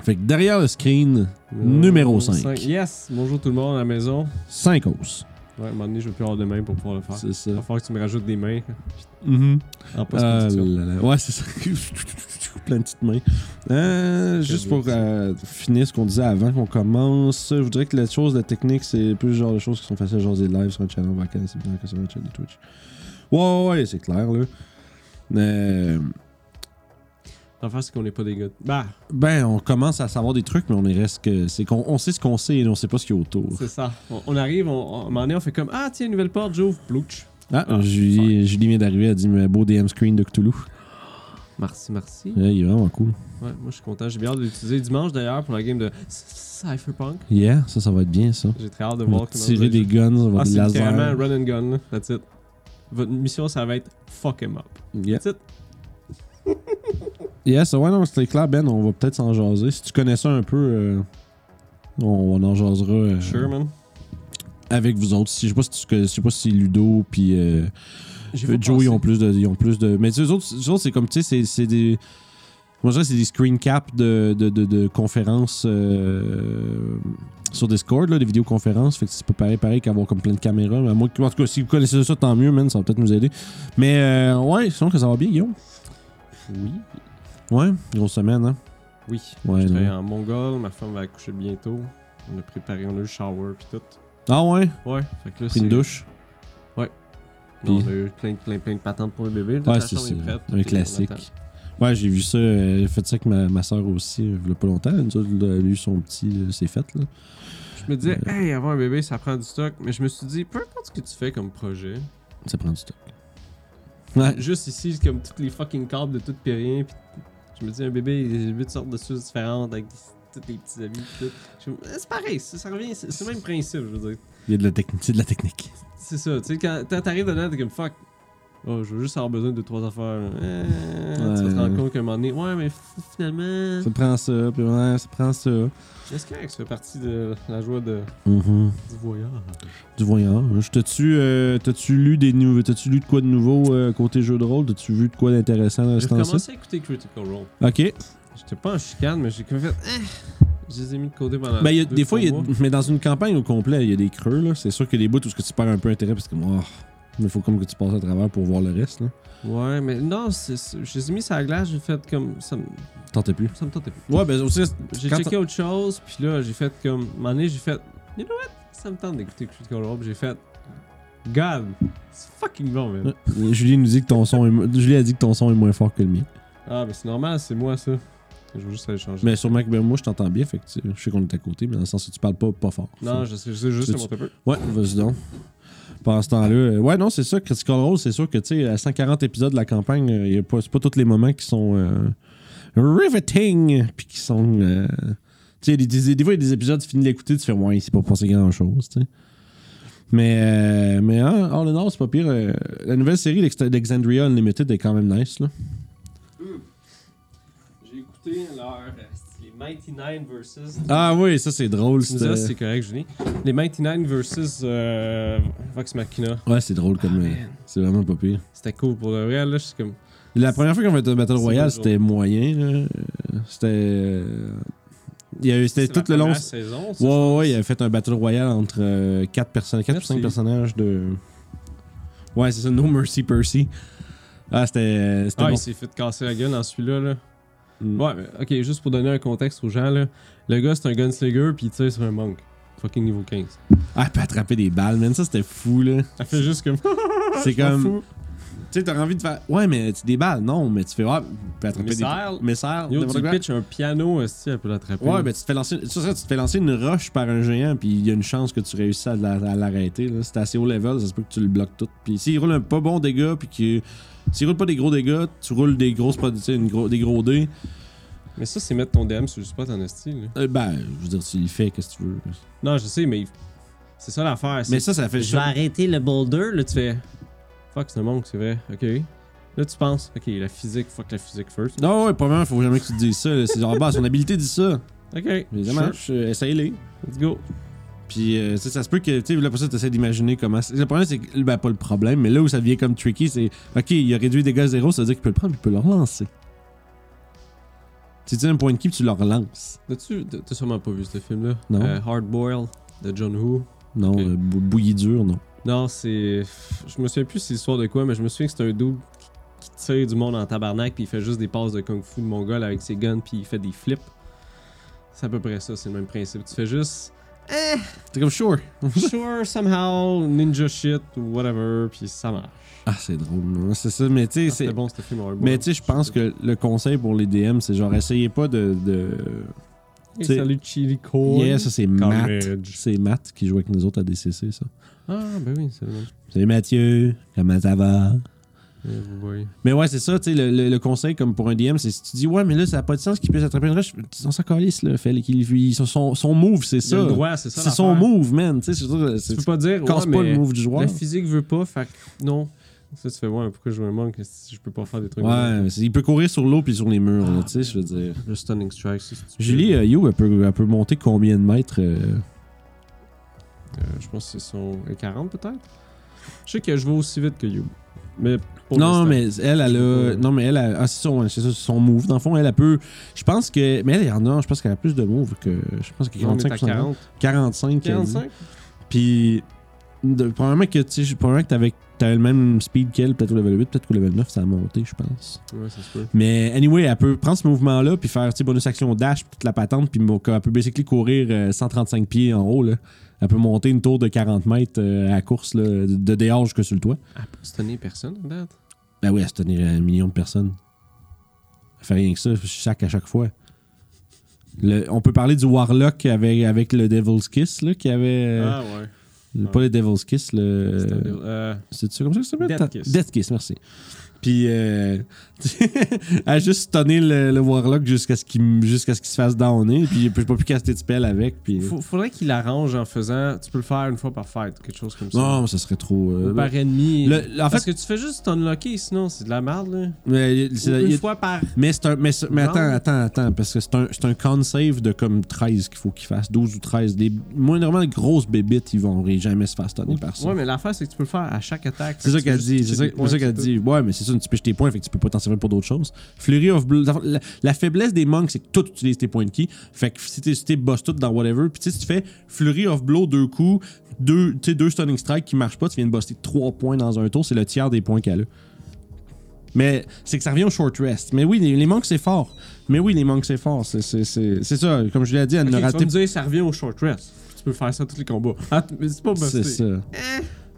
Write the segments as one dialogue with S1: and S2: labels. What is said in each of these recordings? S1: Fait que derrière le screen,
S2: Euh,
S1: numéro 5.
S2: Yes! Bonjour tout le monde à la maison.
S1: 5 os.
S2: Ouais, à un moment donné, je vais plus avoir de mains pour pouvoir le faire.
S1: C'est ça.
S2: Il va falloir que tu me rajoutes des mains
S1: Mhm.
S2: en
S1: Ah
S2: post-production.
S1: là là. Ouais, c'est ça. Plein de petites mains. Euh, juste pour euh, finir ce qu'on disait avant qu'on commence, je voudrais que les choses, la technique, c'est plus le genre de choses qui sont faciles, genre des lives sur un channel vocal, c'est bien que sur un channel Twitch. Ouais, ouais, ouais, c'est clair, là. Euh,
S2: L'affaire, c'est qu'on n'est pas des gars. de- Bah,
S1: ben, on commence à savoir des trucs, mais on est reste que. C'est qu'on on sait ce qu'on sait et on sait pas ce qu'il y a autour.
S2: c'est ça. On, on arrive, on, on, à un moment donné, on fait comme Ah, tiens, nouvelle porte, j'ouvre. Blouch.
S1: Ah, Julie, Julie vient d'arriver, elle dit mais beau DM screen de Cthulhu.
S2: Merci, merci.
S1: Ouais, il est vraiment cool.
S2: Ouais, moi, je suis content. J'ai bien hâte de l'utiliser dimanche d'ailleurs pour la game de Cypherpunk.
S1: Yeah, ça, ça va être bien, ça.
S2: J'ai très hâte de
S1: On
S2: voir
S1: va
S2: comment.
S1: tirer des guns, on va
S2: Ah,
S1: des
S2: c'est
S1: lasers.
S2: littéralement run and gun, là. That's it. Votre mission, ça va être fuck him up.
S1: Yeah.
S2: That's it.
S1: Yes, ouais, non, c'était clair, Ben. On va peut-être s'en jaser. Si tu connais ça un peu, euh, on, on en jasera euh,
S2: Sure, man.
S1: avec vous autres. Si, je sais pas si, tu, connais- je sais pas si Ludo puis euh,
S2: J'ai
S1: Joe,
S2: pas pensé.
S1: ils ont plus de. Ils ont plus de mais tu sais, eux autres, eux autres, c'est comme, tu sais, c'est- c'est des. Moi, je dirais que c'est des screen caps de, de, de- de conférences euh, sur Discord, là, des vidéoconférences. Fait que c'est pas pareil, pareil qu'avoir comme plein de caméras. Mais à moins que- en tout cas, si vous connaissez ça, tant mieux, man. Ça va peut-être nous aider. Mais euh, ouais, sinon que ça va bien, Guillaume.
S2: Oui.
S1: Ouais, grosse semaine, hein.
S2: Oui.
S1: Ouais,
S2: je
S1: non.
S2: travaille en Mongole, ma femme va accoucher bientôt. On a préparé, on a eu le shower pis tout.
S1: Ah ouais,
S2: Ouais, fait que là,
S1: pris une
S2: c'est-
S1: douche.
S2: Non,
S1: Puis-
S2: on a eu plein, plein, plein de patentes pour le bébé. Là,
S1: Ouais,
S2: la
S1: c'est
S2: chambre
S1: ça.
S2: est prête, tout
S1: Un
S2: est- on
S1: classique.
S2: attend.
S1: Ouais, j'ai vu ça. euh, J'ai fait ça avec ma, ma soeur aussi, euh, il y a pas longtemps. Nous autres, elle a eu son petit, euh, c'est fait, là.
S2: Je me disais, hey, avoir un bébé, ça prend du stock. Mais je me suis dit, peu importe ce que tu fais comme projet,
S1: Ça prend du stock. Ouais,
S2: juste ici, c'est comme toutes les fucking câbles de tout pis rien. Puis je me dis, un bébé, il y a huit sortes de choses différentes avec tous les petits habits. pis tout. Je me- C'est pareil, ça, ça revient, c'est c'est le même principe, je veux dire.
S1: il y a de la technique. C'est de la technique.
S2: C'est ça, tu sais, quand quand t'arrives dedans, t'es comme fuck. Oh, je veux juste avoir besoin de deux, trois affaires. là. Euh, Tu vas te
S1: Ouais.
S2: rendre compte qu'à un moment donné, ouais, mais f- finalement.
S1: Ça prend ça, puis ouais, ça prend ça.
S2: Est-ce que ça fait partie de la joie de,
S1: Mhm.
S2: du voyage?
S1: Du voyage. T'as-tu euh, t'as-tu lu des nouveaux. T'as-tu lu de quoi de nouveau euh, côté jeu de rôle T'as-tu vu de quoi d'intéressant dans
S2: J'ai Euh,
S1: ce temps-ci
S2: commencé à écouter Critical Role.
S1: Ok.
S2: J'étais pas en chicane, mais j'ai comme fait. Eh! Je les ai mis de côté pendant.
S1: Ben, il y a-
S2: deux,
S1: des fois, il y a-
S2: trois mois.
S1: mais dans une campagne au complet, il y a des creux. là. C'est sûr que les bouts, tout ce que tu perds un peu intérêt, parce que, oh, il faut comme que tu passes à travers pour voir le reste. Là.
S2: Ouais, mais non, c'est- c'est- je les ai mis sur la glace, j'ai fait comme. Ça me,
S1: T'en t'es plus.
S2: ça me tentait plus.
S1: Ouais, ben aussi,
S2: J'ai
S1: quand
S2: checké autre chose, puis là, j'ai fait comme. un moment donné, j'ai fait. You know what? Ça me tente d'écouter Critical Role, puis j'ai fait. God! C'est fucking bon, man!
S1: Euh, Julie nous dit que ton son est mo- Julie a dit que ton son est moins fort que le mien.
S2: Ah, mais c'est normal, c'est moi ça. Je veux juste aller changer.
S1: Mais sûrement que ben, moi je t'entends bien, fait que tu sais, je sais qu'on est à côté, mais dans le sens où tu parles pas pas fort.
S2: Non,
S1: Fait-
S2: je sais, je sais juste
S1: C'est-
S2: mon peu.
S1: Ouais, vas-y donc. Pendant ce temps-là, euh, ouais, non, c'est ça, Critical Role, c'est sûr que tu sais, à 140 épisodes de la campagne, euh, y a pas, c'est pas tous les moments qui sont euh, riveting, puis qui sont. euh, tu sais, des, des- des fois, il y a des épisodes, tu finis de l'écouter, tu fais, ouais, c'est pas passé grand-chose, tu sais. Mais, euh, mais hein, all in all, c'est pas pire. euh, la nouvelle série d'Ex- d'Exandria Unlimited est quand même nice, là.
S2: J'ai écouté leur. euh, Les Mighty Nine versus.
S1: Ah oui, ça c'est drôle.
S2: Tu me diras si
S1: c'était-
S2: c'est correct, Julie. Les Mighty Nine versus euh, Vox Machina.
S1: Ouais, c'est drôle comme. euh,
S2: Ah, man.
S1: c'est vraiment pas pire.
S2: C'était cool pour le vrai, là. Je suis comme.
S1: La première fois qu'on fait un Battle
S2: C'est
S1: Royale,
S2: drôle.
S1: c'était moyen. là. Euh, C'était. euh, Il y a eu- C'était
S2: c'est la
S1: tout le long.
S2: première
S1: Ouais,
S2: saison. ça,
S1: ouais, ouais, il avait fait un Battle Royale entre euh, 4 personnages, 4 ou 5
S2: Merci.
S1: personnages de. Ouais, c'est ça, No Mercy Percy. Ah, c'était. C'était
S2: Ah,
S1: bon.
S2: il s'est fait casser la gueule dans celui-là, là.
S1: Mm.
S2: Ouais, mais, ok, juste pour donner un contexte aux gens, là. Le gars, c'est un gunslinger, puis il tire sur un monk. Fucking niveau 15.
S1: Ah, puis attraper des balles, man, ça c'était fou, là.
S2: Elle fait juste comme.
S1: C'est
S2: Je m'en
S1: comme-
S2: fous.
S1: Tu sais, t'as envie de faire. Ouais, mais tu des balles, non, mais tu fais. Ouais, puis attraper
S2: Missile.
S1: des. Missile.
S2: Yo,
S1: n'importe
S2: tu
S1: quoi.
S2: pitches un piano, aussi, elle peut l'attraper.
S1: Ouais, ben tu te fais lancer, c'est ça, tu te fais lancer une roche par un géant, puis il y a une chance que tu réussisses à, la- à l'arrêter. là. C'est assez haut level, ça se peut que tu le bloques tout. Puis s'il roule un pas bon dégât, puis que s'il roule pas des gros dégâts, tu roules des grosses produ- tu sais, une gros, des gros dés.
S2: Mais ça, c'est mettre ton DM sur le spot en esti, là.
S1: euh, ben, je veux dire, tu le fais, qu'est-ce que tu veux.
S2: Non, je sais, mais il- c'est ça l'affaire. c'est-
S1: Mais ça, ça fait
S2: je vais arrêter le boulder, là, tu fais. Fuck, c'est un monk, c'est vrai. Ok. Là, tu penses, ok, la physique, fuck la physique first.
S1: Non, ouais, probablement, faut jamais que tu te dises ça. là. C'est genre, bah, son habilité dit ça.
S2: Ok.
S1: Mais ça
S2: sure,
S1: marche, euh, essaye-les.
S2: Let's go.
S1: Puis, euh, tu sais, ça se peut que, tu sais, là, pour ça, tu essaies d'imaginer comment. c'est- Le problème, c'est que, ben, pas le problème, mais là où ça devient comme tricky, c'est, OK, il a réduit les dégâts à zéro, ça veut dire qu'il peut le prendre, puis il peut le relancer. Tu tires un point de qui puis tu le relances.
S2: T'as-tu- T'as t'as sûrement pas vu ce film-là?
S1: Non.
S2: Euh, Hard Boil de John Woo.
S1: Non,
S2: Ok.
S1: euh, bou- bouillie dure, non.
S2: Non, c'est. Je me souviens plus c'est l'histoire de quoi, mais je me souviens que c'est un dude qui tire du monde en tabarnak, puis il fait juste des passes de kung-fu de mongol avec ses guns, puis il fait des flips. C'est à peu près ça, c'est le même principe. Tu fais juste. Eh,
S1: T'es comme sure.
S2: sure, somehow, ninja shit, ou whatever, puis ça marche.
S1: Ah, c'est drôle, non? C'est ça, mais tu sais,
S2: Ah,
S1: c'est.
S2: C'était bon, ce film Hard Boil.
S1: Mais tu sais, je pense que le conseil pour les DM, c'est genre, essayez pas de. de...
S2: Hey,
S1: t'sais-
S2: salut, Chili Corn.
S1: Yeah, ça c'est Matt.
S2: College.
S1: C'est Matt qui joue avec nous autres à DCC, ça.
S2: Ah, ben oui, c'est le même.
S1: C'est Mathieu, comment ça va?
S2: Eh, vous voyez.
S1: Mais ouais, c'est ça, tu sais, le, le- le conseil comme pour un DM, c'est si tu dis, ouais, mais là, ça n'a pas de sens qu'il puisse attraper une rush, on s'en calisse, là, fait qu'il- il- son, son, son move, c'est
S2: Il a
S1: ça.
S2: le droit, c'est ça.
S1: C'est son
S2: l'affaire.
S1: move, man. Tu sais, c'est ça,
S2: Tu
S1: c'est-
S2: peux pas dire.
S1: tu casses
S2: ouais,
S1: pas
S2: mais-
S1: le move du joueur.
S2: La physique veut pas, fait que non. Ça, tu fais, ouais, pourquoi jouer un monk si je peux pas faire des trucs
S1: Ouais, mais c'est- il peut courir sur l'eau puis sur les murs,
S2: Ah.
S1: là, tu sais, je veux dire.
S2: Le stunning strike, c'est stupide.
S1: Julie, euh, You, elle peut, elle peut monter combien de mètres euh,
S2: Euh, je pense que c'est son 40 peut-être. Je sais que je vais aussi vite que You. Mais pour
S1: Non
S2: l'instant.
S1: mais elle, elle a.
S2: Ouais.
S1: Non, mais elle a. Ah, c'est son, ouais, c'est ça, c'est son move. Dans le fond, elle, elle peut. Je pense que. Mais elle, elle en a. Je pense qu'elle a plus de moves que. Je pense que
S2: Non, on est
S1: 45
S2: à 40.
S1: 45. elle dit.
S2: 45
S1: Puis. De, probablement que tu sais, probablement que t'avais, t'avais le même speed qu'elle, peut-être au level 8, peut-être qu'au level 9, ça a monté, je pense.
S2: Ouais, ça se peut.
S1: Mais anyway, elle peut prendre ce mouvement-là, puis faire tu sais, bonus action dash, puis toute la patente, puis mo- elle peut basically courir euh, 135 pieds en haut. Là. Elle peut monter une tour de 40 mètres euh, à la course là, de, de dehors jusque sur le toit.
S2: Ah, pas stunner personne, en date.
S1: Ben oui, elle se tenait à un million de personnes. Elle fait rien que ça, chaque à chaque fois. Le- on peut parler du Warlock avec, avec le Devil's Kiss, là, qui avait. euh,
S2: ah ouais.
S1: le- Pas le Devil's Kiss,
S2: C'est un
S1: le.
S2: deal. Euh,
S1: C'est ça comme ça que ça s'appelle
S2: Death
S1: Ta-
S2: Kiss.
S1: Death Kiss, merci. Puis, euh, elle a juste stunné le, le Warlock jusqu'à ce qu'il m- jusqu'à ce qu'il se fasse downer, puis je peux plus caster de spell avec. Puis...
S2: faut- faudrait qu'il arrange en faisant. Tu peux le faire une fois par fight, quelque chose comme ça.
S1: Non, ça serait trop. euh,
S2: Ou par ennemi.
S1: le- en fait,
S2: Parce que tu fais juste t'unlocker, sinon c'est de la merde, là.
S1: mais c'est-
S2: Ou
S1: il y
S2: une
S1: a-
S2: fois par.
S1: Mais, c'est un, mais, c'est- mais attends,
S2: Genre.
S1: attends, attends, parce que c'est un, c'est un con save de comme 13 qu'il faut qu'il fasse, 12 ou 13. Les, moi, normalement, les grosses bébites, ils vont jamais se faire stunner par ça.
S2: Ouais, mais l'affaire, c'est que tu peux le faire à chaque attaque.
S1: C'est ça qu'elle dit, c'est ça, c'est ça qu'elle dit. Ouais, mais c'est ça, tu pêches tes points, fait que tu peux pas t'en servir pour d'autres choses. Flurry of Blood. La, la faiblesse des monks, c'est que tout utilise tes points de ki. Fait que si t'es si t'es boss tout dans whatever, puis tu sais, si tu fais Flurry of Blow deux coups, deux, tu sais, deux stunning strikes qui marchent pas, tu viens de bosser trois points dans un tour, c'est le tiers des points qu'elle a. Mais c'est que ça revient au short rest. Mais oui, les, les monks, c'est fort. Mais oui, les monks, c'est fort. C'est- C'est c'est- c'est ça, comme je l'ai dit, elle ne
S2: Ok, tu vas
S1: raté
S2: me dire, ça revient au short rest. Tu peux faire ça à tous les combats. Ah, t- mais c'est pas busté.
S1: C'est ça.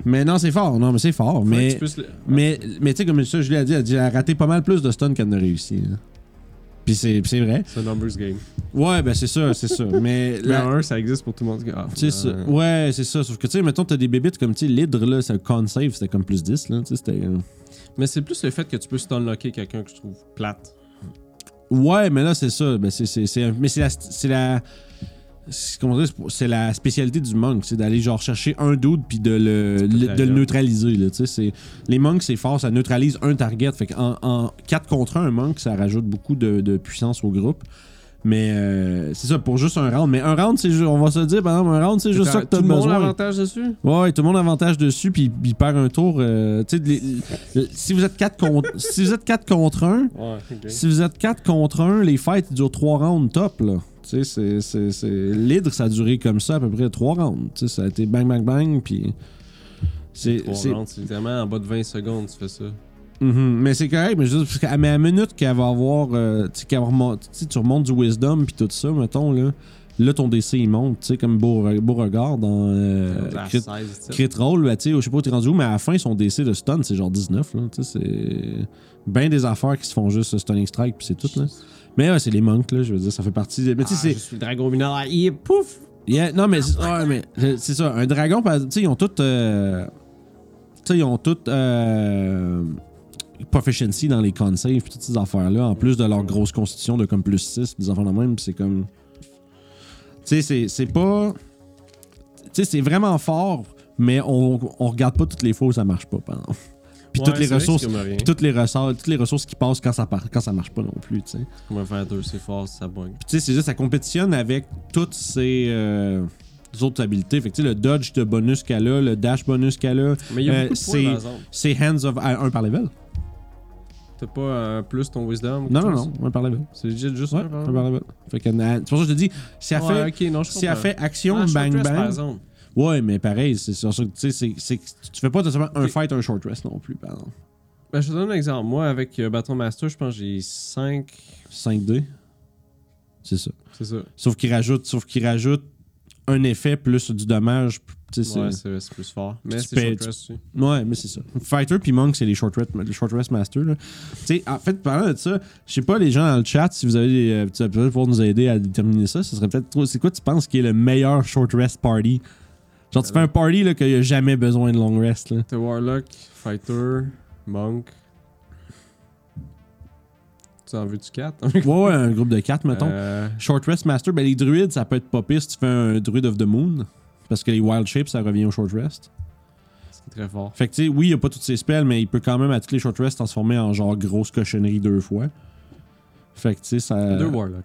S1: Mais non, c'est fort. Non, mais c'est fort.
S2: Faut que
S1: Mais.
S2: tu puisses le- Ah,
S1: Mais, mais tu sais, comme ça, je l'ai dit, elle a dit, elle a raté pas mal plus de stuns qu'elle n'a réussi. là. Puis c'est c'est vrai.
S2: C'est un numbers game.
S1: Ouais, ben c'est ça, c'est ça. Mais
S2: Mais
S1: la-
S2: en un, ça existe pour tout le monde. Ah,
S1: tu sais,
S2: euh,
S1: ça- ouais, c'est ça. Sauf que, tu sais, mettons, t'as des bébites comme, tu sais, l'hydre, là, c'est un con save, c'était comme plus 10, là. Tu sais, c'était. euh,
S2: Mais c'est plus le fait que tu peux stunlocker quelqu'un que je trouve plate.
S1: Ouais, mais là, c'est ça. Ben, c'est, c'est, c'est un- Mais c'est la. C'est la... c'est- comment dire, c'est- c'est la spécialité du monk, c'est d'aller genre chercher un dude puis de le,
S2: peux
S1: le-
S2: te la
S1: de le
S2: dire.
S1: neutraliser. Là, tu sais, c'est, les monks, c'est fort, ça neutralise un target. Fait qu'en en 4 contre 1, un monk, ça rajoute beaucoup de, de puissance au groupe. Mais euh, c'est ça, pour juste un round. Mais un round, c'est ju- on va se le dire, par exemple, un round, c'est juste ça que t'as
S2: tout le monde a
S1: besoin.
S2: l'avantage dessus?
S1: Ouais, tout le monde a avantage dessus, puis il perd un tour. euh, tu sais, les- les- si vous êtes 4 contre, si vous êtes 4 contre 1,
S2: Ouais, ok.
S1: si vous êtes 4 contre 1, les fights durent 3 rounds top, là. Tu sais, c'est- c'est- c'est- L'hydre, ça a duré comme ça à peu près 3 rounds. Tu sais, ça a été bang, bang, bang, puis... C'est... c'est-
S2: Trois rounds, c'est vraiment en bas de 20 secondes, tu fais ça.
S1: Mhm, Mais c'est correct, mais juste parce qu'à mais à la minute qu'elle va avoir... euh, tu sais, qu'elle va remon- tu sais, tu remontes du Wisdom puis tout ça, mettons, là... Là, ton DC, il monte, tu sais, comme beau, beau regard dans... euh,
S2: Genre
S1: Crit-
S2: 16, 17.
S1: Crit roll, ben, tu sais, je sais pas où t'es rendu où, mais à la fin, son DC de stun, c'est genre 19, là. Tu sais, c'est... Ben des affaires qui se font juste euh, stunning strike, puis c'est tout, là. Mais ouais, c'est les monks, là, je veux dire, ça fait partie. de- Mais tu
S2: Ah,
S1: sais,
S2: je suis le dragon mineur. Ah, Il est pouf!
S1: c'est. Yeah, non, mais, c'est- ouais, mais euh, c'est ça. Un dragon, par- tu sais, ils ont toutes. euh, tu sais, ils ont toutes. euh, proficiency dans les con saves, puis toutes ces affaires-là, en plus de leur grosse constitution de comme plus 6, puis des enfants de même, puis c'est comme. Tu sais, c'est- c'est pas. Tu sais, c'est vraiment fort, mais on, on regarde pas toutes les fois où ça marche pas, par exemple. Puis toutes
S2: Ouais,
S1: les
S2: c'est vrai que c'est
S1: ressources.
S2: comme rien.
S1: Puis toutes les ressources, toutes les ressources qui passent quand ça, par- quand ça marche pas non plus, tu sais.
S2: Comment faire deux, c'est fort, ça bug.
S1: Puis tu sais, c'est juste, ça compétitionne avec toutes ses euh, autres habilités. Fait que tu sais, le dodge de bonus qu'elle a, le dash bonus qu'elle a,
S2: Mais il y a
S1: Euh,
S2: beaucoup de points,
S1: c'est-
S2: par exemple.
S1: c'est hands of. à un par level.
S2: T'as pas euh, plus ton wisdom? ou
S1: Non, non,
S2: quelque chose?
S1: non, on parlait vite.
S2: C'est legit juste
S1: Ouais,
S2: un, par
S1: on
S2: exemple?
S1: parlait vite. Fait que, euh, c'est pour ça que je te dis, si elle fait,
S2: Ah, Ouais, ok, non, je
S1: si elle
S2: comprends.
S1: fait action,
S2: Ah, short
S1: bang,
S2: rest, par
S1: bang.
S2: exemple.
S1: Ouais, mais pareil, c'est sûr, tu sais, c'est- c'est que tu fais pas nécessairement un
S2: Ok.
S1: fight, un short rest non plus, par exemple.
S2: Ben, je te donne un exemple. Moi, avec euh, Baton Master, je pense que j'ai 5.
S1: 5D. C'est ça.
S2: C'est ça.
S1: Sauf qu'il rajoute, sauf qu'il rajoute un effet plus du dommage. p- tu sais, c'est-
S2: Ouais, c'est c'est plus fort. Mais
S1: tu
S2: c'est
S1: payes-
S2: short rest aussi.
S1: Ouais, mais c'est ça. Fighter puis Monk, c'est les short rest, les short rest masters. là. Tu sais, en fait, parlant de ça, je sais pas, les gens dans le chat, si vous avez des euh, petits épisodes pour nous aider à déterminer ça, ce serait peut-être trop. C'est quoi tu penses qui est le meilleur short rest party Genre, tu fais un party là, qu'il n'y a jamais besoin de long rest. Là.
S2: T'as Warlock, Fighter, Monk. Tu en veux-tu 4
S1: Ouais, ouais, un groupe de 4, mettons.
S2: Euh,
S1: Short rest master, ben les druides, ça peut être pas pire si tu fais un druid of the moon. Parce que les wild shapes, ça revient au short rest.
S2: c'est très fort.
S1: Fait que tu sais, oui, il a pas toutes ses spells, mais il peut quand même à toutes les short rests transformer en genre grosse cochonnerie deux fois. Fait que tu sais, ça.
S2: Deux Warlock.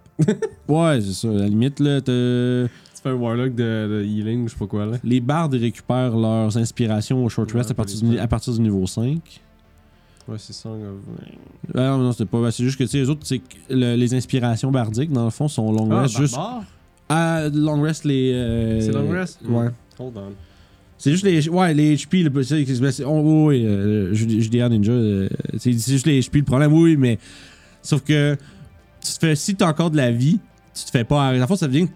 S1: Ouais, c'est ça. À la limite, là, t'as-
S2: Tu fais un Warlock de, de healing ou je sais pas quoi là.
S1: les bardes ils récupèrent leurs inspirations au short
S2: Ouais,
S1: rest à,
S2: un peu
S1: partir
S2: les
S1: du,
S2: spells.
S1: à partir du niveau 5.
S2: Ouais, c'est Song of.
S1: Ah non, non, c'était pas. C'est juste que tu sais, les autres, c'est que le- les inspirations bardiques, dans le fond, sont long
S2: Ah,
S1: rest. juste...
S2: barbare?
S1: Ah, long rest, les. euh,
S2: C'est long rest?
S1: Ouais.
S2: Mm. Hold on.
S1: C'est juste les. Ouais, les HP. Le, c'est- c'est- c'est- on- oui, oui, euh, Ju- JDR Ninja. euh, c'est c'est juste les HP le problème, oui, oui, mais. Sauf que. Tu te fais, si t'as encore de la vie, tu te fais pas arrêter. En fait, ça devient que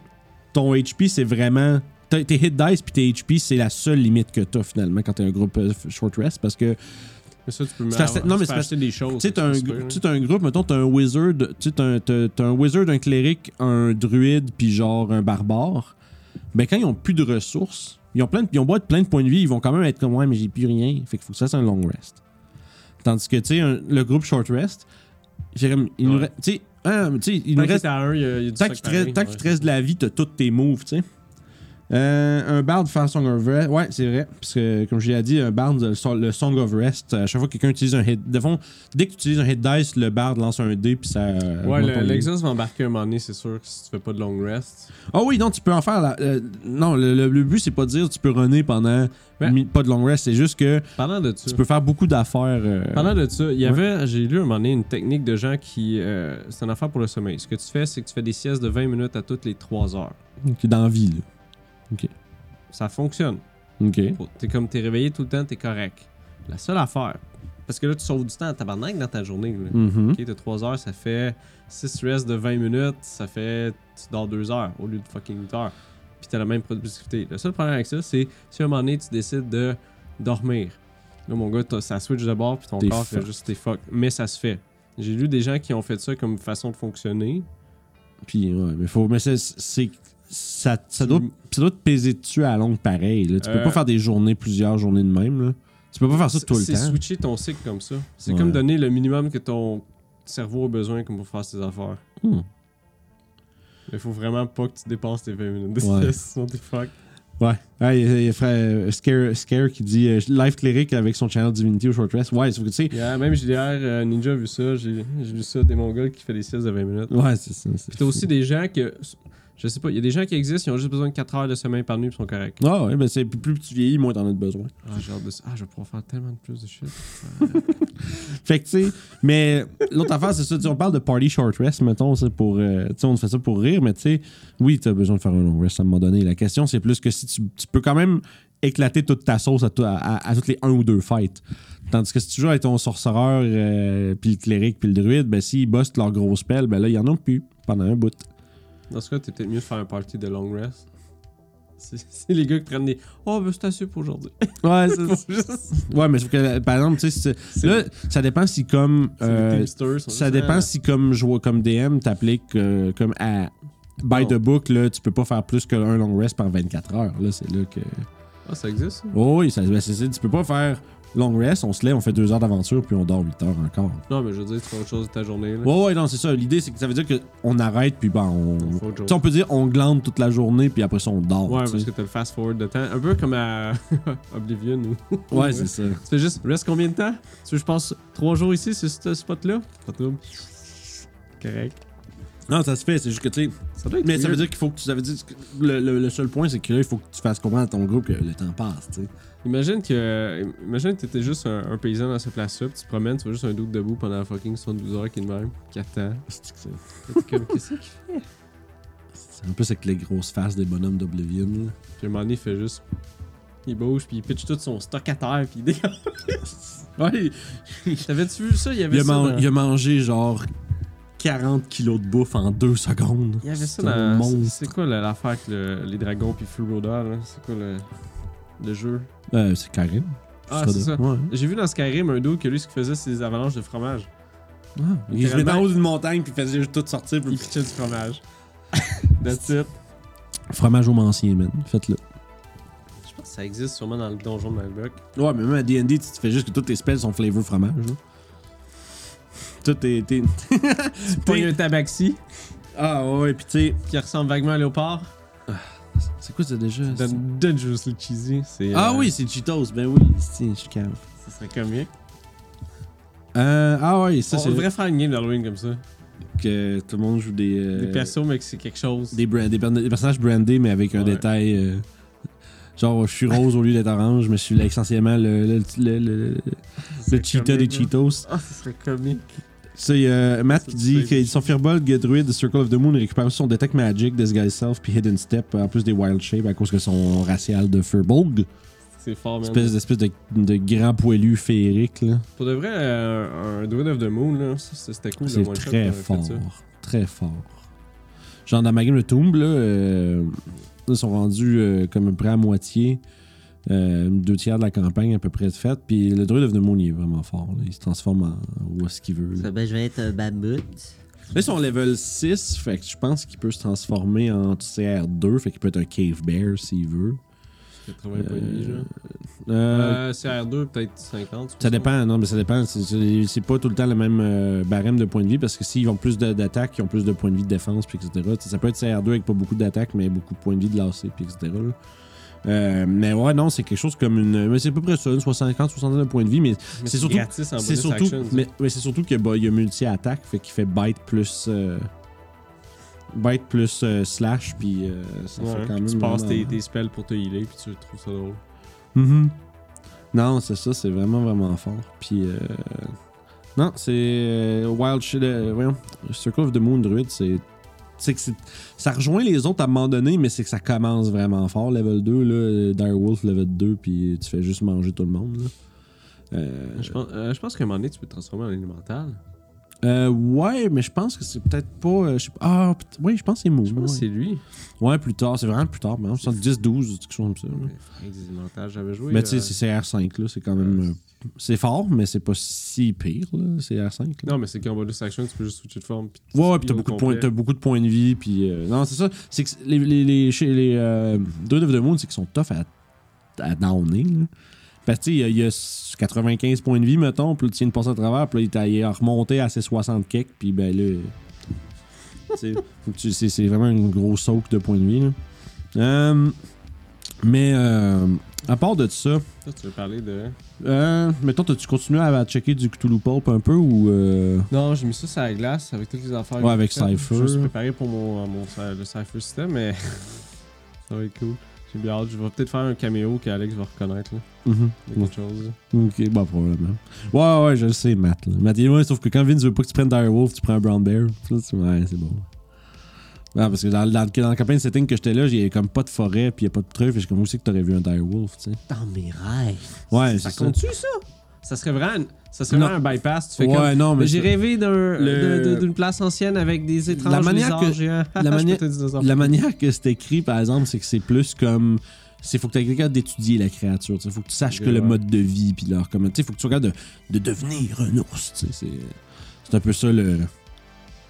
S1: ton HP, c'est vraiment. t'as- Tes hit dice puis tes HP, c'est la seule limite que t'as finalement quand t'es un groupe euh, short rest parce que
S2: Mais ça, tu peux
S1: C'est parce-
S2: mettre.
S1: non, mais c'est parce-
S2: acheter des choses.
S1: tu sais, t'as un,
S2: tu
S1: gr-
S2: peux, là.
S1: tu sais, t'as un groupe, mettons, t'as un wizard, tu sais, t'as un, t'as- t'as un wizard, un cléric, un druide, puis genre un barbare. Ben, quand ils ont plus de ressources, ils ont plein de, ils ont beau être plein de points de vie, ils vont quand même être comme, ouais, mais j'ai plus rien. Fait qu'il faut que ça, c'est un long rest. Tandis que, tu sais, un- le groupe short rest, j'ai comme, il nous
S2: Ouais. Ben,
S1: reste, tu sais, hein, tu sais, il nous
S2: Tant qu'il
S1: reste,
S2: est à un, il y a, il y a du
S1: tant
S2: stock
S1: qu'il te reste,
S2: pareil,
S1: tant
S2: ouais.
S1: qu'il te reste de la vie, t'as tous tes moves, tu sais. Euh, un bard faire Song of Rest. Ouais, c'est vrai. Parce que, comme je l'ai dit, un bard, le, so- le Song of Rest, à chaque fois que quelqu'un utilise un hit. De fond, dès que tu utilises un hit dice, le bard lance un dé, puis ça. euh,
S2: Ouais,
S1: augmente
S2: le-
S1: ton dé.
S2: l'Exhaust va embarquer un moment donné, c'est sûr, que si tu fais pas de long rest.
S1: Ah oui, non, tu peux en faire. la- euh, non, le, le- le but, c'est pas de dire tu peux runner pendant.
S2: Ouais.
S1: mi- Pas de long rest, c'est juste que
S2: Parlant de ça,
S1: tu peux faire beaucoup d'affaires. euh,
S2: parlant de ça, il y avait, j'ai lu un moment donné une technique de gens qui, euh, c'est une affaire pour le sommeil. Ce que tu fais, c'est que tu fais des siestes de 20 minutes à toutes les 3 heures.
S1: qui est dans la vie, là.
S2: Ça fonctionne.
S1: Ok.
S2: Pour- T'es comme t'es réveillé tout le temps, t'es correct. La seule affaire, parce que là tu sauves du temps à tabarnak dans ta journée. Là.
S1: Mhm.
S2: Ok, t'as 3 heures, ça fait 6 rests de 20 minutes, ça fait. Tu dors 2 heures au lieu de fucking 8 heures. Puis t'as la même productivité. Le seul problème avec ça, c'est si à un moment donné, tu décides de dormir. Là, mon gars, t'as- ça switch de bord, puis ton
S1: T'es
S2: corps fait
S1: fuck.
S2: juste t'es fuck. Mais ça se fait. J'ai lu des gens qui ont fait ça comme façon de fonctionner.
S1: Puis, ouais, mais faut. Mais c'est. c'est- ça, ça,
S2: Tu-
S1: doit, ça doit te peser dessus à la longue pareil. là. Tu peux
S2: Euh,
S1: pas faire des journées, plusieurs journées de même. Là. Tu peux pas faire ça
S2: C'est-
S1: tout le
S2: C'est
S1: temps.
S2: switcher ton cycle comme ça. C'est
S1: Ouais.
S2: comme donner le minimum que ton cerveau a besoin comme pour faire ses affaires.
S1: Hmm.
S2: Il faut vraiment pas que tu dépasses tes 20 minutes de
S1: Ouais.
S2: sieste, sinon t'es fuck.
S1: Ouais. Ouais, il y a- il y a frère- Scare, Scare qui dit euh, Life Cleric avec son channel Divinity au short rest. Ouais, sauf que tu sais.
S2: Yeah, même JDR euh, Ninja a vu ça. J'ai j'ai lu ça des Mongols qui fait des siestes de 20 minutes.
S1: Ouais, c'est ça. c'est
S2: Puis t'as
S1: fou.
S2: aussi des gens que. Je sais pas, il y a des gens qui existent, ils ont juste besoin de 4 heures de sommeil par nuit, puis ils sont corrects.
S1: Ah ouais, ben c'est plus, plus tu vieillis, moins t'en as de besoin.
S2: Ah, j'ai hâte de ça. Ah, je vais pouvoir faire tellement de plus de shit.
S1: Fait que tu sais, mais l'autre affaire, c'est ça. tu sais, On parle de party short rest, mettons, c'est pour. euh, tu sais, on fait ça pour rire, mais tu sais, oui, t'as besoin de faire un long rest à un moment donné. La question, c'est plus que si tu, tu peux quand même éclater toute ta sauce à, to- à- à- à toutes les un ou deux fights. Tandis que si tu joues avec ton sorcereur, euh, puis le cléric, puis le druide, ben s'ils bossent leur gros spell, ben là, ils en ont plus pendant un bout.
S2: Dans ce cas, t'es peut-être mieux de faire un party de long rest. C'est c'est les gars qui prennent des. Oh, ben c'est assez pour aujourd'hui.
S1: Ouais, c'est
S2: Faut juste-
S1: Ouais, mais sauf que, euh, par exemple, tu sais, si tu-
S2: C'est-
S1: là, ça dépend si comme.
S2: c'est les
S1: euh,
S2: teamsters, sont
S1: ça
S2: juste,
S1: dépend
S2: ah,
S1: si comme joueur, comme DM, t'appliques euh, comme à by
S2: Non.
S1: the book, là, tu peux pas faire plus qu'un long rest par 24 heures. Là, c'est là que.
S2: Ah, ça existe. ça?
S1: Oh oui, ça, ben, c'est ça, tu peux pas faire long rest, on se lève, on fait deux heures d'aventure, puis on dort 8 heures encore.
S2: Non, mais je veux dire, tu fais autre chose de ta journée. Là.
S1: Ouais, ouais, non, c'est ça. L'idée, c'est que ça veut dire qu'on arrête, puis ben, on.
S2: On fait autre chose.
S1: Tu sais, on peut dire on glande toute la journée, puis après ça, on dort.
S2: Ouais,
S1: tu
S2: parce
S1: sais.
S2: que t'as le fast forward de temps. Un peu comme à Oblivion ou.
S1: Ouais, c'est ça.
S2: Tu fais juste, reste combien de temps? Tu veux, que je passe trois jours ici, sur ce spot-là? Pas de trouble. Correct.
S1: Non, ça se fait, c'est juste que tu sais.
S2: Ça doit être
S1: Mais ça veut
S2: weird.
S1: dire qu'il faut que tu. Ça veut dire que le, le- le seul point, c'est que là, il faut que tu fasses comprendre à ton groupe que le temps passe, tu sais.
S2: Imagine que. Imagine que t'étais juste un, un paysan dans ce place-là, puis tu te promènes, tu vois juste un double debout pendant fucking 72 heures qui est de même, qui attend.
S1: C'est que c'est-
S2: Puis t'es comme, qu'est-ce qu'il fait?
S1: c'est un peu avec les grosses faces des bonhommes d'Oblivion, là.
S2: Puis à un moment donné, il fait juste. Il bouge, puis il pitch tout son stock à terre, puis il dégage.
S1: Ouais,
S2: T'avais-tu vu ça? Il y avait
S1: il, a
S2: ça.
S1: man-
S2: dans-
S1: il a mangé genre 40 kilos de bouffe en 2 secondes.
S2: Il y avait ça
S1: C'est un
S2: dans. c'est-
S1: monstre.
S2: C'est quoi la- l'affaire que le- les dragons puis Full Roda, là? C'est quoi le, le jeu?
S1: Euh, c'est Karim.
S2: Ah,
S1: Je
S2: c'est
S1: sais
S2: ça.
S1: pas de- Ouais.
S2: J'ai vu dans Skyrim un dos que lui, ce qu'il faisait, c'est des avalanches de fromage.
S1: Ah, Il se mettait en
S2: Littéralement.
S1: haut d'une montagne puis il faisait juste tout sortir.
S2: Il
S1: puis-
S2: pitchait du fromage. That's it.
S1: Fromage au mancien, man. Faites-le.
S2: Je pense que ça existe sûrement dans le donjon de Malbec.
S1: Ouais, mais même à DD, tu te fais juste que toutes tes spells sont flavor fromage. là. Tout est. t'es-
S2: Tu pognes un tabaxi
S1: Ah ouais, puis tu sais.
S2: qui ressemble vaguement à un léopard.
S1: C'est quoi ça déjà? c'est-
S2: Donne Ah, Dangerously Cheesy. c'est,
S1: Ah
S2: euh,
S1: oui, c'est Cheetos. Ben oui, c'est je suis cave.
S2: Ça serait comique.
S1: Euh, ah ouais, ça
S2: Ça, Euh,
S1: c'est
S2: On devrait faire une game d'Halloween comme ça.
S1: que tout le monde joue des. euh,
S2: Des persos, mais que c'est quelque chose.
S1: Des, bra- des per- des personnages brandés, mais avec un
S2: Ouais.
S1: détail. euh, genre, je suis rose au lieu d'être orange, mais je suis là, essentiellement le, le, le, le- le-
S2: Ça
S1: le
S2: serait
S1: cheetah des
S2: comique, là.
S1: Cheetos.
S2: Ah, ça serait comique.
S1: C'est euh, Matt
S2: Ça,
S1: qui
S2: tu
S1: dit
S2: sais.
S1: que son Firbolg, Druid, Circle of the Moon récupère aussi son Detect Magic, Disguise Self, puis Hidden Step, en plus des Wild Shape à cause que son racial de Firbolg.
S2: C'est fort, man.
S1: Espèce, espèce de, de grand poilu féerique, là.
S2: Pour de vrai, euh, un Druid of the Moon, là, ça, ça, c'était cool. le
S1: C'est
S2: one shot
S1: très
S2: qu'on avait fait
S1: fort.
S2: ça.
S1: Très fort. Genre, dans ma game de Tomb, là, euh, ils sont rendus euh, comme près à moitié, euh, deux tiers de la campagne à peu près de faite. Puis le druide of the Moon, il est vraiment fort. là. Il se transforme en en où est-ce qu'il veut.
S3: Ça,
S1: Là.
S3: ben, je vais être un mammouth.
S1: Là, ils sont level 6, fait que je pense qu'il peut se transformer en CR2, fait qu'il peut être un cave bear s'il veut.
S2: 80 pas et demi, genre.
S1: Euh,
S2: Euh, CR2, peut-être 50.
S1: Ça dépend, non, mais ça dépend. C'est- C'est c'est pas tout le temps le même euh, barème de points de vie parce que s'ils ont plus de- d'attaques, ils ont plus de points de vie de défense, puis etc. Tu sais, Ça peut être CR2 avec pas beaucoup d'attaques, mais beaucoup de points de vie de lancer, puis etc. là. Euh, mais ouais, non, c'est quelque chose comme une. Mais c'est à peu près ça, une 50, 60 de points de vie, mais
S2: Mais
S1: c'est surtout-
S2: gratis en
S1: c'est
S2: Ah, bonus
S1: surtout.
S2: action, ça.
S1: Mais, mais c'est surtout qu'il y a multi-attaque, fait qu'il fait bite plus. euh, bite plus euh, slash, puis euh, ça
S2: Ouais, hein,
S1: fait
S2: puis
S1: quand même.
S2: tu passes tes,
S1: vraiment-
S2: tes spells pour te healer, puis tu trouves ça drôle. Mm-hmm.
S1: Mhm. Non, c'est ça, c'est vraiment, vraiment fort. Puis. euh, Non, c'est. euh, Wild Shit. euh, voyons. Circle of the Moon Druid, c'est. C'est que c'est- ça rejoint les autres à un moment donné, mais c'est que ça commence vraiment fort. Level 2, là, euh, Direwolf, level 2, puis tu fais juste manger tout le monde. là. Euh,
S2: Je pense, euh, je pense qu'à un moment donné, tu peux te transformer en élémental.
S1: euh, ouais, mais je pense que c'est peut-être pas. euh, je sais pas- ah, peut- oui, je pense que c'est Moon.
S2: Je pense que
S1: ouais.
S2: c'est lui.
S1: Ouais, plus tard, c'est vraiment plus tard, mais 10-12, quelque chose comme ça. là.
S2: Mais Avec des élémentales, j'avais joué.
S1: Mais
S2: euh,
S1: tu sais, c'est R5, là, c'est quand même.
S2: euh,
S1: euh, c'est fort, mais c'est pas si pire, là, c'est R5. là.
S2: Non, mais c'est qu'en bonus action, tu peux juste switcher de forme. Puis
S1: Ouais, ouais,
S2: puis
S1: puis t'as
S2: au
S1: beaucoup, de
S2: complet.
S1: points- t'as beaucoup de points de vie, puis. euh, non, c'est ça. C'est que les, les, les, chez les euh, Druid of the Moon, c'est qu'ils sont tough à, à downer, là. Parce que, tu sais, il y a- il y, a 95 points de vie, mettons, puis là, tu viens de passer à travers, puis là, il t'a- il est remonté à ses 60 kicks, puis ben là. euh, tu sais, faut que tu- c'est c'est vraiment une grosse soak de points de vie, là. Euh, mais, euh, à part de ça.
S2: Toi, tu veux parler de.
S1: Euh, mettons, tu continues à checker du Cthulhu Pulp un peu ou. Euh...
S2: Non, j'ai mis ça sur la glace avec toutes les affaires.
S1: Ouais, avec
S2: que j'ai faites.
S1: Cypher.
S2: Je me suis préparé pour mon, euh, mon cy- le Cypher système, mais ça va être cool. J'ai bien hâte. Je vais peut-être faire un caméo qu'Alex va reconnaître. Là,
S1: mhm.
S2: de quelque chose. là.
S1: Ok, bah probablement. Ouais, ouais, je le sais, Matt. Là. Matt, il est loin, sauf que quand Vince veut pas que tu prennes Direwolf, tu prends un Brown Bear. Ça, c'est- Ouais, c'est bon. Ah, parce que dans, dans, dans la campagne de setting que j'étais là, j'ai comme pas de forêt, puis y a pas de truc, fait je comme où c'est que t'aurais vu un Direwolf, tu sais.
S3: Dans mes rêves.
S1: Ouais,
S2: Ça
S1: c'est ça.
S2: compte-tu, ça? Ça serait vraiment, une- ça serait
S1: Non.
S2: vraiment un bypass. Tu fais comme,
S1: Ouais, non, mais.
S2: J'ai
S1: ça-
S2: rêvé d'un-
S1: Le-
S2: de- de- d'une place ancienne avec des étranges
S1: La manière
S2: lézards
S1: que-
S2: géants.
S1: la
S2: Je peux
S1: manière-
S2: te dire dinosaures.
S1: La manière que c'est écrit, par exemple, c'est que c'est plus comme. C'est faut que tu aies quelqu'un d'étudier la créature. Il faut que tu saches
S2: Ok,
S1: que le
S2: ouais.
S1: mode de vie, puis leur comment. Tu sais, faut que tu regardes de, de devenir un ours. tu sais, C'est c'est un peu ça le,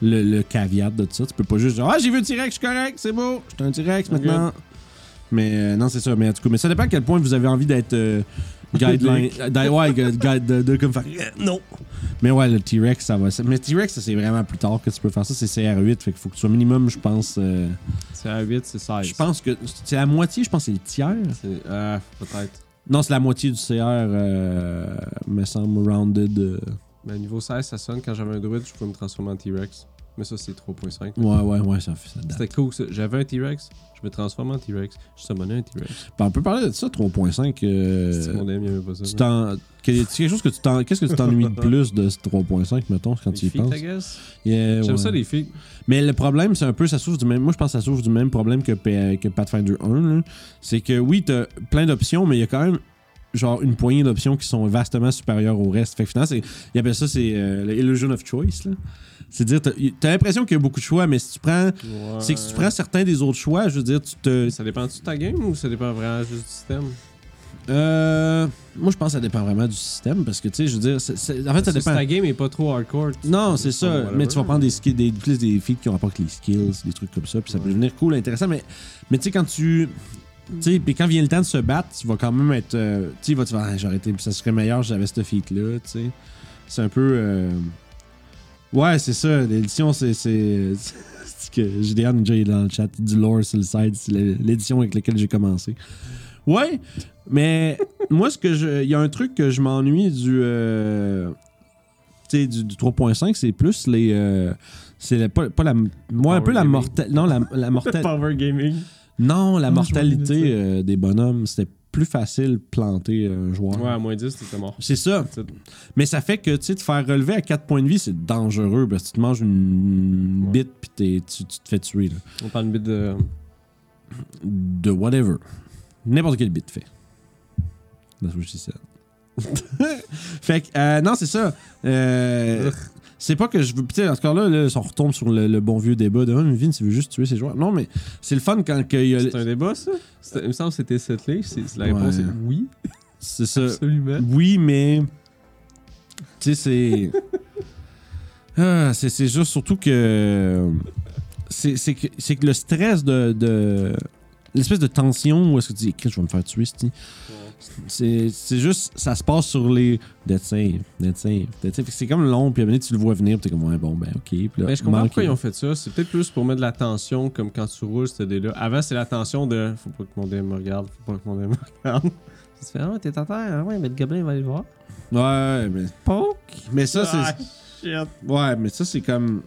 S1: le, le caveat de tout ça. Tu peux pas juste dire Ah, j'ai vu le T-Rex, je suis correct, c'est beau, je suis un T-Rex
S2: Ok.
S1: maintenant. Mais euh, non, c'est ça. Mais en tout cas, mais ça dépend à quel point vous avez envie d'être euh, guideline. d'a- ouais, gu- guide de, de comme faire. Euh, Non! Mais ouais, le T-Rex, ça va. ça- Mais T-Rex, ça, c'est vraiment plus tard que tu peux faire ça. C'est CR8. Fait qu'il faut que tu sois minimum, je pense. euh,
S2: C'est à 8, c'est 16.
S1: je pense que c'est la moitié, je pense que c'est le tiers.
S2: C'est- Ah, peut-être.
S1: Non, c'est la moitié du CR, euh, me semble, rounded. euh.
S2: Mais niveau 16, ça sonne. Quand j'avais un druide, je pouvais me transformer en T-Rex. Mais ça, c'est 3.5.
S1: Ouais, ouais, ouais, ça fait ça. date.
S2: C'était cool, ça. J'avais un T-Rex, je me transforme en T-Rex, je summonais un T-Rex.
S1: Ben, on peut parler de ça, 3.5.
S2: C'est
S1: euh,
S2: mon ami, il y avait pas ça.
S1: tu
S2: man.
S1: t'en- que- c'est quelque chose que tu t'en- Qu'est-ce que tu t'ennuies de plus de ce 3.5, mettons, quand
S2: Les
S1: tu y
S2: feet,
S1: penses?
S2: I guess.
S1: Yeah,
S2: J'aime
S1: ouais.
S2: ça, les filles.
S1: Mais le problème, c'est un peu, ça souffre du même. Moi, je pense que ça souffre du même problème que, P- que Pathfinder 1. là. C'est que oui, t'as plein d'options, mais il y a quand même genre une poignée d'options qui sont vastement supérieures au reste. Fait que finalement, c'est- ils appellent ça c'est euh, le illusion of choice. là. C'est-à-dire, t'as t'as l'impression qu'il y a beaucoup de choix, mais si tu prends. C'est que si tu prends certains des autres choix, je veux dire, tu te.
S2: Ça dépend-tu de ta game ou ça dépend vraiment juste du système?
S1: Euh, moi, je pense que ça dépend vraiment du système parce que, tu sais, je veux dire, c'est- c'est- en fait, ça
S2: Si
S1: dépend.
S2: ta game est pas trop hardcore. tu-
S1: Non, c'est ça.
S2: Whatever.
S1: Mais tu vas prendre des skills, des, plus des feats qui ont rapport avec les skills, des trucs comme ça, puis ça peut
S2: Ouais.
S1: devenir cool, intéressant. Mais, mais tu sais, quand tu. Tu sais, puis quand vient le temps de se battre, tu vas quand même être. euh, tu sais, il va te faire. Ah, J'aurais été. Ça serait meilleur si j'avais ce feat-là, tu sais. C'est un peu. euh, Ouais, c'est ça. L'édition, c'est. C'est c'est que GDR Ninja est dans le chat. Du lore sur le site. C'est l'é- l'édition avec laquelle j'ai commencé. Ouais, mais moi, ce que je. Il y a un truc que je m'ennuie du. euh, tu sais, du, du 3.5, c'est plus les. euh, c'est la- pas, pas la. Moi, un
S2: Power
S1: peu la
S2: gaming.
S1: mortalité. Non, la, la mortalité.
S2: Power Gaming.
S1: Non, la
S2: Ah, je me
S1: mortalité
S2: souviens
S1: euh, des bonhommes, c'était plus facile de planter un joueur.
S2: Ouais, à moins 10, t'étais mort.
S1: C'est ça.
S2: C'est-
S1: Mais ça fait que, tu sais, te faire relever à 4 points de vie, c'est dangereux parce que tu te manges une
S2: Ouais.
S1: bite puis t'es- tu, tu te fais tuer. là.
S2: On parle une bit de.
S1: De whatever. N'importe quelle bite fait. That's what she said. fait que, euh, non, c'est ça. Euh, c'est pas que je veux. Puis, tu sais, encore là, là, on retombe sur le, le bon vieux débat de oh, mais Vince, il veut juste tuer ses joueurs. Non, mais c'est le fun quand que il y a.
S2: C'est un débat, ça? C'est- Il me semble que c'était settlé. C'est- c'est- La réponse
S1: Euh, Ouais. Euh, ben,
S2: est oui,
S1: C'est ça.
S2: absolument.
S1: Oui, mais. Tu sais, c'est. Ah, c'est, c'est juste surtout que. C'est, c'est que, c'est que le stress de. de- L'espèce de tension où est-ce que tu dis, Christ, je vais me faire tuer, c'ti. c'est, c'est juste, ça se passe sur les. Death save, death save, death save. Fait que C'est comme long, puis à un moment donné, tu le vois venir, puis t'es comme, ouais, bon, ben, ok. Puis là,
S2: Mais je comprends
S1: manque-
S2: pourquoi ils ont fait ça. C'est peut-être plus pour mettre de la tension, comme quand tu roules ce dé-là. Avant, c'est la tension de faut pas que mon dé me regarde, faut pas que mon dé me regarde. Tu te fais, ah, t'es à terre, ah ouais, mais le gobelin va aller voir.
S1: Ouais, mais.
S2: Poke!
S1: Mais ça, c'est.
S2: Ah, shit!
S1: Ouais, mais ça, c'est comme.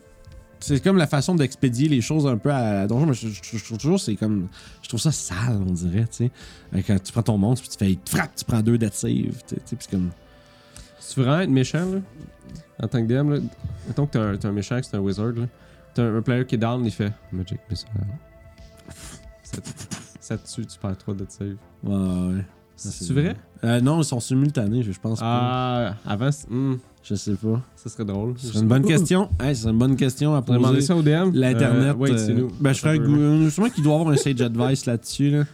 S1: C'est comme la façon d'expédier les choses un peu à la donjon, mais je, je- je- je trouve toujours c'est comme. Je trouve ça sale, on dirait, tu sais. Euh, Quand tu prends ton monstre, puis tu fais il te frappe, tu prends deux death save, tu sais, puis c'est comme.
S2: Tu veux vraiment être méchant, là? En tant que DM, là, mettons que t'es un, t'es un méchant, que c'est un wizard, là. T'as un, un player qui est down, il fait Magic Missile. Ça, te- ça te tue, tu perds 3 de save.
S1: Ouais, ouais. Ça,
S2: C'est vrai?
S1: Euh, non, ils sont simultanés, je je pense pas.
S2: Ah, avant, c'est- hmm,
S1: Je sais pas.
S2: ça serait drôle.
S1: C'est une bonne question. Hey, c'est une bonne question à
S2: On va demander
S1: poser.
S2: ça au DM.
S1: L'Internet.
S2: Euh, wait,
S1: euh,
S2: c'est nous.
S1: Ben, je ferais un goût. Sûrement qu'il doit avoir un sage advice là-dessus, là.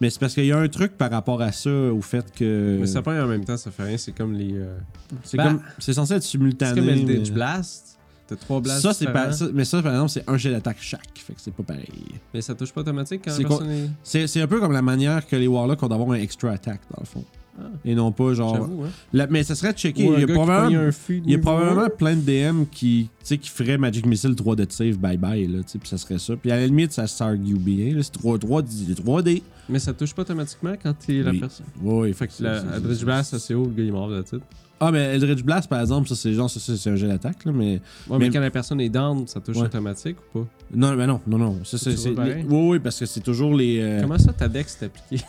S1: Mais c'est parce qu'il y a un truc par rapport à ça, au fait que.
S2: Mais ça prend en même temps, ça fait rien. C'est comme les. euh,
S1: C'est
S2: Ben,
S1: comme- c'est censé être
S2: C'est
S1: simultané.
S2: comme le
S1: mais-
S2: Ditch Blast. T'as trois blasts.
S1: Ça, c'est
S2: différents,
S1: pas, ça- mais ça, par exemple, c'est un jet d'attaque chaque. Fait que c'est pas pareil.
S2: Mais ça touche pas automatique quand
S1: C'est
S2: la
S1: quoi-
S2: personne est.
S1: C'est, c'est un peu comme la manière que les Warlocks ont d'avoir un extra attack, dans le fond.
S2: Ah.
S1: Et non pas genre.
S2: J'avoue, hein.
S1: La- mais ça serait checké.
S2: Ou un
S1: il y a
S2: gars qui pogne
S1: probablement,
S2: un feu de
S1: il y a
S2: niveau
S1: probablement
S2: un.
S1: plein de DM qui, tu sais, qui feraient Magic Missile 3 de save, bye bye. Là, tu sais, puis ça serait ça. Puis à la limite, ça s'argue bien. là, c'est 3, 3, 3D.
S2: Mais ça touche pas automatiquement quand t'es la
S1: Oui.
S2: personne.
S1: Oui,
S2: Fait que
S1: c'est- c'est-
S2: la Ditch
S1: c'est-
S2: Blast, c'est haut, le gars il est mort de titre.
S1: Ah, mais Eldritch Blast, par exemple, ça, c'est genre, ça, c'est c'est un jet d'attaque, là, mais.
S2: Ouais, mais
S1: Mais-
S2: quand la personne est down, ça touche
S1: Ouais.
S2: automatique ou pas
S1: Non, mais non, non, non. Ça, c'est,
S2: C'est toujours
S1: c'est-
S2: pareil.
S1: oui, oui, parce que c'est toujours les. euh,
S2: Comment ça ta dex est appliquée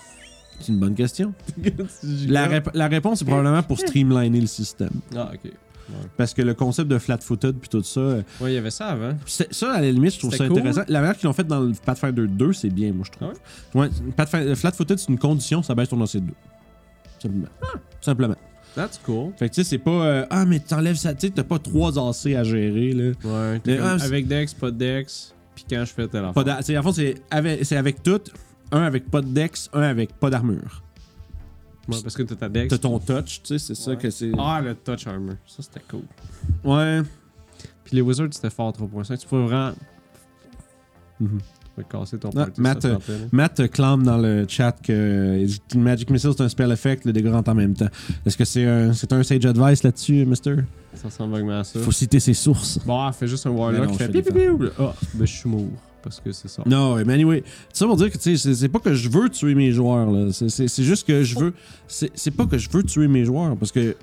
S1: C'est une bonne question. La,
S2: La
S1: rép- la réponse est probablement pour streamliner le système.
S2: Ah, ok.
S1: Parce que le concept de flat-footed puis tout ça, euh,
S2: Ouais, il y avait ça avant.
S1: c'est- ça, à la limite, je trouve
S2: C'était
S1: ça
S2: cool.
S1: intéressant. La manière qu'ils l'ont fait dans le Pathfinder 2, c'est bien, moi, je trouve.
S2: Ah
S1: Ouais, Pathfinder- le flat-footed, c'est une condition, ça baisse ton AC2. Simplement. Tout Simplement.
S2: That's cool.
S1: Fait que tu sais, c'est pas. euh, ah, mais t'enlèves ça. Tu sais, t'as pas trois AC à gérer, là.
S2: Ouais.
S1: Mais,
S2: t'es comme,
S1: ah, c'est-
S2: avec dex, pas de dex. Puis quand je fais telle
S1: Pas
S2: affaire.
S1: d'a- c'est- en fond, c'est avec, c'est avec tout. Un avec pas de dex, un avec pas d'armure.
S2: Ouais, parce que t'as ta dex.
S1: T'as ton touch, tu sais, c'est ça
S2: Ouais.
S1: que c'est.
S2: Ah, le touch armor. Ça, c'était cool.
S1: Ouais.
S2: Puis les Wizards, c'était fort 3.5. Tu pouvais vraiment.
S1: Mhm.
S2: Tu pouvais casser ton
S1: Ah,
S2: party.
S1: Matt,
S2: ça te tentait, là.
S1: Matt euh, clame dans le chat que euh, Magic Missile c'est un spell effect, le dégradant en même temps. Est-ce que c'est un, c'est un sage advice là-dessus, Mister
S2: Ça ressemble vaguement à ça.
S1: Faut citer ses sources.
S2: Bon, elle fait juste un
S1: Mais
S2: Warlock
S1: non,
S2: qui fait.
S1: je fais
S2: Piou,
S1: des
S2: piou, piou. Ah, ben je suis mort. Parce que c'est ça.
S1: Non, mais anyway, ça pour dire que tu sais, c'est c'est pas que je veux tuer mes joueurs là, c'est- c'est c'est juste que je veux, c'est c'est pas que je veux tuer mes joueurs parce que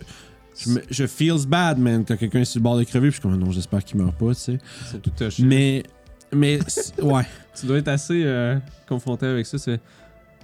S1: Je, me- je feels bad, man, quand quelqu'un est sur le bord de crever, puis je suis comme, non, j'espère qu'il meurt pas, tu sais.
S2: C'est tout touché.
S1: Mais, mais, c'est- ouais.
S2: Tu dois être assez euh, confronté avec ça. C'est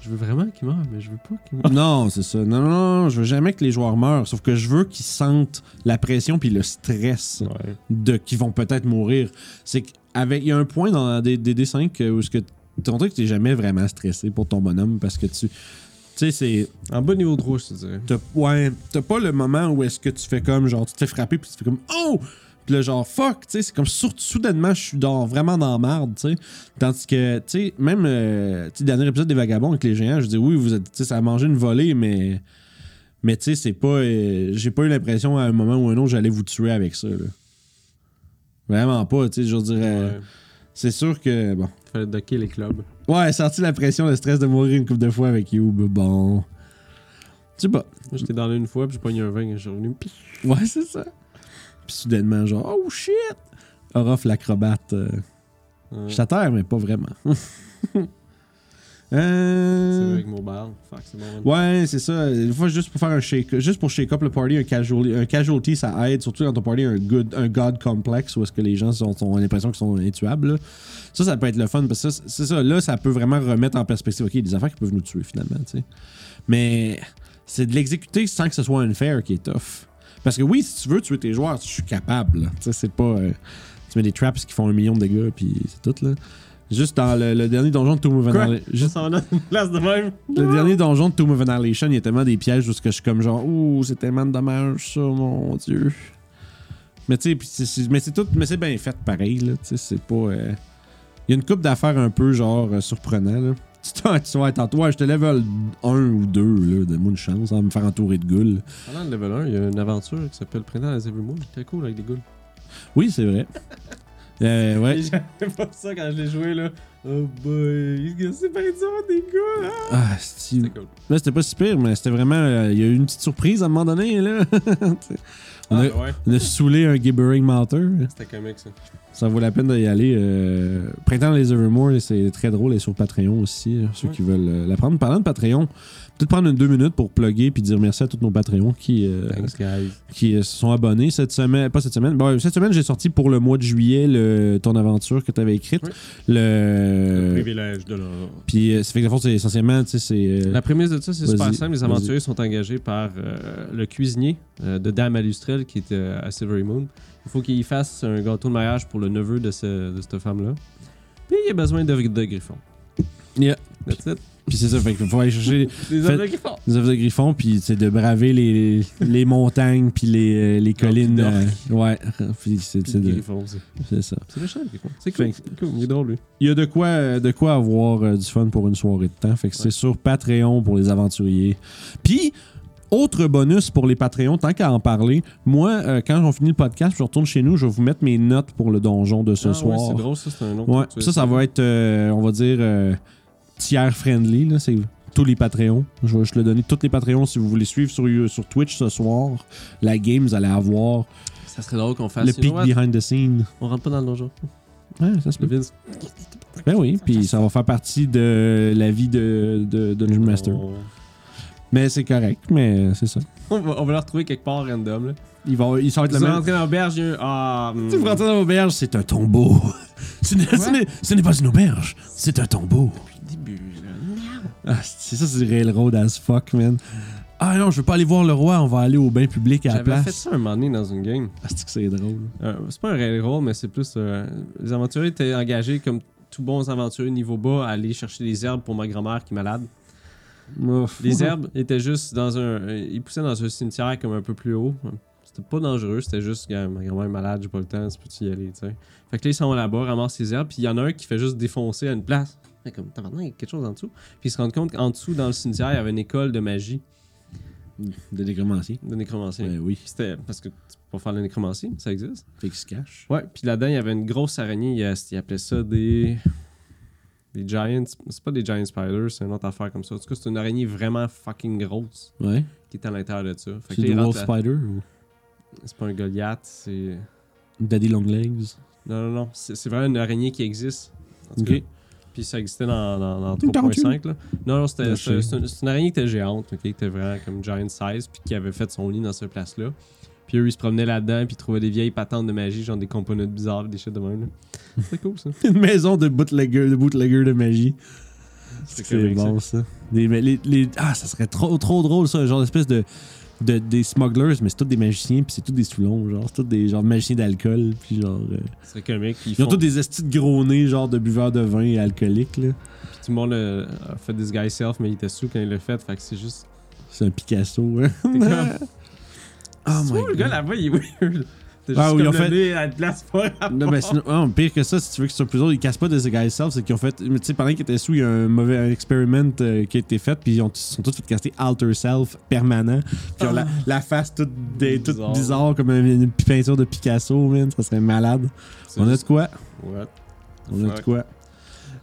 S2: je veux vraiment qu'il meure, mais je veux pas qu'il meure.
S1: Non, c'est ça. Non, non, non, je veux jamais que les joueurs meurent, sauf que je veux qu'ils sentent la pression puis le stress
S2: Ouais.
S1: de qu'ils vont peut-être mourir. C'est qu'avec, il y a un point dans DD5 que- où ce que tu que t'es jamais vraiment stressé pour ton bonhomme parce que tu, tu sais, c'est
S2: En bas niveau de rouge, je te dirais.
S1: T'as ouais, t'as pas le moment où est-ce que tu fais comme genre tu t'es frappé puis tu fais comme oh puis là genre fuck, tu sais, c'est comme sur- soudainement je suis dans vraiment dans la marde, tu sais. Tandis que tu sais même euh, tu sais, dernier épisode des vagabonds avec les géants, je dis oui, vous êtes tu sais ça a mangé une volée mais mais tu sais c'est pas euh, j'ai pas eu l'impression à un moment ou un autre j'allais vous tuer avec ça là. Vraiment pas, tu sais, je veux dire euh,
S2: Ouais.
S1: c'est sûr que bon.
S2: Fallait docker les clubs.
S1: Ouais, senti la pression, le stress de mourir une couple de fois avec You, mais bon. Tu sais pas.
S2: Moi, j'étais dans là une fois, puis j'ai pogné un vin, et je suis revenu. Pis,
S1: Ouais, c'est ça. Puis soudainement, genre, oh shit! Orof l'acrobate. euh,
S2: euh,
S1: Je suis à terre, mais pas vraiment.
S2: C'est vrai
S1: euh...
S2: avec mon bar. Fuck, c'est bon.
S1: Ouais, c'est ça. Une fois, juste pour faire un shake, juste pour shake up le party, un, casual, un casualty, ça aide. Surtout quand ton party a un, good, un god complexe où est-ce que les gens sont, ont l'impression qu'ils sont intuables. là. Ça, ça peut être le fun parce que ça, c'est ça. Là, ça peut vraiment remettre en perspective. Ok, il y a des affaires qui peuvent nous tuer finalement, tu sais. Mais c'est de l'exécuter sans que ce soit une fair qui est tough. Parce que oui, si tu veux tuer tes joueurs, je suis capable. là. Tu sais, c'est pas. euh, tu mets des traps qui font un million de dégâts, puis c'est tout, là. Juste dans le, le dernier donjon de Tomb of
S2: Quoi?
S1: Annihilation-
S2: Je
S1: juste-
S2: s'en va dans une place de même.
S1: le dernier donjon de Tomb of Annihilation, il y a tellement des pièges où ce que je suis comme genre, ouh, c'est tellement de dommage ça, mon dieu. Mais tu sais, puis c'est- c'est- mais c'est tout, mais c'est bien fait pareil, là, tu sais, c'est pas. euh, Il y a une coupe d'affaires un peu genre euh, surprenant, là. Tu t'en- tu vas être en toi, je te level 1 ou 2, là, de moi une chance, à me faire entourer de goules.
S2: Pendant le level 1, il y a une aventure qui s'appelle Printemps à la Zébu Moon. C'était cool avec des goules.
S1: Oui, c'est vrai. Euh, ouais.
S2: J'avais pas ça quand je l'ai joué, là. Oh boy, c'est pas dur, des goules. hein.
S1: Ah, c'est
S2: C'était cool.
S1: Là, c'était pas si pire, mais c'était vraiment. euh, Il y a eu une petite surprise à un moment donné, là. on,
S2: Ah,
S1: a,
S2: ouais.
S1: on a saoulé un Gibbering Mounter.
S2: C'était comique, ça.
S1: Ça vaut la peine d'y aller. euh, Printemps dans les Evermore, c'est très drôle et sur Patreon aussi, hein, ceux
S2: Ouais.
S1: qui veulent euh, la prendre. Parlant de Patreon, peut-être prendre une deux minutes pour plugger puis dire merci à tous nos Patreons qui, euh,
S2: Thanks, guys.
S1: qui euh, se sont abonnés cette semaine. Pas cette semaine. Bon, cette semaine, j'ai sorti pour le mois de juillet le, ton aventure que tu avais écrite.
S2: Oui. Euh,
S1: Le.
S2: privilège de l'or.
S1: Puis euh, ça fait que la fond, c'est essentiellement, tu sais, c'est. euh,
S2: La prémisse de ça, c'est super
S1: Vas-y,
S2: simple. Les
S1: vas-y.
S2: aventuriers sont engagés par euh, le cuisinier euh, de Dame Alustrel qui est euh, à Silvery Moon. Il faut qu'il fasse un gâteau de mariage pour le neveu de, ce- de cette femme-là. Puis il a besoin d'œufs de griffon.
S1: Yeah.
S2: That's it.
S1: Puis c'est ça, fait qu'il faut aller chercher
S2: Les
S1: Fait-
S2: œufs de griffon.
S1: les œufs de griffon, puis c'est de braver les, les montagnes, puis les, euh, les collines.
S2: L'Antidote.
S1: euh, ouais, puis c'est c'est de-
S2: Griffon, c'est-
S1: c'est ça.
S2: C'est méchant, le griffon. C'est cool.
S1: Fait-
S2: C'est cool. Il est drôle, lui.
S1: Il y a de quoi, euh, de quoi avoir euh, du fun pour une soirée de temps. Fait que c'est
S2: Ouais.
S1: sur Patreon pour les aventuriers. Puis, autre bonus pour les Patreons, tant qu'à en parler, moi, euh, quand on finit le podcast, je retourne chez nous, je vais vous mettre mes notes pour le donjon de ce
S2: Ah ouais,
S1: soir.
S2: c'est drôle, ça. C'est un autre.
S1: Ouais,
S2: truc, tu
S1: ça, ça va être, euh, on va dire, euh, tiers friendly. là, C'est tous les Patreons. Je vais je le donner tous les Patreons si vous voulez suivre sur, You- sur Twitch ce soir. La game, vous allez avoir
S2: Ça serait drôle qu'on fasse.
S1: le
S2: you know
S1: peak
S2: what?
S1: behind the scene.
S2: On rentre pas dans le donjon.
S1: Ouais, ça se
S2: Le
S1: peut.
S2: Vince.
S1: Ben oui, puis ça va faire partie de la vie de, de, de Dungeon Master.
S2: On...
S1: Mais c'est correct, mais c'est ça.
S2: on va, on va le retrouver quelque part random. Là.
S1: Il va, il sort de
S2: Vous
S1: la
S2: êtes
S1: même.
S2: rentré dans l'auberge, il y a eu- Ah. hum.
S1: Tu vous rentrez dans l'auberge, c'est un tombeau. ce n'est- ce n'est ce n'est pas une auberge, c'est un tombeau.
S2: début, là.
S1: Ah, c'est ça, c'est railroad as fuck, man. Ah non, je veux pas aller voir le roi, on va aller au bain public à la
S2: J'avais fait
S1: place.
S2: ça un moment donné dans une game.
S1: Ah, c'est que c'est drôle.
S2: Euh, c'est pas un railroad, mais c'est plus. euh, les aventuriers étaient engagés comme tous bons aventuriers niveau bas à aller chercher des herbes pour ma grand-mère qui est malade.
S1: Mhm.
S2: Les herbes étaient juste dans un. euh, Ils poussaient dans un cimetière comme un peu plus haut. C'était pas dangereux, c'était juste que ma grand-mère est malade, j'ai pas le temps, tu peux-tu y aller, tu sais. Fait que là, ils sont là-bas, ramassent les herbes, puis il y en a un qui fait juste défoncer à une place. Fait comme, tabarnak, il y a quelque chose en dessous. Puis ils se rendent compte qu'en dessous, dans le cimetière, il y avait une école de magie,
S1: De nécromancier.
S2: de nécromancie.
S1: Ben oui,
S2: C'était parce que tu peux faire de la nécromancie, ça existe.
S1: fait qu'il se cache.
S2: Ouais, puis là-dedans, il y avait une grosse araignée. Il, y a- il appelait ça des. Des giants. C'est pas des giant spiders, c'est une autre affaire comme ça. En tout cas, c'est une araignée vraiment fucking grosse
S1: Ouais.
S2: qui est à l'intérieur de ça. Fait que
S1: C'est
S2: là, il
S1: The Wolf
S2: rentre à-
S1: Spider ou
S2: C'est pas un Goliath, c'est.
S1: Daddy Longlegs.
S2: Non, non, non. C'est c'est vraiment une araignée qui existe. En tout
S1: Ok.
S2: cas. Puis ça existait dans, dans, dans
S1: Une tarentule.
S2: 3.5. là. Non, non, c'était
S1: Je sais.
S2: c'était- c'est une, c'est une araignée qui était géante, ok, qui était vraiment comme giant size, puis qui avait fait son lit dans cette place-là. Puis eux, ils se promenaient là-dedans, puis ils trouvaient des vieilles patentes de magie, genre des components bizarres, des shit de même. là. C'était cool ça.
S1: Une maison de bootlegger de, bootlegger de magie. C'est
S2: correct,
S1: bon, ça. Des- mais les- les- ah, ça serait trop, trop drôle, ça. Genre, espèce de, de- des smugglers, mais c'est tous des magiciens, puis c'est tous des soulons. Genre, c'est tous des genre, de magiciens d'alcool, puis genre. euh,
S2: Ce serait comique. puis
S1: Ils ont
S2: font-
S1: tous des estis de gros nez, genre de buveurs de vin et alcooliques, là.
S2: puis tout le monde euh, a fait des guys self, mais il était sous quand il l'a fait. Fait que c'est juste.
S1: C'est un Picasso, hein.
S2: T'es comme-
S1: Oh
S2: C'est
S1: my
S2: fou, le gars
S1: God.
S2: là-bas, il est weird. T'as
S1: Ah, oui, ils
S2: juste comme
S1: ont
S2: le
S1: fait-
S2: nez à la place pour rapport.
S1: Non, ben, sinon- non, pire que ça, si tu veux que ce soit plus drôle, ils cassent pas de The Guys Self, c'est qu'ils ont fait. Mais tu sais, pendant qu'ils étaient sous, il y a un mauvais un experiment euh, qui a été fait, puis ils ont, ils sont tous fait caster Alter Self permanent, puis ils ont la, la face toute, des, toute
S2: Ah. Bizarre.
S1: bizarre. comme une, une peinture de Picasso, man, ça serait malade.
S2: C'est
S1: On a de
S2: juste-
S1: quoi
S2: What?
S1: On a de
S2: Fuck.
S1: quoi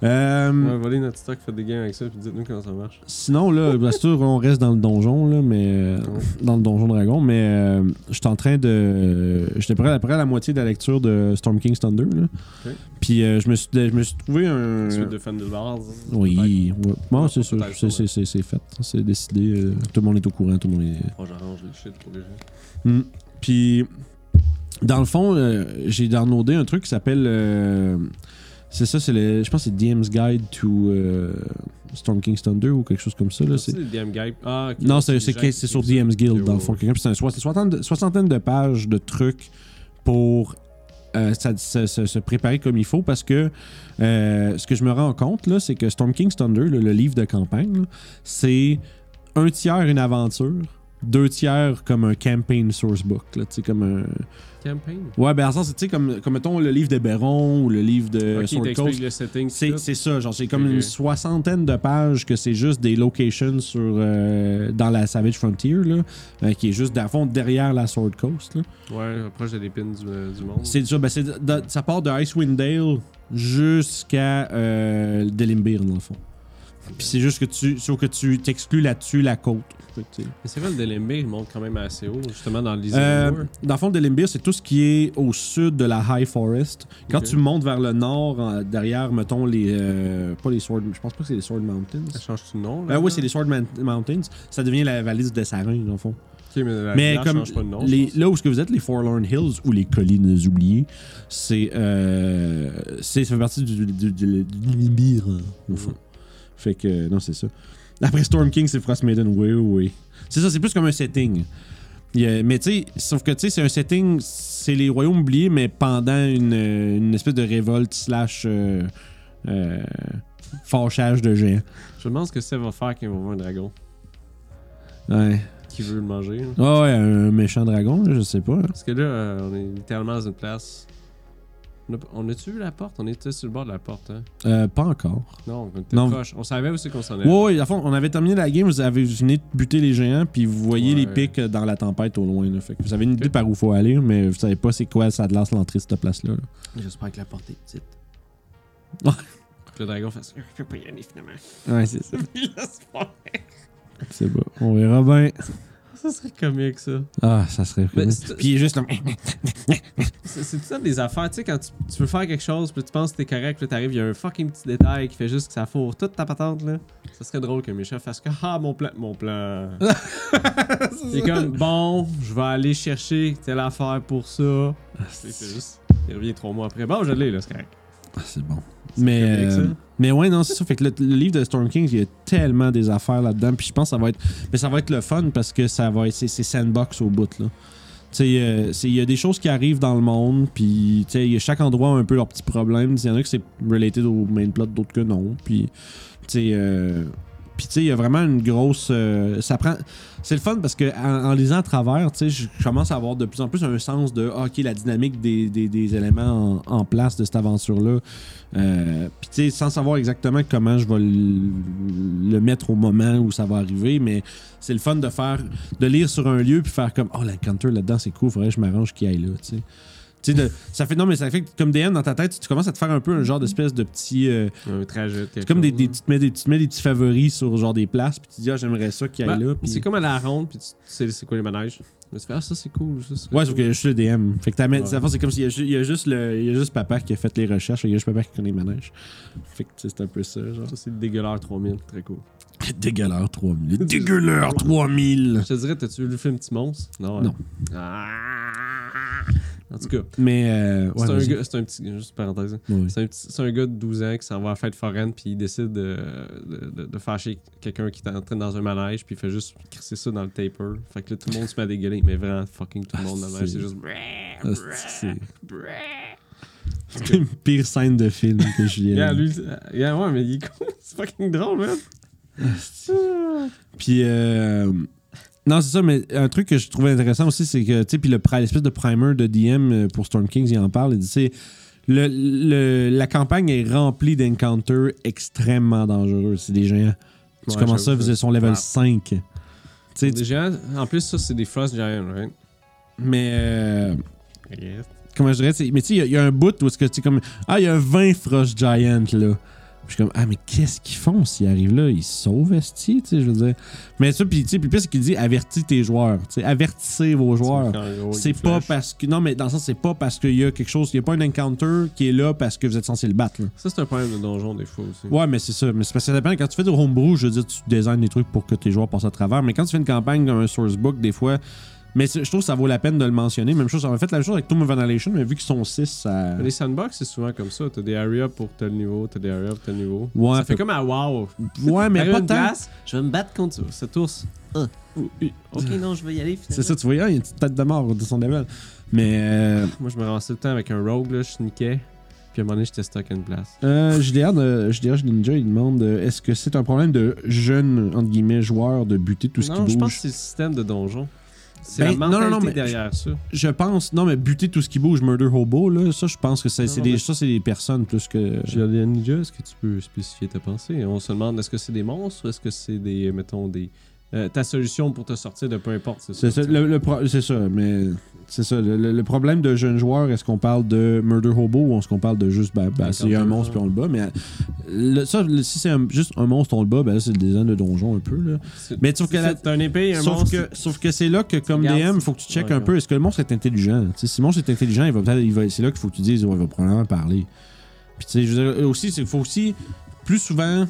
S1: Euh,
S2: On va voler notre stock, faites des games avec ça, puis dites-nous comment ça marche.
S1: Sinon, là, bien sûr, on reste dans le donjon, là, mais. euh,
S2: Ouais.
S1: Dans le donjon dragon, mais euh, j'étais en train de. euh, j'étais prêt à, près à la moitié de la lecture de Storm King's Thunder, là.
S2: Ok.
S1: Puis euh, je, me suis, je me suis trouvé un.
S2: Suite de hein. Thunderbars.
S1: Mm. Oui, ouais. Bon, c'est sûr,
S2: Peut-être,
S1: c'est- c'est c'est- c'est fait. C'est décidé. euh, tout le monde est au courant, tout le monde est.
S2: Oh, j'arrange le shit pour les gens.
S1: Puis, dans le fond, euh, j'ai downloadé un truc qui s'appelle. euh, c'est ça, c'est le. Je pense que c'est DM's Guide to euh, Storm King's Thunder ou quelque chose comme ça. Là.
S2: C'est
S1: C'est-
S2: des DM Guide. Ah, ok.
S1: Non, c'est c'est-
S2: des
S1: c'est
S2: gens qui
S1: sur
S2: écrivent
S1: DM's
S2: ça.
S1: Guild,
S2: Ok,
S1: dans le
S2: ouais,
S1: fond.
S2: ouais.
S1: Quelqu'un, puis C'est une soixantaine de, soixantaine de pages de trucs pour euh, ça- se- se- se préparer comme il faut parce que euh, ce que je me rends compte, là, c'est que Storm King's Thunder, le, le livre de campagne, là, c'est un tiers une aventure, deux tiers comme un campaign sourcebook. Là, tu sais, comme un...
S2: Campaign.
S1: Ouais, ben, en sens, tu sais, comme, comme mettons le livre de Béron ou Euh, le livre de
S2: Ok, il
S1: Sword Coast.
S2: t'explique le setting.
S1: C'est,
S2: tout.
S1: c'est ça, genre c'est comme
S2: Ok.
S1: une soixantaine de pages que c'est juste des locations sur euh, dans la Savage Frontier là, euh, qui est juste dans le fond derrière la Sword Coast. là.
S2: Ouais, proche de l'épine du, euh, du monde.
S1: C'est ça, ben, c'est de- de- ça part de Icewind Dale jusqu'à euh, Delimbir dans le fond. Puis c'est juste que tu sauf que tu t'exclus là-dessus la côte. Fait que, tu sais.
S2: Mais c'est vrai, le DLMB, il monte quand même assez haut, justement, dans les
S1: Euh,
S2: Islanders.
S1: dans le fond, Delimbir, c'est tout ce qui est au sud de la High Forest. Quand
S2: Ok.
S1: tu montes vers le nord, en- derrière, mettons, les. euh, pas les Sword. Je pense pas que c'est les Sword Mountains.
S2: Ça change tout le nom, là?
S1: Ben oui, c'est les Sword Mount- Mountains. Ça devient la valise de Sarin, dans le fond.
S2: Ok, mais la
S1: mais
S2: village
S1: comme
S2: change pas de nom. je
S1: les-
S2: pense.
S1: là où ce que vous êtes, les Forlorn Hills ou les collines oubliées, c'est euh, c'est ça fait partie du, du, du- du Nimir, hein, au fond. Fait que euh, non, c'est ça. Après Storm King, c'est Frost Maiden. Oui, oui, oui. C'est ça, c'est plus comme un setting. Il y a- mais tu sais, sauf que tu sais, c'est un setting, c'est les royaumes oubliés, mais pendant une, euh, une espèce de révolte slash euh, euh, fâchage de géants.
S2: Je me demande ce que ça va faire quand ils vont voir un dragon.
S1: Ouais.
S2: Qui veut le manger, là.
S1: Ah ouais, un méchant dragon, là, je sais pas.
S2: Parce que là, euh, on est littéralement dans une place. On a- On a-tu vu la porte? On était sur le bord de la porte, hein?
S1: Euh, pas encore.
S2: Non, on était
S1: Non.
S2: proche. On savait où c'est qu'on s'en allait.
S1: Ouais, ouais, à fond, on avait terminé la game, vous avez vous venez de buter les géants, puis vous voyez
S2: Ouais.
S1: les pics dans la tempête au loin. là. Fait que vous avez une idée
S2: Ok.
S1: par où faut aller, mais vous savez pas c'est quoi ça lance l'entrée de cette place-là. là.
S3: J'espère que la porte est petite.
S2: Que Le dragon fait ça. Je peux pas y aller finalement.
S1: Ouais, c'est ça.
S2: Il laisse faire.
S1: C'est bon. On verra bien.
S2: Ça serait comique, ça.
S1: Ah, ça serait
S2: Mais
S1: cool.
S2: c'est-
S1: Puis il est juste là.
S2: C'est c'est tout ça des affaires, tu sais, quand tu, tu veux faire quelque chose, puis tu penses que t'es correct, puis là, t'arrives, il y a un fucking petit détail qui fait juste que ça fourre toute ta patente, là. Ça serait drôle que méchant fasse que, ah, mon plan, mon plan. Il est comme, bon, je vais aller chercher telle affaire pour ça. Tu sais, c'est juste, il revient trois mois après. Bon, je l'ai, là, c'est correct.
S1: Ah, c'est bon.
S2: C'est
S1: Mais,
S2: correct, ça.
S1: euh, mais ouais, non, c'est ça. Fait que le, le livre de Storm King, il y a tellement des affaires là-dedans. Puis je pense que ça va être. Mais ça va être le fun parce que ça va être. C'est c'est sandbox au bout, là. Tu sais, euh, c'est- il y a des choses qui arrivent dans le monde, puis tu sais, il y a- chaque endroit a un peu leurs petits problèmes. Il y en a que c'est related au main plot, d'autres que non. Puis, tu sais, euh, puis tu sais, il y a vraiment une grosse. euh, ça prend. C'est le fun parce que en, en lisant à travers, tu sais, je commence à avoir de plus en plus un sens de ah, ok la dynamique des, des- des éléments en, en place de cette aventure là. Euh, Puis tu sais, sans savoir exactement comment je vais le, le mettre au moment où ça va arriver, mais c'est le fun de faire, de lire sur un lieu puis faire comme oh l'encounter là-dedans c'est cool, faudrait que je m'arrange qu'il aille là, tu sais. Tu Tu sais, de- ça fait non, mais ça fait que comme DM dans ta tête, tu commences à te faire un peu un genre d'espèce de petit. euh,
S2: Un trajet.
S1: c'est comme des, des, tu, te mets des, tu te mets des petits favoris sur genre des places, puis tu dis, ah, j'aimerais ça qu'il y aille
S2: Ben,
S1: là. puis-
S2: C'est comme à la ronde, puis tu, tu sais c'est quoi les manèges. Je me suis fait, ah, ça c'est cool. Ça, c'est
S1: Ouais,
S2: cool.
S1: sauf que je suis le DM. Fait que t'amènes.
S2: Ouais.
S1: dans le fond, C'est comme s'il y, a ju- il y a juste le- il y a juste papa qui a fait les recherches, il y a juste papa qui connaît les manèges. Fait que tu sais, c'est un peu ça, genre.
S2: Ça c'est le dégueuleur 3000, très cool.
S1: Dégueuleur 3000. Dégueuleur 3000!
S2: Je te dirais, t'as-tu vu le film Petit Monstre Non. hein?
S1: Non.
S2: Ah. En tout cas,
S1: Mais. Euh, ouais,
S2: c'est un
S1: vas-y.
S2: gars- c'est un, petit. Juste parenthèse. hein.
S1: Ouais.
S2: C'est un, petit- c'est un gars de 12 ans qui s'en va à la fête foraine, puis il décide de, de, de- de fâcher quelqu'un qui est en train dans un manège, puis il fait juste crisser ça dans le taper. Fait que là, tout le monde se met à dégueuler, mais vraiment fucking tout le monde dans le manège. C'est juste.
S1: Ah, c'est- C'est une pire scène de film que Julien.
S2: Yeah, lui, yeah, ouais, mais il est cool. C'est fucking drôle, man.
S1: Ah,
S2: Ah.
S1: Puis. euh, Non, c'est ça, mais un truc que je trouvais intéressant aussi, c'est que, tu sais, puis le pri- l'espèce de primer de DM euh, pour Storm Kings, il en parle. Il dit, c'est. Le, le- la campagne est remplie d'encounters extrêmement dangereux. C'est des géants. Tu
S2: Ouais,
S1: commences ça,
S2: j'avoue,
S1: vous êtes son level
S2: Ah.
S1: 5. Tu sais, tu-
S2: Des géants, en plus, ça, c'est des Frost Giants, right?
S1: mais. euh,
S2: Yes.
S1: comment je dirais, tu sais, mais tu sais, il y a- il y, a un bout où est-ce que tu sais, comme, ah, il y a 20 Frost Giant là. Puis Je suis comme, ah, mais qu'est-ce qu'ils font s'ils arrivent là? Ils se sauvent, esti, tu sais, je veux dire. Mais ça, puis tu sais, puis le pire, c'est qu'il dit, avertis tes joueurs, tu sais, avertissez vos joueurs. C'est pas parce que, non, mais dans le sens, c'est pas parce qu'il y a quelque chose, il n'y a pas un encounter qui est là parce que vous êtes censé le battre, là.
S2: Ça, c'est un problème de donjon, des fois aussi.
S1: Ouais, mais c'est ça. Mais c'est parce que ça dépend. Quand tu fais du homebrew, je veux dire, tu designes des trucs pour que tes joueurs passent à travers. Mais quand tu fais une campagne comme un sourcebook, des fois. Mais c'est- je trouve que ça vaut la peine de le mentionner. Même chose, on a fait la même chose avec Tomb of Annihilation, mais vu qu'ils sont 6, ça.
S2: Mais Les sandbox, c'est souvent comme ça. T'as des areas pour tel niveau, t'as des areas pour tel niveau.
S1: Ouais,
S2: ça fait
S1: peu-
S2: comme à WoW.
S1: Ouais, mais
S2: Arrive
S1: pas
S2: une
S1: tant.
S2: place, je vais me battre contre ça, cet ours. Ah. Ouh, ouh. Ok, non, je vais y aller finalement.
S1: C'est ça, tu vois, Ah, il y a une petite tête de mort de son level. Mais. Euh,
S2: Moi, je me ramassais tout le temps avec un rogue, là, je sneakais. Puis à un moment donné, j'étais stock à une place.
S1: euh, JDR, de- JDR Ninja, il demande euh, est-ce que c'est un problème de jeune, entre guillemets, joueur de buter tout ce
S2: non,
S1: qui bouge
S2: je pense que c'est le système de donjon. C'est
S1: Ben,
S2: la
S1: non, non, non,
S2: mentalité
S1: mais-
S2: derrière ça.
S1: Je pense, non, mais buter tout ce qui bouge, Murder Hobo, là, ça, je pense que c'est
S2: Non,
S1: c'est
S2: non,
S1: des,
S2: mais-
S1: ça, c'est des personnes plus que.
S2: Jordan Ninja, est-ce que tu peux spécifier ta pensée? On se demande est-ce que c'est des monstres ou est-ce que c'est des, mettons, des. euh, ta solution pour te sortir de peu importe, c'est
S1: C'est ça, le, le pro- c'est ça, mais c'est ça. Le, le- le problème de jeunes joueurs, est-ce qu'on parle de Murder Hobo ou est-ce qu'on parle de juste, bah, bah, s'il y a un
S2: Encounter,
S1: monstre puis on le bat, mais euh, le- ça, le- si c'est un- juste un monstre, on le bat, ben là, c'est le design de donjon un peu, là.
S2: C'est-
S1: Mais sauf que la-
S2: c'est un épée, un
S1: Sauf
S2: monstre.
S1: que, sauf que c'est là que, comme
S2: Regarde,
S1: DM,
S2: c'est-
S1: faut que tu checkes
S2: ouais,
S1: un peu
S2: ouais.
S1: est-ce que le monstre est intelligent. Tu sais, si le monstre est intelligent, il va, peut-être- il va- c'est là qu'il faut que tu dises ouais, il va probablement parler. Puis tu sais, je veux dire, aussi, il faut aussi plus souvent,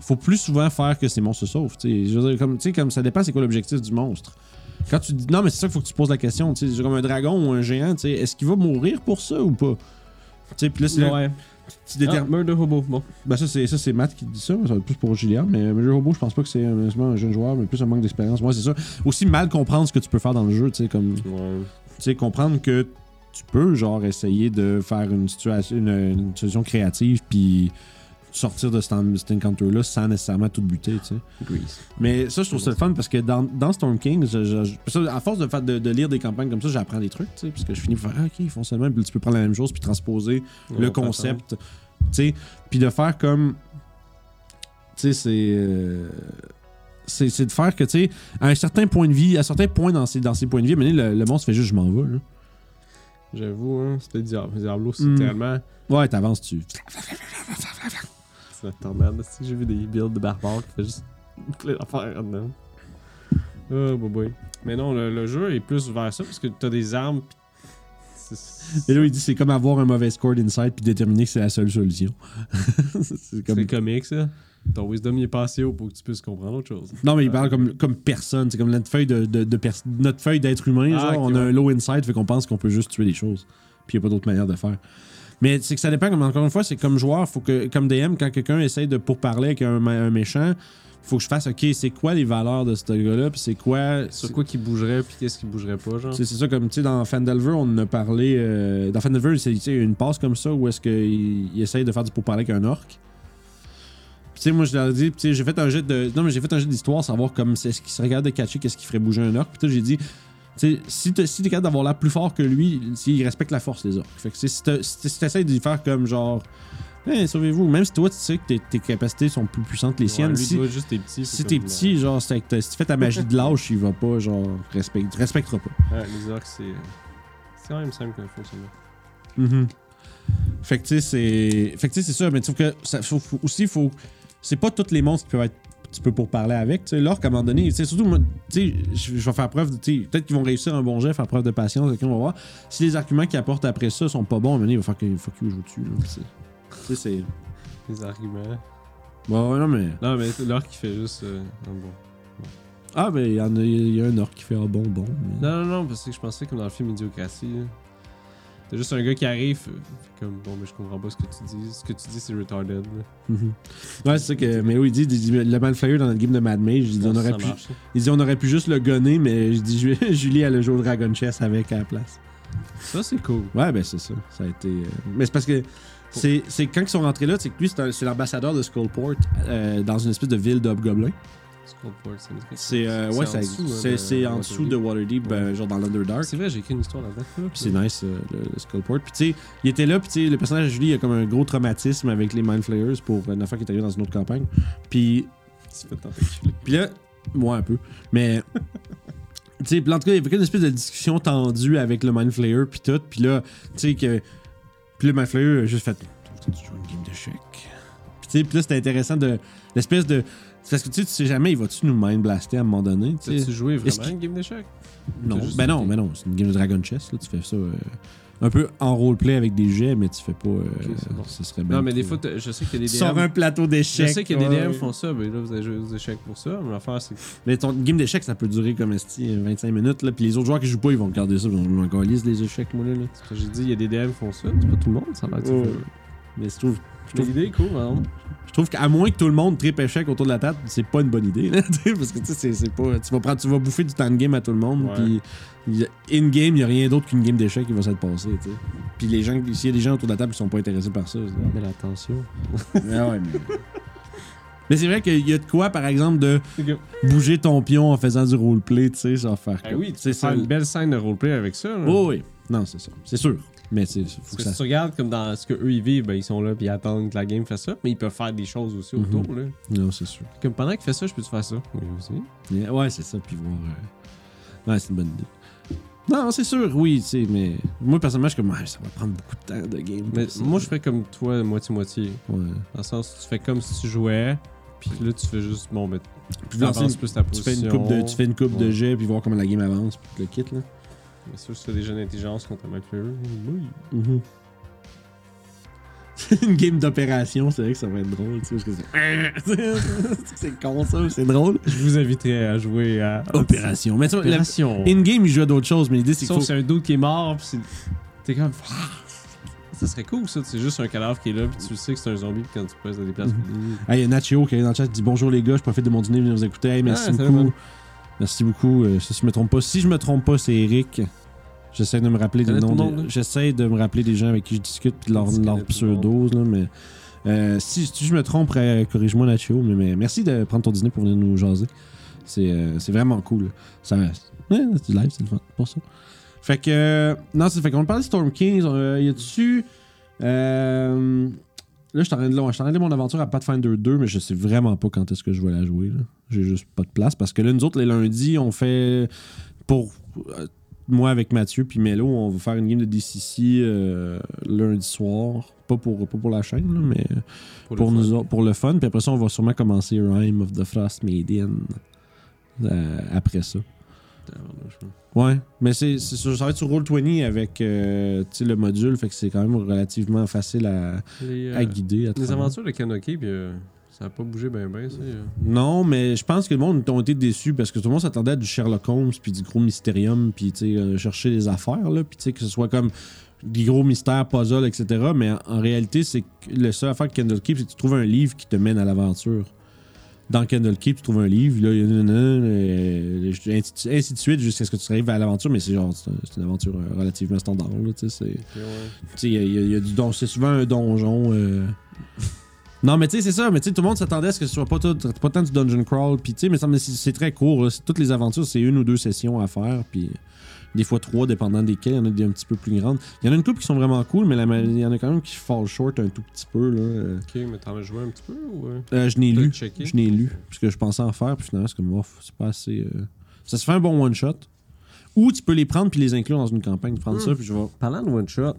S1: faut plus souvent faire que ces monstres se sauvent. Tu sais, je veux dire, comme, tu sais, comme ça dépend c'est quoi l'objectif du monstre. Quand tu dis non, mais c'est ça qu'il faut que tu poses la question. Tu sais, c'est comme un dragon ou un géant, tu sais, est-ce qu'il va mourir pour ça ou pas? Tu sais, puis là, c'est là
S2: Ouais.
S1: que tu détermines.
S2: Ah, Murder Hobo, bon.
S1: Ben ça c'est ça c'est Matt qui dit ça, ça va être plus pour Julien, mais le jeu robot je pense pas que c'est euh, seulement un jeune joueur, mais plus un manque d'expérience. Moi c'est ça. Aussi mal comprendre ce que tu peux faire dans le jeu, tu sais comme tu
S2: Ouais.
S1: sais comprendre que tu peux genre essayer de faire une situation une, une solution créative puis sortir de cet, en- cet encounter là sans nécessairement tout buter, tu sais.
S2: Grease.
S1: Mais ça, je trouve ça le fun parce que dans, dans Storm King, je- je- je- ça, à force de, faire- de, de lire des campagnes comme ça, j'apprends des trucs, tu sais, parce que je finis par faire, ah, ok, ils font seulement, puis tu peux prendre la même chose, puis transposer
S2: On
S1: le
S2: va
S1: concept, tu sais, puis de faire comme, tu sais, c'est, euh, c'est, c'est de faire que, tu sais, à un certain point de vie, à certains points dans ces, dans ces points de vie, à un moment donné, le, le monstre fait juste, je m'en vais, là.
S2: J'avoue, hein, c'était Diablo. Diablo, c'est
S1: Hmm.
S2: tellement.
S1: Ouais, t'avances, tu.
S2: C'est la tornade. Si j'ai vu des builds de barbares qui fait juste plein d'affaires dedans. Oh, boy, boy. Mais non, le, le jeu est plus vers ça parce que t'as des armes. pis c'est-
S1: Et
S2: C'est
S1: là, il dit, c'est comme avoir un mauvais score d'insight, puis déterminer que c'est la seule solution. c'est
S2: c'est comique, ça. Ton wisdom il est passé haut pour que tu puisses comprendre autre chose.
S1: Non, mais il parle comme, comme personne. C'est comme notre feuille de, de- de pers- notre feuille d'être humain.
S2: Ah,
S1: genre,
S2: ok,
S1: on a
S2: ouais.
S1: un low inside, fait qu'on pense qu'on peut juste tuer des choses. Puis il n'y a pas d'autre manière de faire. Mais c'est que ça dépend, comme encore une fois, c'est comme joueur, faut que, comme DM, quand quelqu'un essaye de pourparler avec un, ma- un méchant, faut que je fasse, ok, c'est quoi les valeurs de ce gars-là, puis c'est quoi.
S2: Sur quoi qui bougerait puis qu'est-ce qui bougerait pas, genre.
S1: C'est c'est ça, comme tu sais, dans Fandelver, on en a parlé. euh, dans Fandelver, c'est tu sais, une passe comme ça où est-ce qu'il il essaye de faire du pourparler avec un orc. Puis, Tu sais, moi, je leur dis, puis, tu sais, j'ai fait un jet de. Non, mais j'ai fait un jet d'histoire, savoir comme c'est ce qui se regarde de catcher, qu'est-ce qui ferait bouger un orc. Puis, tu sais, j'ai dit, tu sais, si t'es si t'es capable d'avoir l'air plus fort que lui, il respecte la force des orcs. Fait que, tu sais, si t'as- si t'essayes de lui faire comme genre. Hey, sauvez-vous, même si toi, tu sais que tes, tes capacités sont plus puissantes que les
S2: Ouais,
S1: siennes.
S2: lui,
S1: si-
S2: doit être juste tes petits.
S1: si t'es petit, genre, c'est avec ta- si tu fais ta magie de lâche, il va pas, genre, respect, il te respectera pas.
S2: euh, les orques, c'est. C'est quand même simple comme fonctionnement.
S1: Mhm. Fait que tu sais, c'est. Fait que tu sais, c'est ça, mais sauf que ça, faut- faut- aussi, faut. C'est pas tous les monstres qui peuvent être. Tu peux pour parler avec. Tu sais, l'orque, à un moment donné, tu sais, surtout, moi, tu sais, je je vais faire preuve. de- tu sais, Peut-être qu'ils vont réussir un bon jet, faire preuve de patience, ok, on va voir. Si les arguments qu'ils apportent après ça sont pas bons, à un moment donné, il va falloir que- il faut qu'ils jouent dessus. là, Tu sais. Tu sais, c'est.
S2: Les arguments.
S1: Bon, ouais, non, mais.
S2: Non, mais l'orque qui fait juste. euh, ah bon.
S1: Ah, ben, il y, en a- il y a un orc qui fait ah bon, bon. mais-
S2: Non, non, non, parce que je pensais comme dans le film Idiocratie. là, T'as juste un gars qui arrive. euh, fait Comme bon, mais je comprends pas ce que tu dis. Ce que tu dis, c'est retarded. là.
S1: Mhm. Ouais, c'est ça que. Mais oui, il dit, il dit, le Malflyer dans notre game de Mad Mage, il dit, on
S2: Ça
S1: aurait pu.
S2: marche, ça.
S1: Il dit, on aurait pu juste le gonner, mais je dis, Ju- Julie, elle a joué au Dragon Chess avec à la place.
S2: Ça, c'est cool.
S1: Ouais, ben c'est ça. Ça a été. euh, Mais c'est parce que c'est c'est quand ils sont rentrés là, c'est que lui, c'est un- c'est l'ambassadeur de Skullport euh, dans une espèce de ville d'Hobgoblin.
S2: Skullport, ça me dit quelque
S1: C'est euh,
S2: chose.
S1: ouais,
S2: en
S1: ça-
S2: dessous, hein,
S1: c'est
S2: de-
S1: c'est en dessous de Waterdeep,
S2: Ouais.
S1: euh, genre dans l'Underdark.
S2: C'est vrai, j'ai écrit une histoire là-dedans.
S1: Puis c'est nice, euh, le, le Skullport. Puis tu sais, il était là, puis tu sais, le personnage de Julie a comme un gros traumatisme avec les Mind Flayers pour une affaire qui est arrivée dans une autre campagne. Puis
S2: Tu fais tant enculer.
S1: Puis là, moi un peu. Mais. tu sais, puis en tout cas, il y avait une espèce de discussion tendue avec le Mind Flayer, puis tout. Puis là, tu sais, que. Puis le Mind Flayer a juste fait. Tu joues une game de chèque. Puis tu sais, puis là, c'était intéressant de. L'espèce de. c'est Parce que tu sais, tu sais jamais, il va-tu nous mind blaster à un moment donné? tu sais?
S2: T'as-tu joué
S1: Est-ce
S2: vraiment
S1: qu'il-
S2: une game d'échecs
S1: Non,
S2: juste
S1: ben non,
S2: sauté.
S1: ben non, c'est une game de Dragon Chess, là, tu fais ça. euh, un peu en roleplay avec des jets, mais tu fais pas. euh,
S2: Ok, c'est bon.
S1: Ce serait bien.
S2: Non, mais des fois, t'as- je sais qu'il y a
S1: Tu
S2: des
S1: sors
S2: DM.
S1: un plateau
S2: Je
S1: d'échecs.
S2: sais qu'il y a des
S1: ouais.
S2: DM font ça, mais là, vous avez joué aux échecs pour ça. Mais l'affaire, c'est que.
S1: Mais ton game d'échecs, ça peut durer comme esti 25 minutes. Là. Puis les autres joueurs qui jouent pas, ils vont regarder ça. Ils vont encore lire les échecs, moi. Là, là.
S2: ce que J'ai dit, il y a des DM font ça. C'est pas tout le monde, ça a l'air.
S1: Ouais.
S2: de faire.
S1: Mais je trouve,
S2: Je trouve l'idée est cool, hein. par exemple.
S1: je trouve qu'à moins que tout le monde tripe échec autour de la table, c'est pas une bonne idée. là, tu sais, parce que tu sais, c'est- c'est pas. Tu vas, prendre, tu vas bouffer du temps de game à tout le monde.
S2: Ouais.
S1: Puis il y a- in-game, il y a rien d'autre qu'une game d'échecs qui va s'être passée. tu sais. Puis les gens, s'il y a des gens autour de la table qui sont pas intéressés par ça, c'est-
S2: Mais l'attention.
S1: Ah ouais, mais. Mais c'est vrai qu'il y a de quoi, par exemple, de
S2: C'est que-
S1: bouger ton pion en faisant du roleplay, tu sais, sans faire.
S2: Ah
S1: comme-
S2: oui, tu
S1: c'est
S2: peux faire
S1: ça.
S2: une belle scène de roleplay avec ça. hein. là.
S1: Oh oui. Non, c'est ça. C'est sûr. Mais c'est faut
S2: Parce
S1: que
S2: que
S1: ça
S2: si tu regardes comme dans ce que eux ils vivent, ben, ils sont là puis ils attendent que la game fasse ça, mais ils peuvent faire des choses aussi
S1: Mhm.
S2: autour. Là.
S1: Non, c'est sûr.
S2: Comme pendant qu'il fait ça, je peux te faire ça. Oui, aussi.
S1: Mais ouais, c'est ça, puis voir. euh, Ouais, c'est une bonne idée. Non, c'est sûr, oui, tu sais, mais. Moi, personnellement, je suis comme, ouais, ça va prendre beaucoup de temps de game. pour
S2: Mais
S1: ça. euh,
S2: moi, je ferais comme toi, moitié-moitié.
S1: Ouais.
S2: Dans le sens, tu fais comme si tu jouais, puis là, tu fais juste, bon, mais
S1: Puis
S2: tu
S1: lancer une-
S2: avances plus ta
S1: Tu
S2: position.
S1: fais une coupe de, tu fais une coupe de
S2: Ouais.
S1: jet, puis voir comment la game avance, puis tout le kit, là.
S2: Bien sûr, si tu fais des jeux d'intelligence contre un McFleur. Oui.
S1: une game d'opération, c'est vrai que ça va être drôle, tu sais, parce que c'est. c'est con, ça, mais c'est drôle.
S2: Je vous inviterais à jouer à.
S1: Opération. Mais tu vois, la-
S2: Opération.
S1: in-game, il joue à d'autres choses, mais l'idée, c'est qu'il
S2: Sauf
S1: faut.
S2: c'est un doute qui est mort, puis c'est. T'es comme. Ça serait cool, ça. C'est juste un cadavre qui est là, puis tu sais que c'est un zombie, puis quand tu passes dans des places.
S1: Ah, il y a Nacho qui est dans le chat qui dit bonjour les gars, je profite de mon dîner, venez vous écouter. Hey, merci
S2: Ah, salut,
S1: beaucoup.
S2: man.
S1: Merci beaucoup. Euh, si je me trompe pas, si je me trompe pas, c'est Eric. J'essaie de me rappeler des
S2: Connais
S1: noms.
S2: tout le
S1: de-
S2: monde, là.
S1: J'essaie de me rappeler des gens avec qui je discute puis de leur,
S2: Tu connais
S1: leur
S2: tout le
S1: pseudo, là, mais. euh, si, si je me trompe, euh, corrige-moi Nacho, mais, mais merci de prendre ton dîner pour venir nous jaser. C'est euh, c'est vraiment cool. Ça, ouais, c'est du live, c'est le fun pour ça. Fait que. euh, non, c'est fait qu'on parle de Storm Kings. euh, y a-tu. Euh, là, je suis en train de- je suis en train de mon aventure à Pathfinder 2, mais je sais vraiment pas quand est-ce que je vais la jouer. là. J'ai juste pas de place parce que là, nous autres, les lundis, on fait. Pour. euh, moi, avec Mathieu puis Melo, on va faire une game de DCC euh, lundi soir. Pas pour, pas pour la chaîne, là, mais pour, nous autres- pour le fun. Puis après ça, on va sûrement commencer Rhyme of the Frost Maiden euh, après ça. Ouais, mais c'est c'est sur- ça va être sur Roll20 avec euh, tu sais, le module, fait que c'est quand même relativement facile à,
S2: Les, euh,
S1: à guider. à
S2: les
S1: travers.
S2: aventures de Kanoki, puis euh, ça a pas bougé ben ben, ça. euh.
S1: Non, mais je pense que le monde ont été déçus parce que tout le monde s'attendait à du Sherlock Holmes puis du gros Mysterium puis tu sais euh, chercher des affaires là puis tu sais que ce soit comme des gros mystères, puzzles, etc. Mais en, en réalité, c'est que le seul affaire de Candle Keep, c'est que tu trouves un livre qui te mène à l'aventure. Dans Candle Keep, tu trouves un livre, là, il y en a un, euh, je- ainsi de- ainsi de suite jusqu'à ce que tu arrives à l'aventure, mais c'est genre, c'est c'est une aventure euh, relativement standard, là, tu sais, c'est...
S2: Ok, ouais.
S1: Tu sais, il y a- il y a- il y a du don. C'est souvent un donjon. euh. Non, mais tu sais, c'est ça. Mais tu sais, tout le monde s'attendait à ce que ce soit pas, tout- pas tant du dungeon crawl. Puis tu sais, mais ça, mais c'est c'est très court. là. C'est- Toutes les aventures, c'est une ou deux sessions à faire. Puis des fois trois, dépendant desquelles. Il y en a des un petit peu plus grandes. Il y en a une couple qui sont vraiment cool, mais la ma- il y en a quand même qui fall short un tout petit peu. Là. Euh,
S2: Ok, mais t'en as joué un petit peu ou. euh,
S1: Euh, je n'ai
S2: t'as
S1: lu.
S2: checké?
S1: Je n'ai lu. Parce que je pensais en faire. Puis finalement, c'est comme, ouf, c'est pas assez. euh. Ça se fait un bon one
S2: Hmm.
S1: shot. Ou tu peux les prendre puis les inclure dans une campagne. Prendre ça, puis je vais.
S2: Parlant de one shot,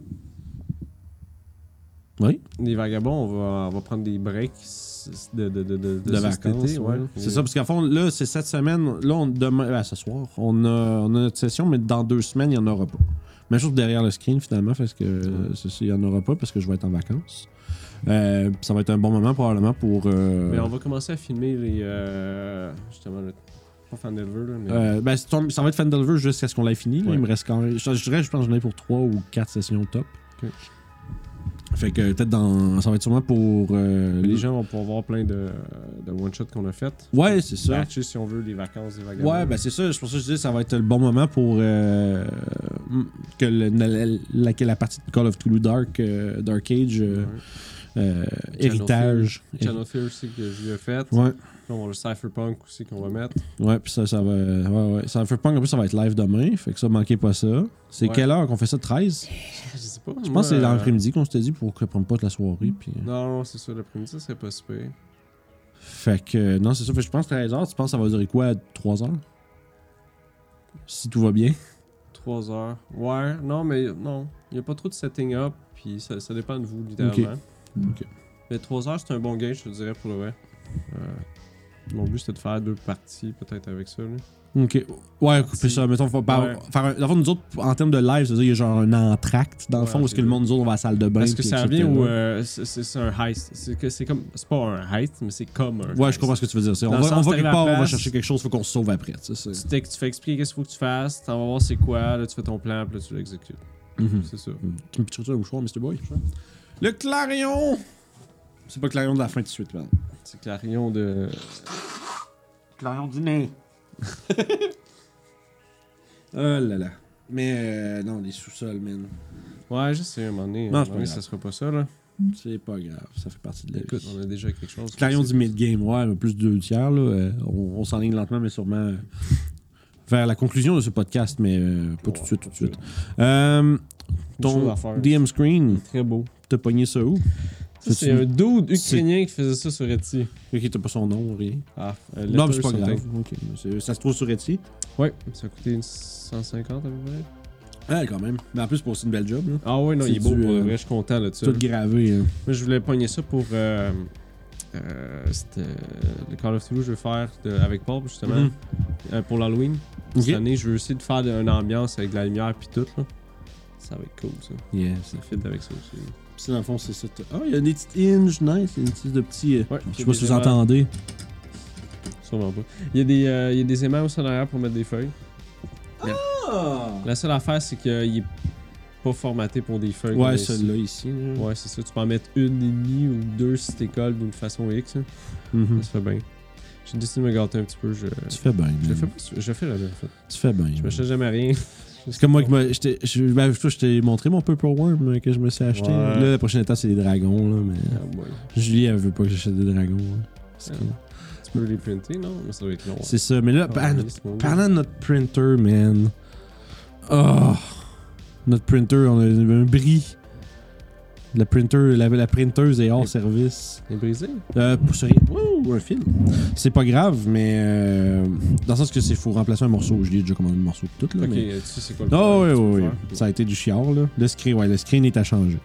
S1: Oui.
S2: Les vagabonds, on va, on va prendre des breaks s- de, de, de, de,
S1: de vacances. ouais. C'est ça, parce qu'à fond, là, c'est cette semaine. Là, on, demain, ben, ce soir, on a, on a notre session, mais dans deux semaines, il n'y en aura pas. Même chose derrière le screen, finalement, parce que euh, c'est ça, il n'y en aura pas parce que je vais être en vacances. Euh, puis ça va être un bon moment, probablement, pour. euh,
S2: Mais on va commencer à filmer les. euh, justement, le, pas Fandelver, là, mais.
S1: euh, ben, c'est ton- ça va être Fandelver jusqu'à ce qu'on l'ait fini. là.
S2: Ouais.
S1: Il me reste quand même. Je, je dirais, je pense que j'en ai pour trois ou quatre sessions top.
S2: Ok.
S1: Fait que peut-être dans. Ça va être sûrement pour. euh,
S2: les gens vont pouvoir voir plein de, de one-shots qu'on a fait.
S1: Ouais, c'est ça.
S2: Batcher, si on veut, les vacances des vagabonds.
S1: Ouais, ben c'est ça. C'est pour ça que je dis ça va être le bon moment pour euh, mm, que le- la, la- que la partie de Call of Cthulhu Dark, euh, Dark Age, euh, euh, héritage.
S2: Channel Fear aussi que je lui ai fait.
S1: Ouais,
S2: Puis on a le Cypherpunk aussi qu'on va mettre.
S1: ouais, puis ça, ça va. Ouais, ouais. Ça fait pas en plus, ça va être live demain. Fait que ça, manquez pas ça. C'est
S2: Ouais.
S1: quelle heure qu'on fait ça 13
S2: Je sais pas.
S1: Je pense que c'est l'après-midi qu'on s'était dit pour que prenne pas de la
S2: Mm.
S1: soirée. Puis... euh.
S2: Non, non, c'est ça, l'après-midi, ça serait pas super.
S1: Fait que, euh, non, c'est ça. Fait que je pense 13h, tu penses que ça va durer quoi 3 heures Si tout va bien.
S2: 3 heures. Ouais, non, mais non. Il n'y a pas trop de setting up, puis ça, ça dépend de vous, littéralement.
S1: Ok.
S2: Mais 3 heures, c'est un bon gauge, je te dirais, pour le vrai. Euh, mon but, c'était de faire deux parties, peut-être, avec ça. Là.
S1: Ok. Ouais, couper ça. Mettons, faut par,
S2: Ouais.
S1: faire un- dans le fond, nous autres, en termes de live, c'est-à-dire, il y a genre un entracte, dans le
S2: Ouais,
S1: fond, où est-ce
S2: c'est
S1: que le
S2: ça.
S1: monde, nous autres, on va à la salle de bain.
S2: Parce que
S1: puis
S2: ça
S1: etc.
S2: revient où euh, c'est- c'est c'est un heist. C'est que c'est comme. C'est pas un heist, mais c'est comme un.
S1: Ouais, je
S2: heist.
S1: comprends ce que tu veux dire. c'est-
S2: Dans
S1: On
S2: le
S1: va,
S2: sens,
S1: on va
S2: t'arrives
S1: quelque
S2: à
S1: part, on va
S2: place.
S1: chercher quelque chose, faut qu'on se sauve après. tu sais, c'est-
S2: Tu, t'ex- tu fais expliquer qu'est-ce qu'il faut que tu fasses, t'en vas voir c'est quoi, là tu fais ton plan, puis là tu l'exécutes.
S1: Mhm.
S2: C'est ça.
S1: Tu me pitcherais ça au mouchoir, Mr. Boy Le clarion C'est pas le clarion de la fin tout de suite, man.
S2: C'est Clarion de.
S3: Clarion du nez.
S1: Oh là là. Mais euh, non, les sous-sols, man.
S2: Ouais, je sais, à un moment donné,
S1: Non,
S2: à un
S1: c'est pas
S2: moment donné
S1: grave.
S2: ça sera pas ça, là.
S1: C'est pas grave, ça fait partie de la
S2: Écoute,
S1: vie.
S2: on a déjà quelque chose.
S1: Clarion du
S2: C'est-
S1: mid-game, ouais, mais plus de deux tiers. Là, euh, on on s'enligne lentement, mais sûrement euh, vers la conclusion de ce podcast, mais euh, pas tout de suite, tout de suite. Euh,
S2: chose
S1: ton
S2: à faire.
S1: DM screen,
S2: Très beau.
S1: t'as pogné ça où C'est
S2: Ça, c'est
S1: une-
S2: un dude
S1: c'est-
S2: ukrainien qui faisait ça sur Etsy.
S1: Ok, t'as pas son nom, rien.
S2: Ah,
S1: Non, mais c'est pas grave. Ok, c'est- Ça se trouve sur Etsy.
S2: Ouais, ça a coûté une 150 à peu près.
S1: Ah, quand même. Mais en plus, pour c'est une belle job, là.
S2: Ah ouais, non,
S1: C'est
S2: il est beau
S1: du,
S2: pour le
S1: euh,
S2: vrai, je suis content là de ça.
S1: Tout
S2: Moi,
S1: gravé. hein.
S2: je voulais pogner ça pour. euh, euh, c'était le Call of Cthulhu, je veux faire de- avec Paul justement
S1: Mhm.
S2: euh, pour l'Halloween.
S1: Ok.
S2: Cette année, je veux essayer de faire de- une ambiance avec de la lumière puis tout. Là. Ça va être cool ça.
S1: Yes.
S2: Ça fit avec ça aussi.
S1: Puis dans le fond, c'est ça. t'as- Ah, il y a des petites hinges, nice. Il y a des petits. De petits euh,
S2: Ouais,
S1: Je sais pas si vous entendez.
S2: Sûrement pas. Il y a des, euh, il y a des aimants aussi en arrière pour mettre des feuilles. La seule affaire, c'est qu'il est pas formaté pour des feuilles.
S1: Ouais,
S2: mais
S1: celle-là ici. là.
S2: c'est- Ouais, c'est ça. Tu peux en mettre une et demie ou deux si t'écoles d'une façon X. hein.
S1: Mhm.
S2: Ça se fait bien. J'ai décidé de me gâter un petit peu. Je,
S1: Tu fais bien.
S2: je
S1: man.
S2: le fais pas. Je le fais là, en fait.
S1: Tu fais bien.
S2: Je
S1: man.
S2: m'achète jamais rien.
S1: C'est comme moi qui m'a. Je t'ai je- ben, je je t'ai montré mon Purple Worm euh, que je me suis acheté.
S2: Ouais.
S1: Là, la prochaine étape, c'est des dragons, là, mais.
S2: Ah, boy.
S1: Julie, elle veut pas que j'achète des dragons. là. C'est
S2: Ah.
S1: cool.
S2: Tu peux les printer, non Mais ça doit être long.
S1: C'est ça, mais là,
S2: Ah,
S1: par-
S2: oui, c'est bon.
S1: parlant de notre printer, man. Oh! Notre printer, on a un bris. La, printer, la, la printeuse est hors
S2: Et-
S1: service.
S2: Il est brisé
S1: Euh, pour ce- Wow, un fil. C'est pas grave, mais euh, dans le sens que c'est faut remplacer un morceau. Je l'ai déjà commandé le morceau pis tout là.
S2: Ok,
S1: mais-
S2: tu sais c'est quoi le
S1: Ah oui,
S2: problème que tu
S1: oui,
S2: veux
S1: oui.
S2: faire?
S1: Ça a été du chiard, là. Le screen, ouais, le screen est à changer.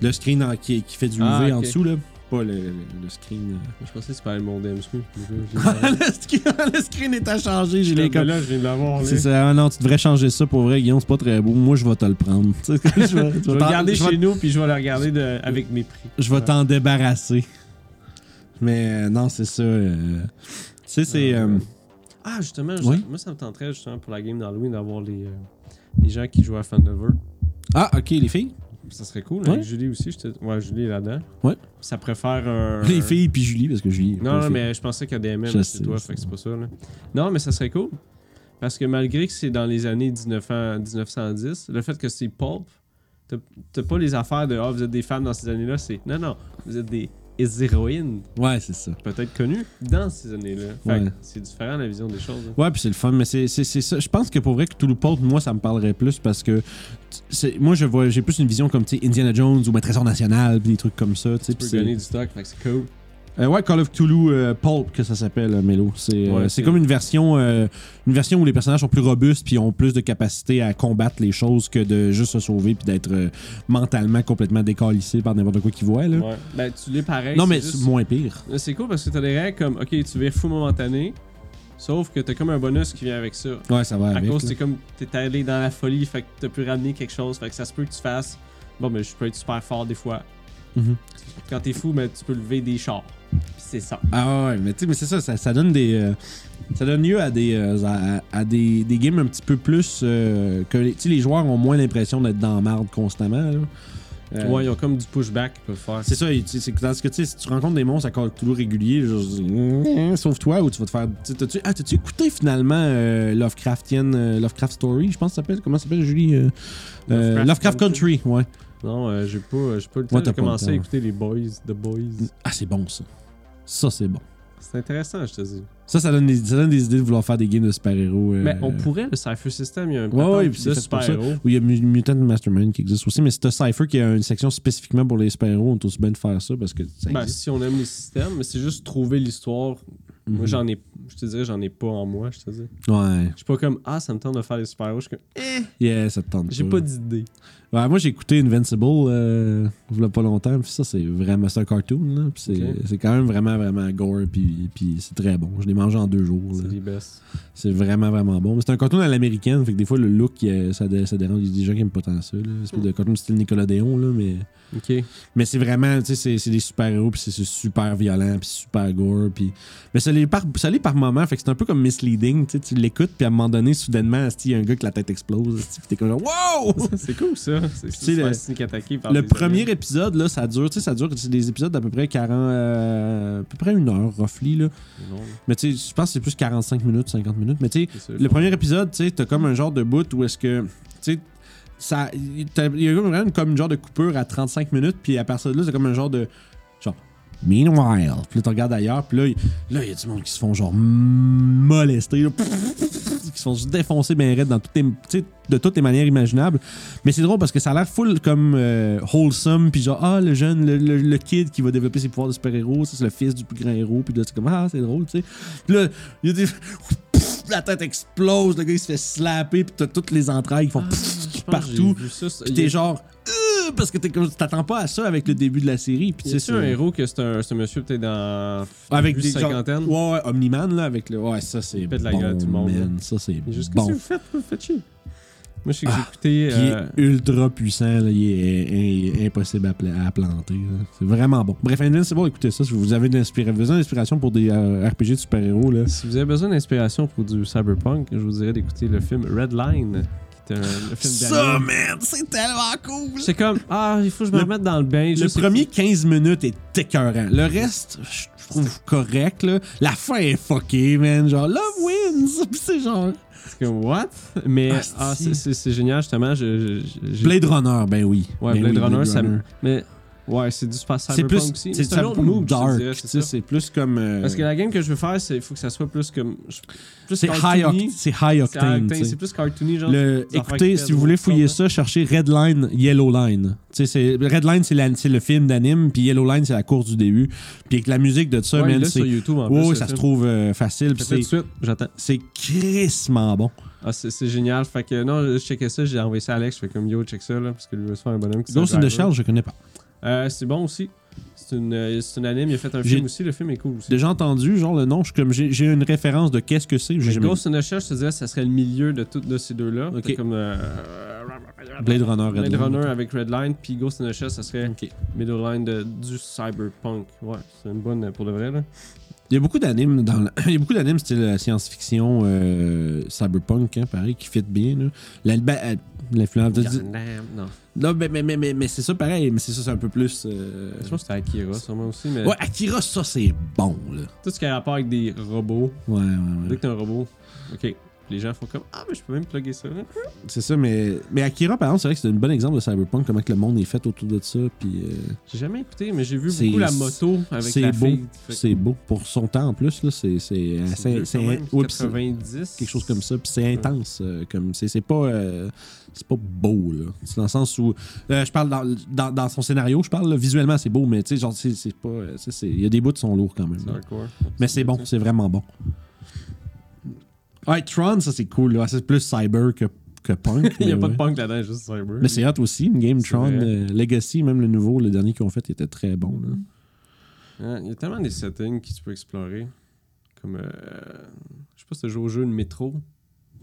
S1: Le screen en- qui, qui fait du UV
S2: Ah,
S1: en
S2: ok.
S1: dessous, là. Pas le, le- le screen. euh.
S2: Je pensais que tu parlais de mon DM screen.
S1: le, screen le screen est à changer, j'ai les
S2: Mais
S1: comme.
S2: là, je viens de l'avoir.
S1: C'est
S2: là.
S1: ça, ah non, tu devrais changer ça pour vrai, Guillaume, c'est pas très beau. Moi, je vais te le prendre. Tu sais, je vais, je
S2: Je
S1: vais
S2: vais
S1: t'en-
S2: regarder
S1: je vais-
S2: chez nous, puis je vais la regarder de- avec mépris.
S1: je vais t'en débarrasser. Mais euh, non, c'est ça. euh, Tu sais, c'est.
S2: Ah,
S1: euh,
S2: ouais. Ah, justement, je-
S1: Oui?
S2: moi, ça me tenterait justement pour la game d'Halloween d'avoir les, euh, les gens qui jouent à Fandover.
S1: Ah, ok, les filles.
S2: Ça serait cool.
S1: Ouais.
S2: Avec Julie aussi. Je te... Ouais, Julie est là-dedans.
S1: Ouais.
S2: Ça préfère un.
S1: Les filles puis Julie, parce que Julie.
S2: Non, non, mais je pensais qu'à DMM,
S1: Je sais,
S2: c'est toi,
S1: je
S2: fait que c'est pas ça. Là. Non, mais ça serait cool. Parce que malgré que c'est dans les années 1900 1910, le fait que c'est pulp, t'as- t'as pas les affaires de Ah, vous êtes des femmes dans ces années-là. C'est non, non, vous êtes des héroïnes,
S1: Ouais, c'est ça.
S2: peut-être connues dans ces années-là. Fait
S1: Ouais.
S2: que c'est différent la vision des choses. hein. là.
S1: Ouais, puis c'est le fun, mais c'est c'est- c'est ça. Je pense que pour vrai, que tout le Port, moi, ça me parlerait plus parce que t- c'est- moi, je vois, j'ai plus une vision comme tu sais, Indiana Jones ou ma Trésor National, puis des trucs comme ça. tu sais,
S2: Tu peux
S1: puis c'est-
S2: gagner du stock, fait que c'est cool.
S1: Euh, ouais, Call of Cthulhu euh, Pulp, que ça s'appelle, euh, Mélo. C'est euh,
S2: Ouais,
S1: c'est
S2: c'est-
S1: comme une version, euh, une version où les personnages sont plus robustes puis ont plus de capacité à combattre les choses que de juste se sauver puis d'être euh, mentalement complètement décalissé par n'importe quoi qu'ils voient. Là.
S2: Ouais. Ben, tu l'es pareil.
S1: non,
S2: c'est
S1: mais
S2: juste-
S1: c'est moins pire.
S2: Là, C'est cool parce que t'as des règles comme, ok, tu vires fou momentané, sauf que t'as comme un bonus qui vient avec ça.
S1: Ouais, ça va
S2: À
S1: avec.
S2: cause,
S1: là.
S2: t'es comme, t'es allé dans la folie, fait que t'as pu ramener quelque chose, fait que ça se peut que tu fasses. Bon, mais je peux être super fort des fois. Mm-hmm.
S1: Mhm.
S2: Quand t'es fou, mais tu peux lever des chars. Puis c'est ça.
S1: Ah ouais, mais tu sais, mais c'est ça, ça, ça donne des. euh, ça donne lieu à des, euh, à, à des, des games un petit peu plus. euh, que les- tu sais, les joueurs ont moins l'impression d'être dans la marde constamment. là. Euh,
S2: Ouais, ils ont comme du pushback qu'ils peuvent faire.
S1: C'est ça, et tu- c'est que dans ce que tu sais, si tu rencontres des monstres à Call of Cthulhu régulier, genre, sauf toi, hein, ou tu vas te faire. tu sais, T'as-tu ah, t'as-tu écouté finalement euh, Lovecraftian, euh, Lovecraft Story, je pense que ça s'appelle Comment ça s'appelle, Julie Euh, euh,
S2: Lovecraft
S1: Lovecraft Country, ouais.
S2: Non, euh, j'ai pas, euh, j'ai pas le
S1: Ouais,
S2: temps. Mm.
S1: t'as pas
S2: J'ai
S1: le
S2: commencé
S1: temps.
S2: à écouter les Boys, The Boys.
S1: Ah, c'est bon ça. Ça, c'est bon.
S2: C'est intéressant, je te dis.
S1: Ça, ça donne, des, ça donne des idées de vouloir faire des games de super-héros. euh,
S2: Mais on pourrait, le Cypher System, il y a un
S1: Ouais, ouais,
S2: patente
S1: puis
S2: de
S1: c'est fait pour ça.
S2: super-héros.
S1: Ou il y a Mu- Mutant Mastermind qui existe aussi, mais c'est un Cypher qui a une section spécifiquement pour les super-héros. On est aussi bien de faire ça parce que ça
S2: Ben,
S1: existe.
S2: si on aime les systèmes, mais c'est juste trouver l'histoire. Moi, j'en ai, je te dirais, j'en ai pas en moi, je te dis.
S1: Ouais.
S2: Je suis pas comme, ah, ça me tente de faire les super-héros. Je suis comme,
S1: Yeah, ça te tente.
S2: J'ai pas d'idée.
S1: Ouais, moi, j'ai écouté Invincible euh, il y a pas longtemps. Puis ça, c'est vraiment. C'est un cartoon. là, puis c'est
S2: Ok.
S1: c'est quand même vraiment, vraiment gore. Puis, puis c'est très bon. Je l'ai mangé en deux jours. là.
S2: C'est les best.
S1: C'est vraiment, vraiment bon. Mais C'est un cartoon à l'américaine. Fait que des fois, le look, il, euh, ça, dé- ça dérange. Il y a des gens qui aiment pas tant ça. Là. C'est
S2: Hmm.
S1: pas de cartoon style Nickelodeon. Là, mais
S2: Ok.
S1: mais c'est vraiment. Tu sais, c'est- c'est des super-héros. Puis c'est c'est super violent. Puis super gore. Puis. Mais ça l'est par, ça l'est par moment. Fait que c'est un peu comme misleading. Tu sais, tu l'écoutes. Puis à un moment donné, soudainement, asti, il y a un gars que la tête explose. asti, Puis t'es comme genre, Wow!
S2: c'est cool ça. C'est
S1: sais, le-
S2: super sneak attaqué par
S1: Le
S2: des
S1: premier
S2: aliens.
S1: épisode, là, ça dure, tu sais, ça dure c'est des épisodes d'à peu près 40, euh, à peu près une heure, roughly, là.
S2: Non,
S1: Mais tu sais, je pense que c'est plus 45 minutes, 50 minutes. Mais tu sais,
S2: c'est ça,
S1: le
S2: je
S1: premier épisode, tu sais, t'as comme un genre de bout où est-ce que, tu sais, ça, t'as- il y a comme vraiment comme une genre de coupure à 35 minutes, puis à partir de là, c'est comme un genre de, genre, meanwhile. Puis là, tu regardes ailleurs, puis là, il- là, il y a du monde qui se font genre molester, là, qui se font juste défoncer ben raide dans toutes les, tu sais, de toutes les manières imaginables. Mais c'est drôle parce que ça a l'air full comme euh, wholesome, puis genre, ah, le jeune, le, le- le kid qui va développer ses pouvoirs de super-héros, ça, c'est le fils du plus grand héros, puis là, c'est comme, ah, c'est drôle, tu sais. Puis là, il y a des. Pff, la tête explose, le gars, il se fait slapper, puis t'as toutes les entrailles qui font pff,
S2: Ah, pense que
S1: partout.
S2: j'ai vu ça, c'est-
S1: Puis
S2: il y
S1: t'es
S2: a-
S1: genre. Euh, parce que t'es comme- t'attends pas à ça avec le début de la série. Puis tu sais,
S2: C'est sûr, un héros que c'est un, c'est un monsieur peut-être dans.
S1: Avec
S2: plus
S1: des
S2: de
S1: genre-
S2: cinquantaine.
S1: Ouais, ouais, Omniman, là, avec le. Ouais, ça, c'est.
S2: pète la
S1: bon,
S2: gueule à tout le monde,
S1: man. Ça, c'est.
S2: Mais Juste
S1: Bon.
S2: qu'est-ce que vous faites, vous faites chier. Moi, je sais que
S1: Ah,
S2: j'ai écouté.
S1: Puis il
S2: euh,
S1: est ultra puissant, là, il est, il est impossible à, pla- à planter. là. C'est vraiment bon. Bref, c'est bon, écoutez ça. Si vous avez de l'inspira- besoin d'inspiration pour des euh, RPG de super-héros, là.
S2: Si vous avez besoin d'inspiration pour du cyberpunk, je vous dirais d'écouter le film Redline, qui est un, le film
S1: Ça,
S2: d'anime.
S1: man, c'est tellement cool!
S2: C'est comme, ah, il faut que je me
S1: Le-
S2: remette dans le bain. je
S1: Le
S2: sais
S1: premier
S2: que-
S1: 15 minutes est écœurant. Le reste, je je trouve correct. Là. La fin est fuckée, man. Genre, Love wins. Puis c'est genre.
S2: C'est comme, what? Mais
S1: Ah, c'est-
S2: ah, c'est- c'est c'est génial, justement. Je, je- je- j'ai-
S1: Blade Runner, ben oui.
S2: Ouais,
S1: Ben
S2: Blade
S1: oui,
S2: Runner, ça. me- Mais ouais, c'est du super
S1: C'est
S2: cyberpunk
S1: plus.
S2: aussi. mais
S1: C'est
S2: C'est un
S1: ça
S2: autre mood, je
S1: dark.
S2: dirais,
S1: tu
S2: c'est
S1: sais,
S2: ça.
S1: C'est plus comme. euh,
S2: Parce que la game que je veux faire, c'est faut que ça soit plus comme. je- Plus
S1: c'est high,
S2: cartoony.
S1: oct- c'est high
S2: C'est high
S1: octane.
S2: octane,
S1: tu sais.
S2: C'est plus cartoony, genre.
S1: Le-
S2: des affaires
S1: écoutez,
S2: qui
S1: si
S2: pètent
S1: vous voulez
S2: au fond,
S1: fouiller
S2: là.
S1: ça, cherchez Red Line, Yellow Line. Tu sais, c'est- Red Line, c'est la- c'est le film d'anime, puis Yellow Line, c'est la course du début. Puis avec la musique de ça,
S2: Ouais,
S1: man,
S2: là,
S1: c'est.
S2: sur YouTube, en
S1: Ouais,
S2: plus.
S1: ouais,
S2: le
S1: ça se
S2: film.
S1: trouve euh, facile. puis
S2: Faites-le
S1: c'est-
S2: tout de suite, j'attends.
S1: C'est crissement bon.
S2: Ah, c'est c'est génial. Fait que non, je checkais ça, j'ai envoyé ça à Alex. Je fais comme yo, check ça, là, parce que lui veut se faire un bonhomme qui
S1: Ghost in
S2: s'appelle
S1: the
S2: Driver.
S1: Shell, je connais pas.
S2: Euh, c'est bon aussi. C'est une, euh, c'est une anime, il a fait un
S1: J'ai-
S2: film aussi. Le film est cool aussi.
S1: Déjà entendu, genre le nom, je suis comme j'ai j'ai une référence de qu'est-ce que c'est. J'ai
S2: Mais
S1: jamais
S2: Ghost in the Shell, je te dirais, ça serait le milieu de toutes de ces deux-là.
S1: Ok.
S2: T'as Comme euh,
S1: Blade Runner,
S2: Blade
S1: Red
S2: Runner
S1: Line.
S2: avec Redline, puis Ghost in the Shell, ça serait middle line de, du cyberpunk. Ouais, c'est une bonne euh, pour de vrai, là.
S1: Il y a beaucoup d'animes dans la- il y a beaucoup d'animes style euh, science-fiction, euh, cyberpunk, hein, pareil, qui fit bien. là. La- ben, euh, L'influence de.
S2: Gundam, Non.
S1: Non, mais, mais, mais, mais, mais c'est ça pareil, mais c'est ça, c'est un peu plus. euh,
S2: Je pense que c'était Akira, sûrement aussi, mais
S1: Ouais, Akira, ça c'est bon, là.
S2: tout ce qui a rapport avec des robots.
S1: Ouais, ouais,
S2: Dès
S1: ouais.
S2: que t'es un robot, ok. Puis les gens font comme Ah, mais je peux même plugger ça. là.
S1: C'est ça, mais, mais Akira, par exemple, c'est vrai que c'est un bon exemple de Cyberpunk, comment que le monde est fait autour de ça. Puis euh,
S2: J'ai jamais écouté, mais j'ai vu
S1: C'est-
S2: beaucoup la moto avec
S1: c'est
S2: la
S1: beau.
S2: fille. Fait que
S1: c'est beau. Pour son temps en plus, là, c'est. euh, C'est
S2: vieux
S1: assez- c'est-
S2: quand même,
S1: ouais, puis c'est
S2: 90.
S1: quelque chose comme ça. Puis c'est intense. euh, comme c'est, c'est pas. euh, c'est pas beau, là. C'est dans le sens où. euh, je parle dans, dans, dans son scénario, je parle là, visuellement, c'est beau, mais tu sais, genre, c'est, c'est pas. euh, tu sais, c'est- Il y a des bouts qui sont lourds quand même.
S2: C'est
S1: là.
S2: hardcore.
S1: Mais c'est bon, c'est vraiment bon. Ouais, Tron, ça c'est cool, là. C'est plus cyber que, que punk.
S2: Il n'y a
S1: mais
S2: pas
S1: ouais.
S2: de punk là-dedans, juste Cyber.
S1: Mais c'est hot aussi, une game
S2: C'est
S1: Tron
S2: vrai.
S1: euh, Legacy, même le nouveau, le dernier qu'ils ont fait, était très bon. là.
S2: Ah, Il y a tellement des settings que tu peux explorer. Comme. euh, je sais pas si tu joues au jeu de métro.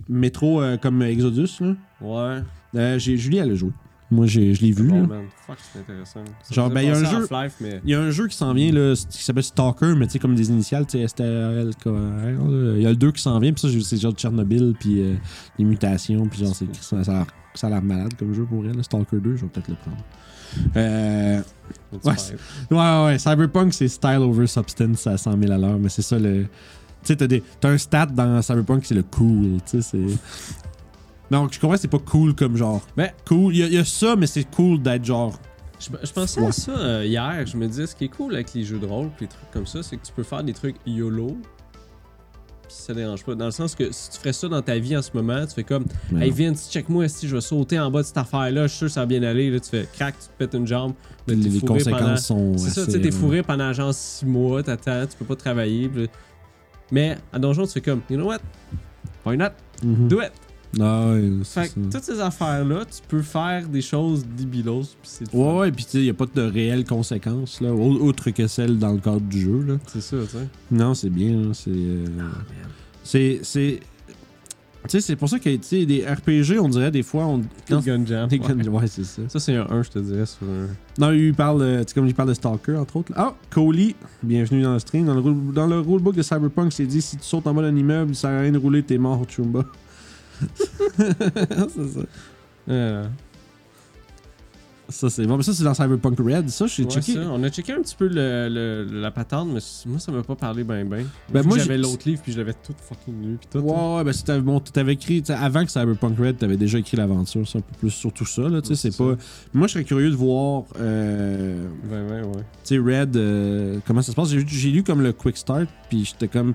S1: Métro euh, comme Exodus, là.
S2: Ouais.
S1: Euh, j'ai, Julie, elle a joué. Moi, j'ai, je l'ai
S2: C'est
S1: vu.
S2: bon,
S1: là.
S2: man. Fuck, c'est intéressant. Ça
S1: Genre,
S2: faisait
S1: ben, il y a
S2: penser
S1: un
S2: à
S1: jeu-
S2: Half-Life, mais.
S1: ben, Il y a un jeu qui s'en vient là, qui s'appelle Stalker, mais tu sais, comme des initiales, tu sais, STRLKR, E là. Il y a le 2 qui s'en vient, puis ça, j'ai- c'est genre de Tchernobyl, puis euh, des mutations, puis genre, c'est, ça, ça a l'air- ça a l'air malade comme jeu pour elle. là. Stalker 2, je vais peut-être le prendre. Euh,
S2: Faut
S1: Ouais,
S2: que tu fasses.
S1: Ouais, ouais, ouais, Cyberpunk, c'est style over substance à 100 000 à l'heure, mais c'est ça le. Tu sais, t'as des- t'as un stat dans Cyberpunk, c'est le cool, tu sais, c'est. Donc, je comprends, c'est pas cool comme genre.
S2: Ben-
S1: cool, il y, a- il y a ça, mais c'est cool d'être genre.
S2: Je, je pensais
S1: Ouais.
S2: à ça euh, hier. Je me disais, ce qui est cool avec les jeux de rôle pis les trucs comme ça, c'est que tu peux faire des trucs YOLO. Pis ça dérange pas. Dans le sens que si tu ferais ça dans ta vie en ce moment, tu fais comme Hey Vince, check-moi si je vais sauter en bas de cette affaire-là. Je suis sûr que ça va bien aller. Là, tu fais crac, tu te pètes une jambe. mais
S1: les
S2: Ben, t'es fourré
S1: conséquences
S2: pendant-
S1: sont.
S2: C'est ça,
S1: assez,
S2: tu sais, t'es
S1: euh,
S2: fourré pendant genre 6 mois, t'attends, tu peux pas travailler. pis là- Mais à Donjon, tu fais comme, you know what? Why not?
S1: mhm.
S2: Do it!
S1: Ah, ouais,
S2: Fait
S1: c'est
S2: que
S1: ça.
S2: toutes ces affaires-là, tu peux faire des choses débilos, pis c'est le
S1: Ouais,
S2: fun.
S1: ouais, pis tu sais, il y a pas de réelles conséquences, là, au- autre que celles dans le cadre du jeu, là.
S2: C'est ça, tu sais.
S1: Non, c'est bien, là, c'est. euh,
S2: Ah,
S1: c'est. C'est. Tu sais, c'est pour ça que, tu sais, des RPG, on dirait des fois, on. quand-
S2: Gun Jam.
S1: Des
S2: ouais.
S1: guns- ouais, c'est ça.
S2: Ça, c'est un 1, je te dirais, sur un.
S1: Non, lui, il parle, euh, tu sais, comme il parle de Stalker, entre autres. là. Ah, Coley, bienvenue dans le stream. Dans le, rule- dans le rulebook de Cyberpunk, c'est dit si tu sautes en bas d'un immeuble, ça sert à rien de rouler, t'es mort, Chumba. c'est ça.
S2: Euh,
S1: Ça, c'est bon. Mais ça, c'est dans Cyberpunk Red. Ça, j'ai
S2: ouais,
S1: checké.
S2: ça. On a checké un petit peu le, le- la patente, mais c- moi, ça m'a pas parlé ben ben.
S1: Ben,
S2: Vu
S1: moi,
S2: que
S1: j'ai-
S2: j'avais l'autre livre, puis je l'avais tout fucking lu, puis tout.
S1: Ouais,
S2: hein.
S1: ouais, ben, si t'avais, bon, t'avais écrit, tu sais, avant que Cyberpunk Red, t'avais déjà écrit l'aventure, c'est un peu plus sur tout ça, là, tu sais,
S2: Ouais,
S1: c'est
S2: c'est
S1: pas. Moi, je serais curieux de voir, euh,
S2: Ben ben, ouais.
S1: tu sais, Red, euh, comment ça se passe. J'ai, j'ai lu comme le Quick Start, puis j'étais comme.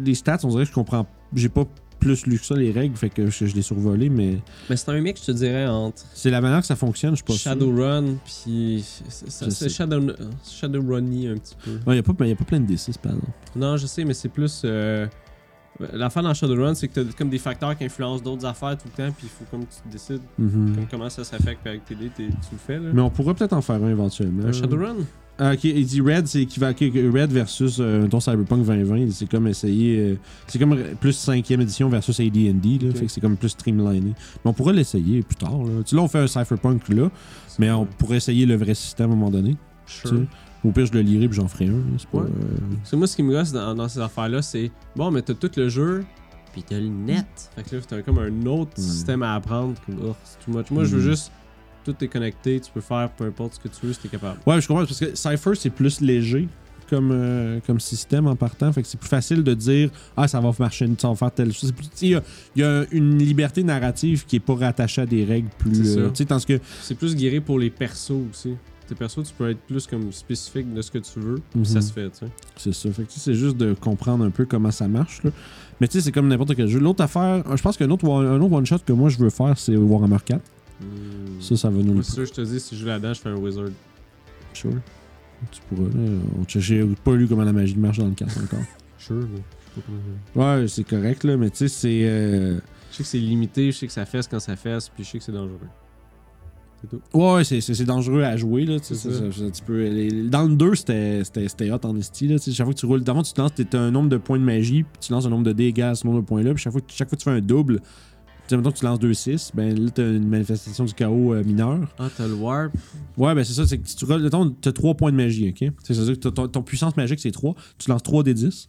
S1: Les stats, on dirait que je comprends. J'ai pas plus lu que ça, les règles, fait que je, je l'ai survolé, mais
S2: Mais c'est un mix, je te dirais, entre
S1: c'est la manière que ça fonctionne, je suis pas sûr.
S2: Shadowrun, puis. c'est-
S1: Je sais.
S2: ça- C'est Shadow... euh, Shadowrunny un petit peu.
S1: Ouais, y a pas, mais y a pas plein de D6, par exemple.
S2: Non, je sais, mais c'est plus. Euh... L'affaire dans Shadowrun, c'est que t'as comme des facteurs qui influencent d'autres affaires tout le temps, puis il faut comme tu décides
S1: Mhm.
S2: comme comment ça s'affecte, puis avec tes dés, t'es- tu le fais, là.
S1: Mais on pourrait peut-être en faire un éventuellement.
S2: Un Shadowrun?
S1: Ah, ok, il dit Red, c'est équivalent. ok, Red versus euh, mettons, Cyberpunk 2020. C'est comme essayer. euh, c'est comme re- plus 5 édition versus ADD. Là,
S2: Ok.
S1: Fait que c'est comme plus streamliné. Mais on pourrait l'essayer plus tard. Là. Tu sais, là, on fait un Cyberpunk là, mais on pourrait essayer le vrai système à un moment donné.
S2: Sure.
S1: tu sais. Au pire, je le lirai puis j'en ferai un. là, C'est pas.
S2: Ouais.
S1: euh,
S2: Parce que moi, ce qui me gosse dans, dans ces affaires-là, c'est bon, mais t'as tout le jeu, puis t'as le net. Fait que là, t'as comme un autre
S1: Ouais.
S2: système à apprendre. Comme, oh, c'est too much. Moi, je veux
S1: Mm.
S2: juste, tout est connecté, tu peux faire peu importe ce que tu veux si t'es capable.
S1: Ouais, je comprends parce que Cypher, c'est plus léger comme, euh, comme système en partant. Fait que c'est plus facile de dire Ah, ça va marcher, ça va faire telle chose. C'est plus- tu sais, Il y, a- il y a une liberté narrative qui est pas rattachée à des règles plus.
S2: C'est
S1: euh,
S2: ça.
S1: Tu sais, tandis que.
S2: C'est plus guéri pour les persos aussi. Tes persos, tu peux être plus comme spécifique de ce que tu veux, puis
S1: Mhm.
S2: ça se fait, tu sais.
S1: C'est ça. Fait que, tu sais, c'est juste de comprendre un peu comment ça marche. là. Mais tu sais, c'est comme n'importe quel jeu. L'autre affaire, je pense qu'un autre, one- un autre one-shot que moi je veux faire, c'est Warhammer 4.
S2: Mm.
S1: Ça, ça va nous le
S2: Moi, c'est sûr, je te dis, si je joue là-dedans, je fais un wizard.
S1: Sure. Tu pourras. là. On- J'ai pas lu comment la magie marche dans le 4 encore.
S2: Sure, mais je sais pas comment je-
S1: ouais, c'est correct, là, mais tu sais, c'est. euh,
S2: Je sais que c'est limité, je sais que ça fesse quand ça fesse, puis je sais que c'est dangereux.
S1: Ouais, ouais, c'est- c'est c'est dangereux à jouer. Là, tu sais,
S2: C'est
S1: ça-
S2: ça.
S1: ça- ça- tu peux- les- dans le 2, c'était c'était- c'était hot en esti. là, tu sais, Chaque fois que tu roules, d'avant, tu te lances, tu un nombre de points de magie, puis tu lances un nombre de dégâts à ce nombre de points-là. Puis chaque fois, que- chaque fois que tu fais un double, tu sais, mettons que tu lances 2-6, ben là, tu une manifestation du chaos euh, mineur.
S2: Ah, t'as le warp.
S1: Ouais, ben c'est ça. C'est que si tu roules, tu as 3 points de magie, ok? Tu sais, C'est-à-dire que t'as- ton, ton puissance magique, c'est 3. Tu lances 3 des 10.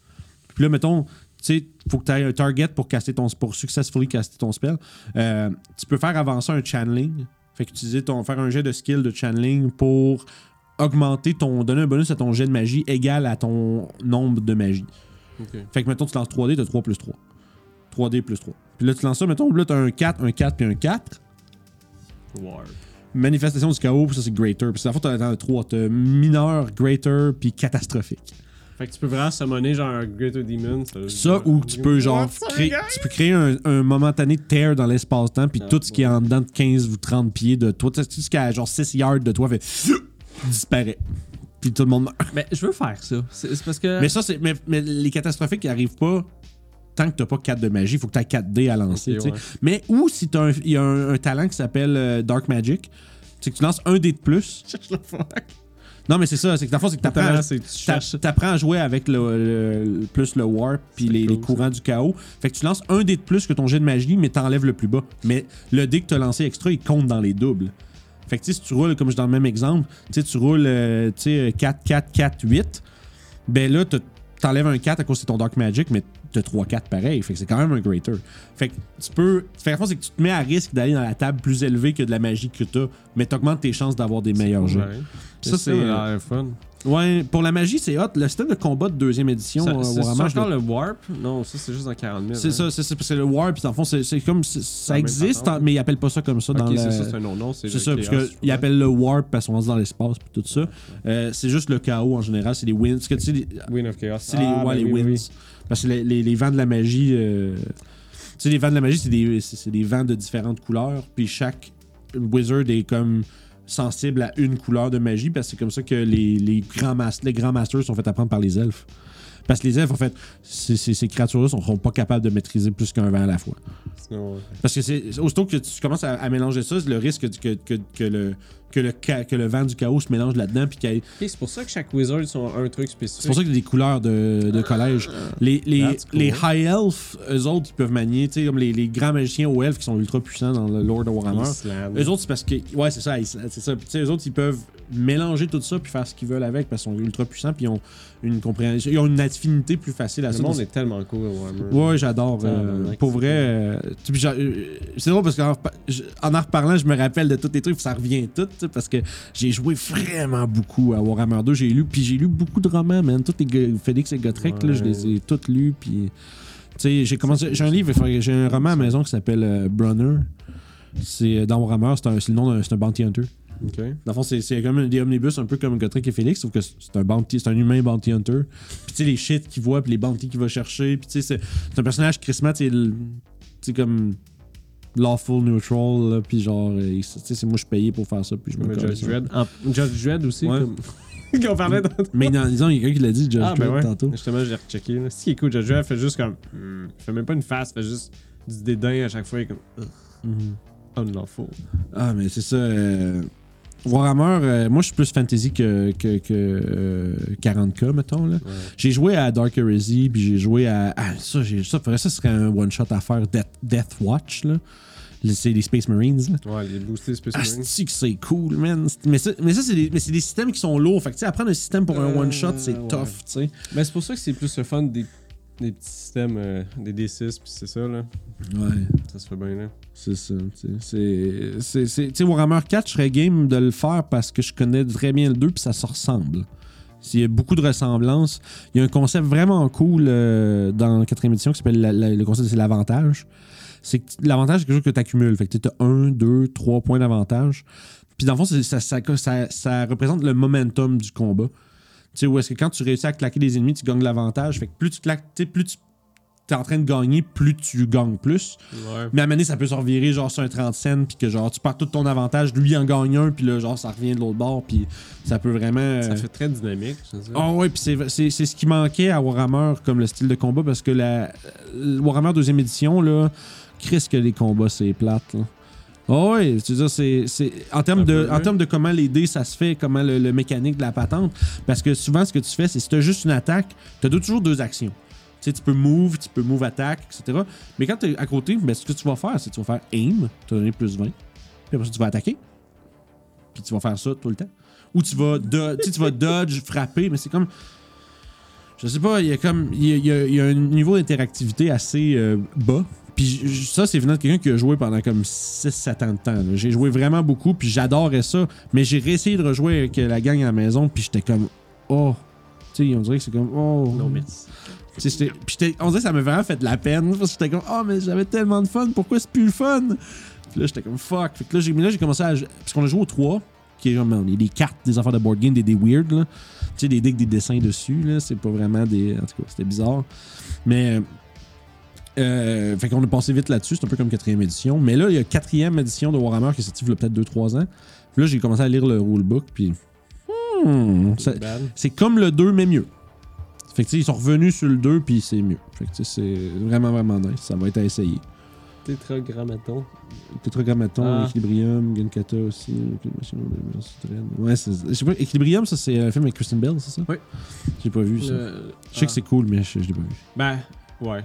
S1: Puis là, mettons. Tu sais, faut que tu aies un target pour, caster ton, pour successfully caster ton spell. Euh, tu peux faire avancer un channeling. Fait qu'utiliser ton. faire un jet de skill de channeling pour augmenter ton. donner un bonus à ton jet de magie égal à ton nombre de magie.
S2: Ok.
S1: Fait que mettons tu lances 3D, t'as 3 plus 3. 3D plus 3. Puis là, tu lances ça, mettons, là, t'as un 4, un 4, puis un 4.
S2: War.
S1: Manifestation du chaos, puis ça, c'est greater. Puis c'est la fois, t'as t'as un 3. T'as mineur, greater, puis catastrophique.
S2: Fait que tu peux vraiment summoner genre un Greater Demon.
S1: Ça, ou tu peux, genre, créer, tu peux créer un, un momentané de terre dans l'espace-temps, puis
S2: Ah,
S1: tout ce qui est en dedans de 15 ou 30 pieds de toi, tu sais, tout ce qui est à genre 6 yards de toi, fait disparaît. Puis tout le monde meurt.
S2: Mais je veux faire ça. C'est c'est parce que.
S1: Mais ça, c'est. Mais, mais les catastrophiques, ils arrivent pas tant que t'as pas 4 de magie. Faut que t'as 4 dés à lancer. tu
S2: Ok,
S1: sais.
S2: ouais.
S1: Mais ou si t'as un, il y a un, un talent qui s'appelle euh, Dark Magic, c'est que tu lances un dé de plus.
S2: cherche le fuck. Ah,
S1: Non, mais c'est ça. C'est que dans le fond, c'est que t'apprends à-
S2: c'est que tu
S1: t'a-
S2: cherches.
S1: t'apprends à jouer avec le, le- plus le warp puis
S2: C'est
S1: les,
S2: cool,
S1: les courants du chaos. Fait que tu lances un dé de plus que ton jet de magie, mais t'enlèves le plus bas. Mais le dé que t'as lancé extra, il compte dans les doubles. Fait que tu sais, si tu roules, comme je dans le même exemple, tu sais, tu roules euh, tu sais, 4, 4, 4, 8, ben là, t'as- t'enlèves un 4 à cause de ton Dark Magic, mais t'as 3, 4 pareil. Fait que c'est quand même un greater. Fait que tu peux. Fait que la force, c'est que tu te mets à risque d'aller dans la table plus élevée que de la magie que t'as, mais t'augmentes tes chances d'avoir des meilleurs jeux.
S2: Ouais.
S1: Ça,
S2: Mais
S1: c'est- euh,
S2: Ça, a l'air fun.
S1: Ouais, pour la magie, c'est hot. Le système de combat de deuxième édition,
S2: Ça-
S1: euh,
S2: C'est
S1: Warhammer,
S2: ça
S1: je l'ai-
S2: encore le Warp Non, ça, c'est juste dans 40 000.
S1: c'est
S2: hein.
S1: ça, c'est ça, parce que le war, puis dans le fond, c'est c'est comme c'est- ça
S2: la même
S1: existe,
S2: patente.
S1: en- mais ils appellent pas ça comme ça dans
S2: Ok,
S1: le.
S2: c'est ça, c'est un non-non. C'est
S1: C'est
S2: le
S1: ça, parce
S2: chaos, je
S1: qu'ils
S2: crois.
S1: appellent le warp parce qu'on se dans l'espace puis tout ça. Euh, c'est juste le chaos en général, c'est les winds. Parce que tu sais, les,
S2: Wind of Chaos.
S1: c'est les,
S2: Ah,
S1: ouais,
S2: ben
S1: les
S2: oui, oui,
S1: winds.
S2: oui.
S1: Parce que les, les- les vents de la magie, euh, tu sais, les vents de la magie, c'est des, c'est- c'est des vents de différentes couleurs, puis chaque wizard est comme sensible à une couleur de magie, parce que c'est comme ça que les, les, grands, mas- les grands masters sont fait apprendre par les elfes. Parce que les elfes, en fait, ces- ces ces créatures-là sont, sont pas capables de maîtriser plus qu'un vent à la fois.
S2: Sinon, ouais.
S1: Parce que c'est aussitôt que tu commences à, à mélanger ça, c'est le risque du- que, que, que le, que, le, ca- que le vent du chaos se mélange là-dedans. Puis qu'il y ait-
S2: Ok, c'est pour ça que chaque wizard a un truc spécifique.
S1: c'est pour ça qu'il y a des couleurs de, de collège. Les, les,
S2: That's cool.
S1: les High Elf, eux autres, ils peuvent manier, tu sais, comme les, les grands magiciens aux elfes qui sont ultra puissants dans le Lord of Warhammer.
S2: Islam.
S1: Eux autres, c'est parce que. Ouais, c'est ça, ils- c'est ça. Puis, tu sais, eux autres, ils peuvent mélanger tout ça puis faire ce qu'ils veulent avec parce qu'ils sont ultra puissants puis ils ont une compréhension. Ils ont une affinité plus facile à
S2: Le
S1: ça. dans
S2: monde est tellement cool au Warhammer.
S1: Ouais, j'adore.
S2: Putain,
S1: euh,
S2: mec,
S1: pour
S2: c'est-
S1: vrai, euh, tu- puis j'a- euh, c'est drôle parce qu'en repa- je- en en reparlant, je me rappelle de tous les trucs, puis ça revient tout, tu sais, parce que j'ai joué vraiment beaucoup à Warhammer 2. J'ai lu, puis j'ai lu beaucoup de romans, man. Tous les Go- Félix et Gotrek, là, je
S2: Ouais.
S1: les ai tous lus, puis. Tu sais, j'ai commencé. J'ai un livre, enfin, j'ai un roman à la maison qui s'appelle euh, Brunner. C'est euh, dans Warhammer, c'est un- c'est le nom d'un c'est un bounty hunter.
S2: Ok.
S1: Dans le fond, c'est- c'est comme des omnibus, un peu comme Gotrek et Félix, sauf que c'est un bounty, c'est un humain bounty hunter. Puis tu sais, les shit qu'il voit, puis les bounties qu'il va chercher. Puis tu sais, c'est- c'est un personnage crissement, tu sais, le- tu sais, comme lawful neutral, là, puis genre, euh, il- tu sais, c'est moi je suis payé pour faire ça, puis je me
S2: Mais
S1: colle
S2: Judge
S1: ça.
S2: Dredd. en- Judge Dredd aussi.
S1: Ouais.
S2: Comme... Qu'on parlait dans...
S1: Mais non, disons, il y a quelqu'un qui l'a dit, Judge
S2: Ah, ben
S1: Dredd,
S2: ouais.
S1: tantôt.
S2: Justement, j'ai rechecké. là. Ce qui est cool, Judge Dredd fait juste comme. hmm, Il fait même pas une face, il fait juste du dédain à chaque fois. il est comme. ugh, Oh,
S1: Mhm.
S2: Unlawful.
S1: Ah, mais c'est ça. euh, Warhammer, euh, moi je suis plus fantasy que, que, que, euh, 40k, mettons. Là. J'ai joué à Dark Heresy, puis j'ai joué à. ah, ça, j'ai, ça, faudrait- ça serait un one-shot à faire Death, Death Watch, là. Les- C'est les Space Marines, là.
S2: Ouais, les boostés
S1: Ah,
S2: spécifiques.
S1: c'est que c'est cool, man. C'est- Mais ça, mais ça c'est, des, mais c'est des systèmes qui sont lourds. Fait que, tu sais, apprendre un système pour un
S2: Euh,
S1: one-shot, c'est
S2: ouais.
S1: tough, tu sais.
S2: Mais Ben, c'est pour ça que c'est plus le fun des, des petits systèmes, euh, des D6, puis c'est ça, là.
S1: Ouais.
S2: Ça se fait bien, là.
S1: C'est ça, tu sais. C'est- c'est- c'est- Tu sais, Warhammer 4, je serais game de le faire parce que je connais très bien le 2 puis ça se ressemble. Il y a beaucoup de ressemblances. Il y a un concept vraiment cool euh, dans la quatrième édition qui s'appelle la- la- le concept, c'est l'avantage. C'est que t- l'avantage, c'est quelque chose que tu accumules. Fait que tu as 1, 2, 3 points d'avantage. Puis dans le fond, c'est- ça, ça, ça- ça représente le momentum du combat. Tu sais, où est-ce que quand tu réussis à claquer des ennemis, tu gagnes l'avantage. Fait que plus tu claques, tu sais, plus tu es en train de gagner, plus tu gagnes plus.
S2: Ouais.
S1: Mais à un moment donné, ça peut se revirer genre sur un 30 cents, puis que genre tu perds tout ton avantage, lui en gagne un, puis là genre ça revient de l'autre bord, puis ça peut vraiment. euh,
S2: Ça fait très dynamique, je sais.
S1: Ah ouais, puis c'est- c'est c'est ce qui manquait à Warhammer comme le style de combat parce que la euh, Warhammer deuxième édition là, Chris que les combats c'est plate. Là. Ah ouais, tu veux dire c'est c'est- en termes
S2: Un
S1: de
S2: peu,
S1: en
S2: oui.
S1: termes de comment les dés ça se fait, comment le, le mécanique de la patente, parce que souvent ce que tu fais c'est si t'as juste une attaque, t'as deux- toujours deux actions. Tu sais, tu peux move, tu peux move attaque, etc. Mais quand t'es à côté, ben, ce que tu vas faire, c'est que tu vas faire aim, tu vas donner plus 20. Puis après ça, tu vas attaquer. Puis tu vas faire ça tout le temps. Ou tu vas, do- tu sais, tu vas dodge, frapper, mais c'est comme. Je sais pas, il y a comme. Il y a, il y a- il y a un niveau d'interactivité assez euh, bas. Puis j- j- ça, c'est venant de quelqu'un qui a joué pendant comme 6-7 ans de temps. là. J'ai joué vraiment beaucoup, puis j'adorais ça. Mais j'ai réessayé de rejouer avec euh, la gang à la maison, puis j'étais comme. Oh! Tu tu sais, on dirait que c'est comme. Oh.
S2: Non, merci.
S1: Tu sais, c'était- Puis j'étais- on dirait que ça m'a vraiment fait de la peine. Parce que j'étais comme, oh, mais j'avais tellement de fun, pourquoi c'est plus le fun? Puis là, j'étais comme, fuck. Fait que là, j'ai mais là, j'ai commencé à. Parce qu'on a joué aux trois, qui est comme, on est des cartes, des affaires de board game, des, des weird, là. Tu sais, des dés avec des dessins dessus, là. C'est pas vraiment des. En tout cas, c'était bizarre. Mais. euh, fait qu'on a passé vite là-dessus, c'est un peu comme quatrième édition. Mais là, il y a quatrième édition de Warhammer qui est sortie il y a peut-être 2-3 ans. Puis là, j'ai commencé à lire le rulebook, puis. hmm, ça-
S2: Bad.
S1: c'est comme le 2, mais mieux. Fait que, tu sais, ils sont revenus sur le 2, puis c'est mieux. Fait que, tu sais, c'est vraiment, vraiment nice. Ça va être à essayer.
S2: Tétragrammaton.
S1: Tetragrammaton,
S2: Ah.
S1: Equilibrium, Gunkata aussi. Occupation de Mars souterraine. Ouais, c'est- je sais pas, Equilibrium, ça, c'est un film avec Kristen Bell, c'est ça?
S2: Oui.
S1: J'ai pas vu ça.
S2: Le-
S1: Je sais
S2: Ah.
S1: que c'est cool, mais je, je l'ai pas vu.
S2: Ben, ouais.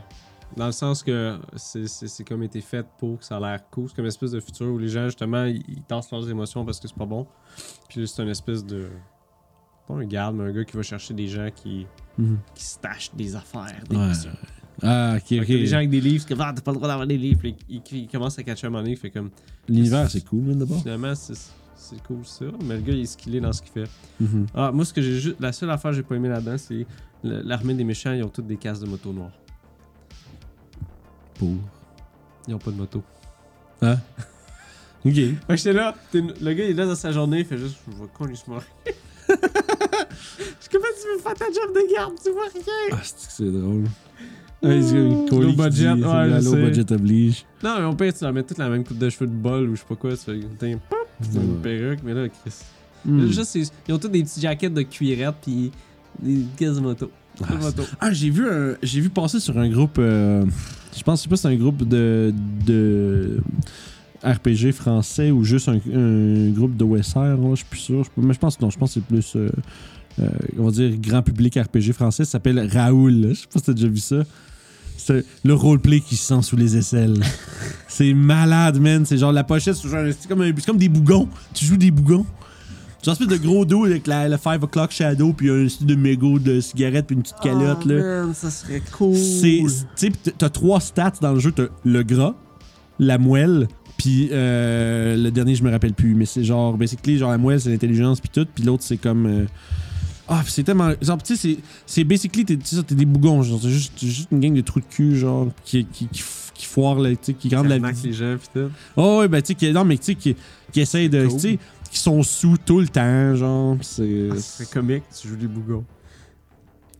S2: Dans le sens que c'est- c'est c'est comme été fait pour que ça a l'air cool. C'est comme une espèce de futur où les gens, justement, ils ils tassent leurs émotions parce que c'est pas bon. Puis là, c'est une espèce de. Pas un garde, mais un gars qui va chercher des gens qui,
S1: Mhm.
S2: qui se tachent des affaires. Des
S1: Ouais,
S2: émotions.
S1: Ah, ok,
S2: Fait
S1: ok.
S2: que Les gens avec des livres, c'est comme, ah, t'as pas le droit d'avoir des livres. Puis ils, ils commencent à catcher un moment donné, fait comme,
S1: L'univers, c'est cool, mais d'abord.
S2: finalement, c'est c'est cool ça. Mais le gars, il est skillé dans ce qu'il fait.
S1: Mhm.
S2: Ah, moi, ce que j'ai juste. La seule affaire que j'ai pas aimé là-dedans, c'est le- l'armée des méchants, ils ont toutes des cases de moto noires.
S1: Pour.
S2: Ils ont pas de moto.
S1: Hein? ok.
S2: Fait que j'étais là, t'es- le gars il est là dans sa journée, il fait juste, je vois qu'on lui se marrer. Je suis comme, Comment tu veux faire ta job de garde, tu vois rien.
S1: Ah, c'est que c'est drôle.
S2: Ouh,
S1: Ouais, c'est comme Coley
S2: low
S1: qui
S2: budget,
S1: dit, c'est
S2: ouais,
S1: la
S2: je
S1: low
S2: sais.
S1: budget oblige.
S2: Non, mais on pire, tu leur mets toute la même coupe de cheveux de bol ou je sais pas quoi, tu fais, t'as une, pop, t'as une perruque, mais là, Chris.
S1: Hmm.
S2: Juste, c'est- ils ont tous des petites jaquettes de cuirette pis des cases de moto. Pas de
S1: Ah,
S2: moto.
S1: Ah, j'ai vu un- j'ai vu passer sur un groupe. euh, je pense, je sais pas si c'est un groupe de, de RPG français ou juste un, un groupe de OSR. là, je suis plus sûr. Je- mais je pense que non, je pense que c'est plus. euh, euh, on va dire grand public RPG français. Ça s'appelle Raoul. Je sais pas si t'as déjà vu ça. C'est le roleplay qui se sent sous les aisselles. c'est malade, man. C'est genre la pochette, c'est genre- c'est comme, un- c'est comme des bougons. Tu joues des bougons. C'est une espèce de gros dos avec la, le 5 o'clock shadow, puis un style de mégot de cigarette, puis une petite calotte. là.
S2: Ah, Man, ça serait cool.
S1: C'est. Tu sais, pis t'as trois stats dans le jeu. T'as le gras, la moelle, puis euh, le dernier, je me rappelle plus. Mais c'est genre, basically, genre la moelle, c'est l'intelligence, puis tout. Puis l'autre, c'est comme. euh, Ah, pis c'est tellement. Genre, tu sais, c'est- c'est basically, t'es c'est ça, t'es des bougons. Genre, c'est juste, c'est juste une gang de trous de cul, genre, qui, qui, qui, f- qui foire, la- tu sais, qui rendent
S2: Ça
S1: la
S2: marque
S1: vie.
S2: les gens pis tout.
S1: Oh, ouais, ben, tu sais, qui- non, mais tu sais, qui, qui essayent de.
S2: cool.
S1: Tu sais, qui sont sous tout le temps, genre, pis c'est.
S2: Ah, ça serait comique, tu joues des bougons.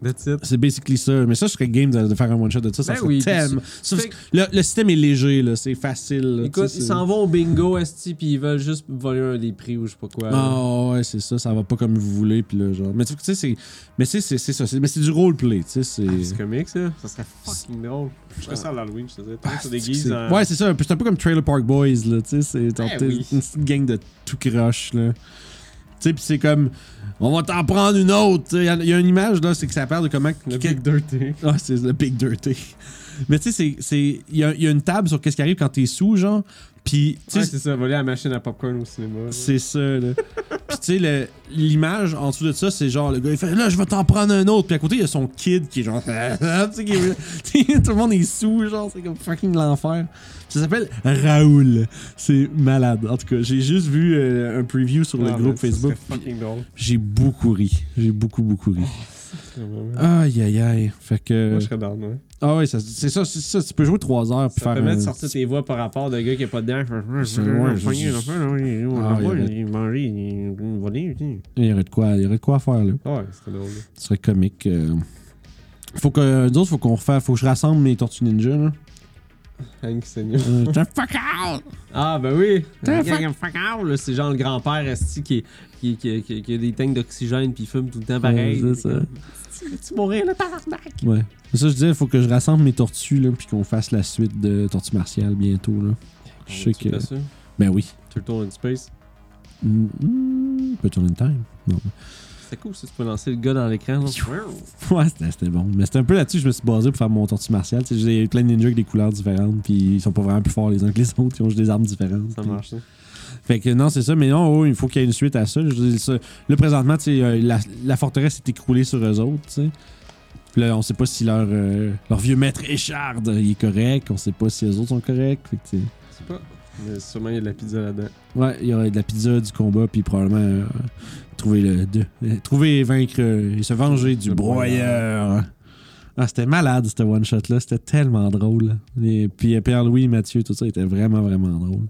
S2: That's it.
S1: C'est basically ça. Mais ça, je serait game de, de faire un one-shot de ça. ça
S2: Ben
S1: serait
S2: oui,
S1: thème.
S2: puis
S1: Ça,
S2: Fait que-
S1: le, le système est léger, là. C'est facile. là, tu
S2: Écoute,
S1: sais,
S2: ils
S1: c'est-
S2: s'en hein. vont au bingo, Esti, puis ils veulent juste voler un des prix ou je sais pas quoi.
S1: Ah ouais, c'est ça. Ça va pas comme vous voulez. Puis là, genre. Mais tu sais, c'est. Mais c'est, c'est, c'est ça. c'est- mais c'est du roleplay, tu sais. C'est.
S2: Ah, C'est comique, ça. Ça serait fucking drôle. Je ferais ça à l'Halloween, je te dirais.
S1: Ah,
S2: Tu te
S1: c'est-
S2: déguises
S1: c'est-
S2: en...
S1: Ouais, c'est ça. Puis C'est un peu comme Trailer Park Boys, là. Tu sais, c'est genre,
S2: euh, Ben
S1: t'es
S2: oui.
S1: une petite gang de tout croche, là. Tu sais, puis c'est comme. On va t'en prendre une autre. tu sais. Il y a- il y, a une image, là, c'est que ça parle de comment.
S2: Le
S1: quel-
S2: Big Dirty.
S1: Ah, c'est le Big Dirty. Mais tu sais, c'est- c'est. Il y, a- il y a une table sur qu'est-ce qui arrive quand t'es sous, genre. Puis, tu sais,
S2: Ouais, c'est ça, voler la machine à popcorn au cinéma. là.
S1: c'est ça, là. Puis, tu sais, le- l'image en dessous de ça, c'est genre, le gars, il fait là, je vais t'en prendre un autre. Puis à côté, il y a son kid qui est genre, tu sais, qui est- tu sais, tout le monde est sous, genre, c'est comme fucking l'enfer. Ça s'appelle Raoul. C'est malade. En tout cas, j'ai juste vu euh, un preview sur le
S2: Ah,
S1: groupe
S2: mais ça serait
S1: Facebook. puis
S2: fucking drôle.
S1: J'ai beaucoup ri. J'ai beaucoup, beaucoup ri. Aïe, aïe, aïe. Fait que.
S2: Moi, je serais down, ouais.
S1: Ah ouais, ça- c'est ça, c'est ça. Tu peux jouer 3 heures. Puis
S2: Ça
S1: faire
S2: permet de
S1: un-
S2: sortir tes voix par rapport de gars qui est pas dedans.
S1: C'est- ouais, je- Ah, il y aurait- Il y aurait de quoi, il y aurait de quoi à faire, là.
S2: Ouais, c'était drôle. là.
S1: Ce serait comique. euh. Faut que. D'autres, faut qu'on refasse. Faut que je rassemble mes tortues ninja, là.
S2: Hank Senior.
S1: Euh, t'as- fuck out!
S2: Ah, ben oui!
S1: T'as
S2: Fuck out, là. C'est genre le grand-père Esti qui, qui, qui, qui- qui a des tanks d'oxygène puis il fume tout le temps pareil.
S1: Ouais, c'est ça.
S2: Tu mourir, là, tabarnak!
S1: Ouais. C'est ça, je disais, faut que je rassemble mes tortues, là, puis qu'on fasse la suite de Tortue Martiale bientôt, là. Je sais que.
S2: Tu sûr?
S1: Ben oui.
S2: Turtle in Space.
S1: Mm, mm, Peut tourner une time. Non.
S2: C'était cool si tu peux lancer le gars dans l'écran. là.
S1: Ouais, c'était c'était bon. Mais c'était un peu là-dessus que je me suis basé pour faire mon Tortue Martiale. Tu sais, J'ai plein de ninjas avec des couleurs différentes, puis ils sont pas vraiment plus forts les uns que les autres. Ils ont juste des armes différentes.
S2: Ça
S1: puis-
S2: marche, ça.
S1: Fait que non, c'est ça, mais non, oh, il faut qu'il y ait une suite à ça. Je veux dire, ça- là, présentement, tu sais, euh, la, la forteresse s'est écroulée sur eux autres, tu sais. Puis là, on sait pas si leur, euh, leur vieux maître Échard, euh, il est correct. On sait pas si les autres sont corrects. Fait que, tu sais,
S2: C'est pas. Mais sûrement, il y a de la pizza là-dedans.
S1: Ouais, il y aurait de la pizza, du combat, puis probablement euh, trouver le. de- euh, trouver et vaincre euh, et se venger du
S2: Le
S1: broyeur. Ah, c'était malade, ce one-shot-là. C'était tellement drôle. Et puis euh, Pierre-Louis, Mathieu, tout ça était vraiment, vraiment drôle.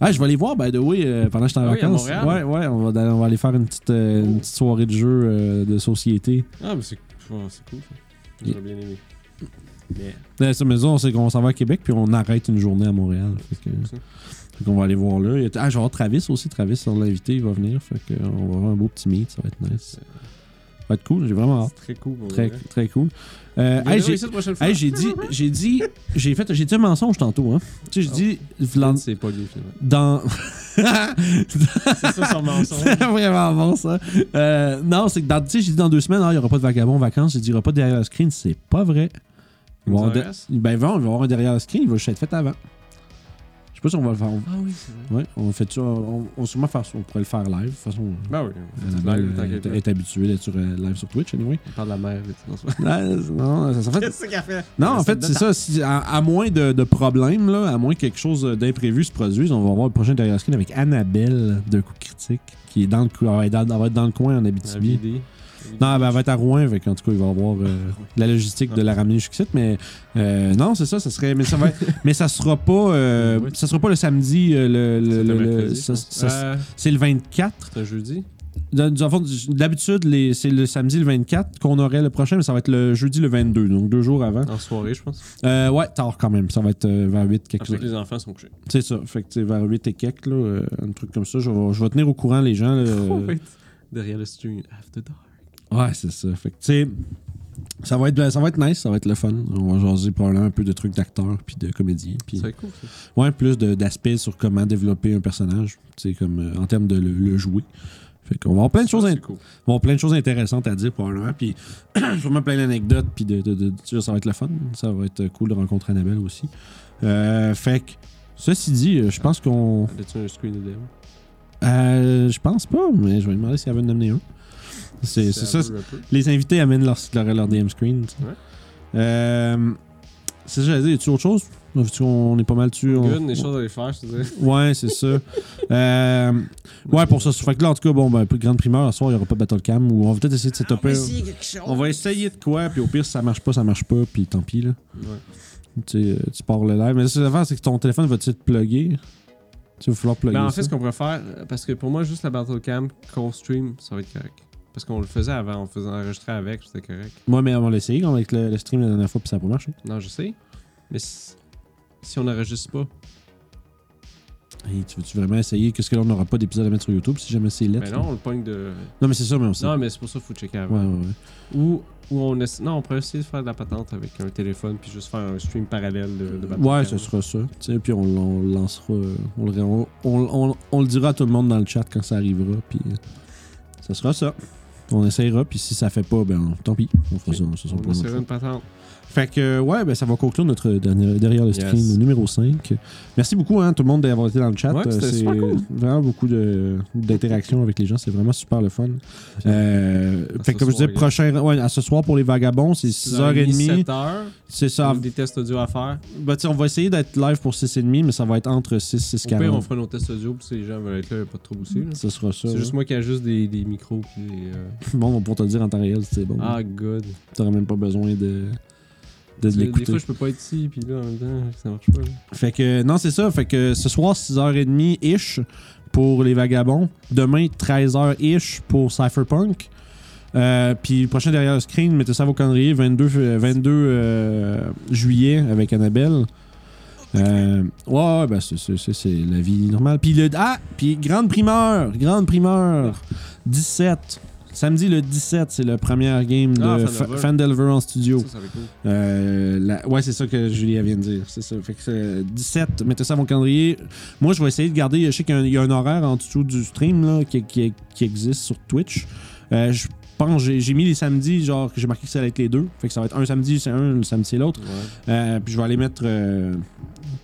S1: Ah, je vais aller voir, by the way, euh, pendant que je suis en
S2: Ah oui, à
S1: vacances.
S2: Montréal?
S1: ouais, ouais, on va, on va aller faire une petite, euh, une petite soirée de jeu euh, de société.
S2: Ah, mais c'est oh, c'est cool. ça. J'aurais bien aimé. Mais
S1: Dans cette maison, on sait qu'on s'en va à Québec, puis on arrête une journée à Montréal. Fait que-
S2: ça.
S1: fait qu'on va aller voir là. Il y a- Ah, genre Travis aussi, Travis, on l'a invité, il va venir. Fait qu'on va avoir un beau petit meet, ça va être nice. Ça va être cool, j'ai vraiment hâte.
S2: Ah. c'est très cool. Pour
S1: Très,
S2: vrai.
S1: très cool. Euh,
S2: Viendra
S1: hey, j'ai-
S2: ici la prochaine fois.
S1: hey, j'ai dit, j'ai dit, j'ai fait, j'ai dit un mensonge tantôt, hein. Tu sais, j'ai dit, vlan-
S2: C'est pas lui, finalement.
S1: dans.
S2: C'est ça son mensonge.
S1: C'est vraiment bon, ça. Euh, non, c'est que dans, tu sais, j'ai dit dans deux semaines, ah, il n'y aura pas de vagabond en vacances, j'ai dit, il n'y aura pas de derrière le screen. C'est pas vrai. Il va y
S2: Nous en
S1: avoir de-
S2: reste?
S1: Ben, bon, il va y avoir un derrière le screen, il va juste être fait avant. Je sais pas si on va le faire.
S2: Ah oui, c'est vrai.
S1: Ouais, on fait ça. On, on sûrement faire, on pourrait le faire live. De toute façon, Euh,
S2: Ben oui.
S1: Annabelle
S2: Blague,
S1: est,
S2: t'inquiète.
S1: est habituée d'être sur, euh, live sur Twitch, anyway.
S2: On parle de la mer et tout. dans ce-
S1: Non, non, ça, ça fait-
S2: Qu'est-ce qu'elle fait?
S1: non, en fait, c'est ça. si- à, à moins de, de problèmes, là, à moins que quelque chose d'imprévu se produise, on va avoir le prochain derrière screen avec Annabelle de Coup Critique, qui est dans le, cou- elle va être dans, elle va être dans le coin en
S2: La
S1: Abitibi.
S2: BD.
S1: Non, ben, elle va être à Rouen, fait qu'en tout cas, il va y avoir euh, la logistique de la ramener jusqu'ici. Mais euh, non, c'est ça, ça serait. Mais ça, va, mais ça sera pas. euh,
S2: Ouais.
S1: ça sera pas le samedi. euh, le, le-
S2: C'est un
S1: le- le-
S2: mercredi, je
S1: ça-
S2: pense.
S1: ça-
S2: Euh,
S1: c'est le 24.
S2: C'est un jeudi.
S1: Dans- dans le fond, D'habitude, les- c'est le samedi le 24 qu'on aurait le prochain, mais ça va être le jeudi le 22, donc deux jours avant.
S2: En soirée, je pense.
S1: Euh, ouais, tard quand même. Ça va être euh, vers 8, quelque
S2: Après
S1: chose.
S2: que les enfants sont couchés.
S1: C'est ça. Fait que tu sais, vers 8 et quelques, là, euh, un truc comme ça. Je vais, je vais tenir au courant les gens. là, euh,
S2: Derrière le stream, After Dark.
S1: Ouais, c'est ça. Fait que, tu sais, ça va, être, ça va être nice, ça va être le fun. On va jaser probablement un peu de trucs d'acteurs puis de comédiens. Puis,
S2: C'est cool, ça.
S1: ouais, plus de- d'aspects sur comment développer un personnage, tu sais, comme euh, en termes de le, le jouer. Fait qu'on va avoir plein de choses,
S2: Ça,
S1: in-
S2: c'est cool.
S1: on va avoir plein de choses intéressantes à dire probablement. Puis, sûrement plein d'anecdotes. Puis, de, de- de- tu sais, ça va être le fun. Ça va être cool de rencontrer Annabelle aussi. Euh, fait que, ceci dit, euh, je pense qu'on.
S2: Avais-tu un screen de DM?
S1: euh, je pense pas, mais je vais lui demander s'il y avait une amener un. C'est c'est ça.
S2: un peu, un peu.
S1: Les invités amènent leur, leur, leur DM screen. tu sais.
S2: Ouais.
S1: Euh, c'est ça, j'allais dire. Y a-tu autre chose Tu- On est pas mal dessus. on-
S2: Good, des choses à les faire, je te dirais.
S1: Ouais, c'est ça. Euh, ouais, pour ça. Fait que là, en tout cas, bon, ben, plus de grande primeur, ce soir, il n'y aura pas de Battlecam. Ou on va peut-être essayer de
S2: Ah,
S1: s'étoper. on va essayer de quoi, puis au pire, si ça marche pas, ça marche pas, puis tant pis, là.
S2: Ouais.
S1: Tu, sais, euh, tu pars le live. Mais ça, l'affaire, c'est que ton téléphone va-tu te plugger Tu vas falloir plugger.
S2: Ben, en
S1: ça.
S2: fait, ce qu'on pourrait faire, euh, parce que pour moi, juste la Battlecam qu'on stream, ça va être correct. Parce qu'on le faisait avant, on faisait enregistrer avec, c'était correct.
S1: Moi, mais on l'a essayé comme avec le, le stream la dernière fois, puis ça n'a pas marché.
S2: Non, je sais. Mais si, si on n'enregistre pas,
S1: Hey, tu veux-tu vraiment essayer Qu'est-ce que là, on n'aura pas d'épisode à mettre sur YouTube si jamais c'est lettre
S2: ben non, on le pogne de.
S1: Non, mais c'est ça, mais on sait.
S2: Non, mais c'est pour ça qu'il faut checker
S1: Ouais,
S2: avant.
S1: ouais, ouais.
S2: Ou, ou on essa- Non, on pourrait essayer de faire de la patente avec un téléphone, puis juste faire un stream parallèle de, de Battlecam.
S1: Ouais, ce sera ça. Tu sais, puis on, on le lancera. euh, On le, on, on- on- on le dira à tout le monde dans le chat quand ça arrivera. Puis euh, ça sera ça. On essayera. Puis si ça fait pas, ben tant pis. On fera ça. ça sera pour
S2: On
S1: une autre
S2: essaiera une
S1: fois.
S2: patente.
S1: Fait que, euh, ouais, ben ça va conclure notre dernière, derrière le
S2: Yes.
S1: stream numéro 5. Merci beaucoup, hein, tout le monde, d'avoir été dans le chat.
S2: Ouais,
S1: Euh,
S2: c'était
S1: c'est
S2: super cool.
S1: vraiment beaucoup de- d'interactions avec les gens. C'est vraiment super le fun. Euh,
S2: à
S1: fait
S2: ce
S1: que, comme je disais,
S2: soir,
S1: prochain, ouais, à ce soir pour les vagabonds, c'est 6h30.
S2: 7h.
S1: C'est ça.
S2: Des tests audio à faire.
S1: Bah, tu sais, on va essayer d'être live pour 6,5, mais ça va être entre 6 et
S2: Au pire, on
S1: 6,40.
S2: fera nos tests audio, puis si les gens veulent être là, y a pas de trouble aussi. là.
S1: Ce sera ça.
S2: C'est
S1: ouais.
S2: juste moi qui ajuste des, des micros, puis des. euh,
S1: Bon, pour te le dire en temps réel, c'est bon.
S2: Ah, God.
S1: T'aurais même pas besoin de, de
S2: Des- Des
S1: l'écouter.
S2: fois, je peux pas être ici, puis là, en même temps, ça marche pas. là.
S1: Fait que, non, c'est ça. Fait que ce soir, 6h30-ish pour Les Vagabonds. Demain, 13h-ish pour Cypherpunk. Euh, puis prochain derrière le screen, mettez ça à vos calendriers, 22, euh, 22 euh, juillet avec Annabelle. Euh, ouais, ouais, ben c'est- c'est c'est- c'est la vie normale. Puis le ah, puis grande primeur, grande primeur, 17 samedi le 17 c'est le premier game
S2: Ah,
S1: de
S2: Fandelver.
S1: Fa- Fandelver en studio.
S2: Ça, ça va être cool.
S1: Euh, la- Ouais, c'est ça que Julia vient de dire. C'est ça. Fait que c'est 17, mettez ça à mon calendrier. Moi, je vais essayer de garder. Je sais qu'il y a un- il y a un horaire en dessous du stream là, qui, qui- qui existe sur Twitch. Euh, je pense, j'ai j'ai mis les samedis, genre, que j'ai marqué que ça allait être les deux. Fait que ça va être un samedi, c'est un, le samedi, c'est l'autre.
S2: Ouais.
S1: Euh, puis je vais aller mettre euh,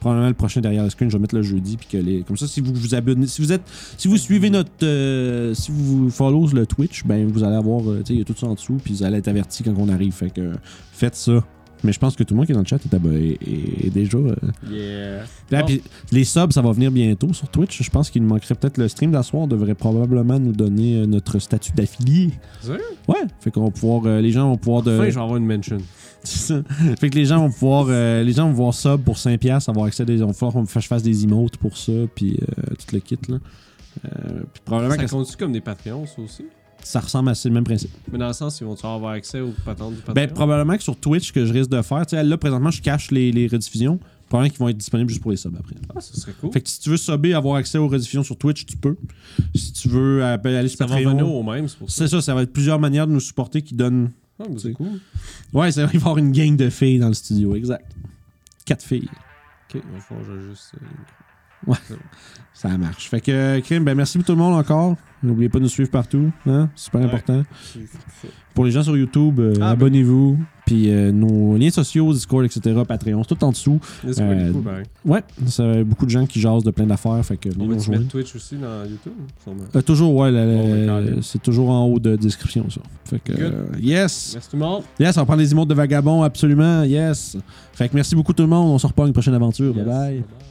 S1: probablement le prochain derrière le screen, je vais mettre le jeudi puis que les comme ça si vous vous abonnez, si vous êtes si vous suivez notre euh, si vous follow le Twitch, ben vous allez avoir euh, tu sais il y a tout ça en dessous puis vous allez être averti quand on arrive fait que euh, faites ça. Mais je pense que tout le monde qui est dans le chat est, abo- est- est- est déjà. euh,
S2: Yeah.
S1: Là,
S2: Bon.
S1: puis les subs, ça va venir bientôt sur Twitch. Je pense qu'il manquerait peut-être le stream d'asseoir. devrait probablement nous donner euh, notre statut d'affilié.
S2: Sérieux?
S1: Ouais. Fait qu'on va pouvoir. euh, les gens vont pouvoir. De...
S2: Enfin, je vais avoir une mention.
S1: C'est ça. fait que les gens vont pouvoir euh, les gens vont voir sub pour 5 piastres, avoir accès à des on va falloir qu'on me fasse- je fasse des emotes pour ça puis euh, tout le kit là. Euh, puis probablement
S2: Ça
S1: que ça,
S2: compte-tu comme des Patreons, ça aussi?
S1: ça ressemble à c'est le même principe.
S2: Mais dans le sens, ils vont-tu avoir accès aux patentes du Patreon?
S1: Ben probablement que sur Twitch que je risque de faire, tu sais là présentement je cache les, les rediffusions, probablement qu'ils vont être disponibles juste pour les subs après.
S2: Ah, ce serait cool.
S1: Fait que si tu veux subber avoir accès aux rediffusions sur Twitch, tu peux. Si tu veux euh, ben, aller sur
S2: ça va
S1: Patreon,
S2: revenir au même, c'est pour ça.
S1: c'est ça, ça va être plusieurs manières de nous supporter qui donnent
S2: Ah, mais c'est cool.
S1: Ouais, c'est vrai, il va y avoir une gang de filles dans le studio, exact. Quatre filles.
S2: Ok, dans le fond, je vais juste. euh,
S1: Ça marche. Fait que, euh, Krim, ben merci pour tout le monde encore. N'oubliez pas de nous suivre partout. Hein? Super
S2: Ouais.
S1: important.
S2: c'est- c'est-
S1: Pour les gens sur YouTube, euh,
S2: Ah, ben-
S1: abonnez-vous. Puis euh, nos liens sociaux, Discord, etc., Patreon, c'est tout en dessous.
S2: Mais c'est cool,
S1: Euh,
S2: cool, pareil.
S1: Ouais, c'est beaucoup de gens qui jasent de plein d'affaires. Fait que venez
S2: On
S1: nous
S2: va tu
S1: rejoindre.
S2: mettre Twitch aussi dans YouTube, sûrement.
S1: Euh, toujours, ouais, la- la-
S2: Oh, ouais, quand même.
S1: c'est toujours en haut de description, ça. Fait que,
S2: Good.
S1: euh, yes!
S2: Merci tout le monde.
S1: Yes, on prend des emotes de vagabonds, absolument, yes! Fait que merci beaucoup tout le monde, on se reprend une prochaine aventure,
S2: Yes.
S1: bye bye!
S2: bye.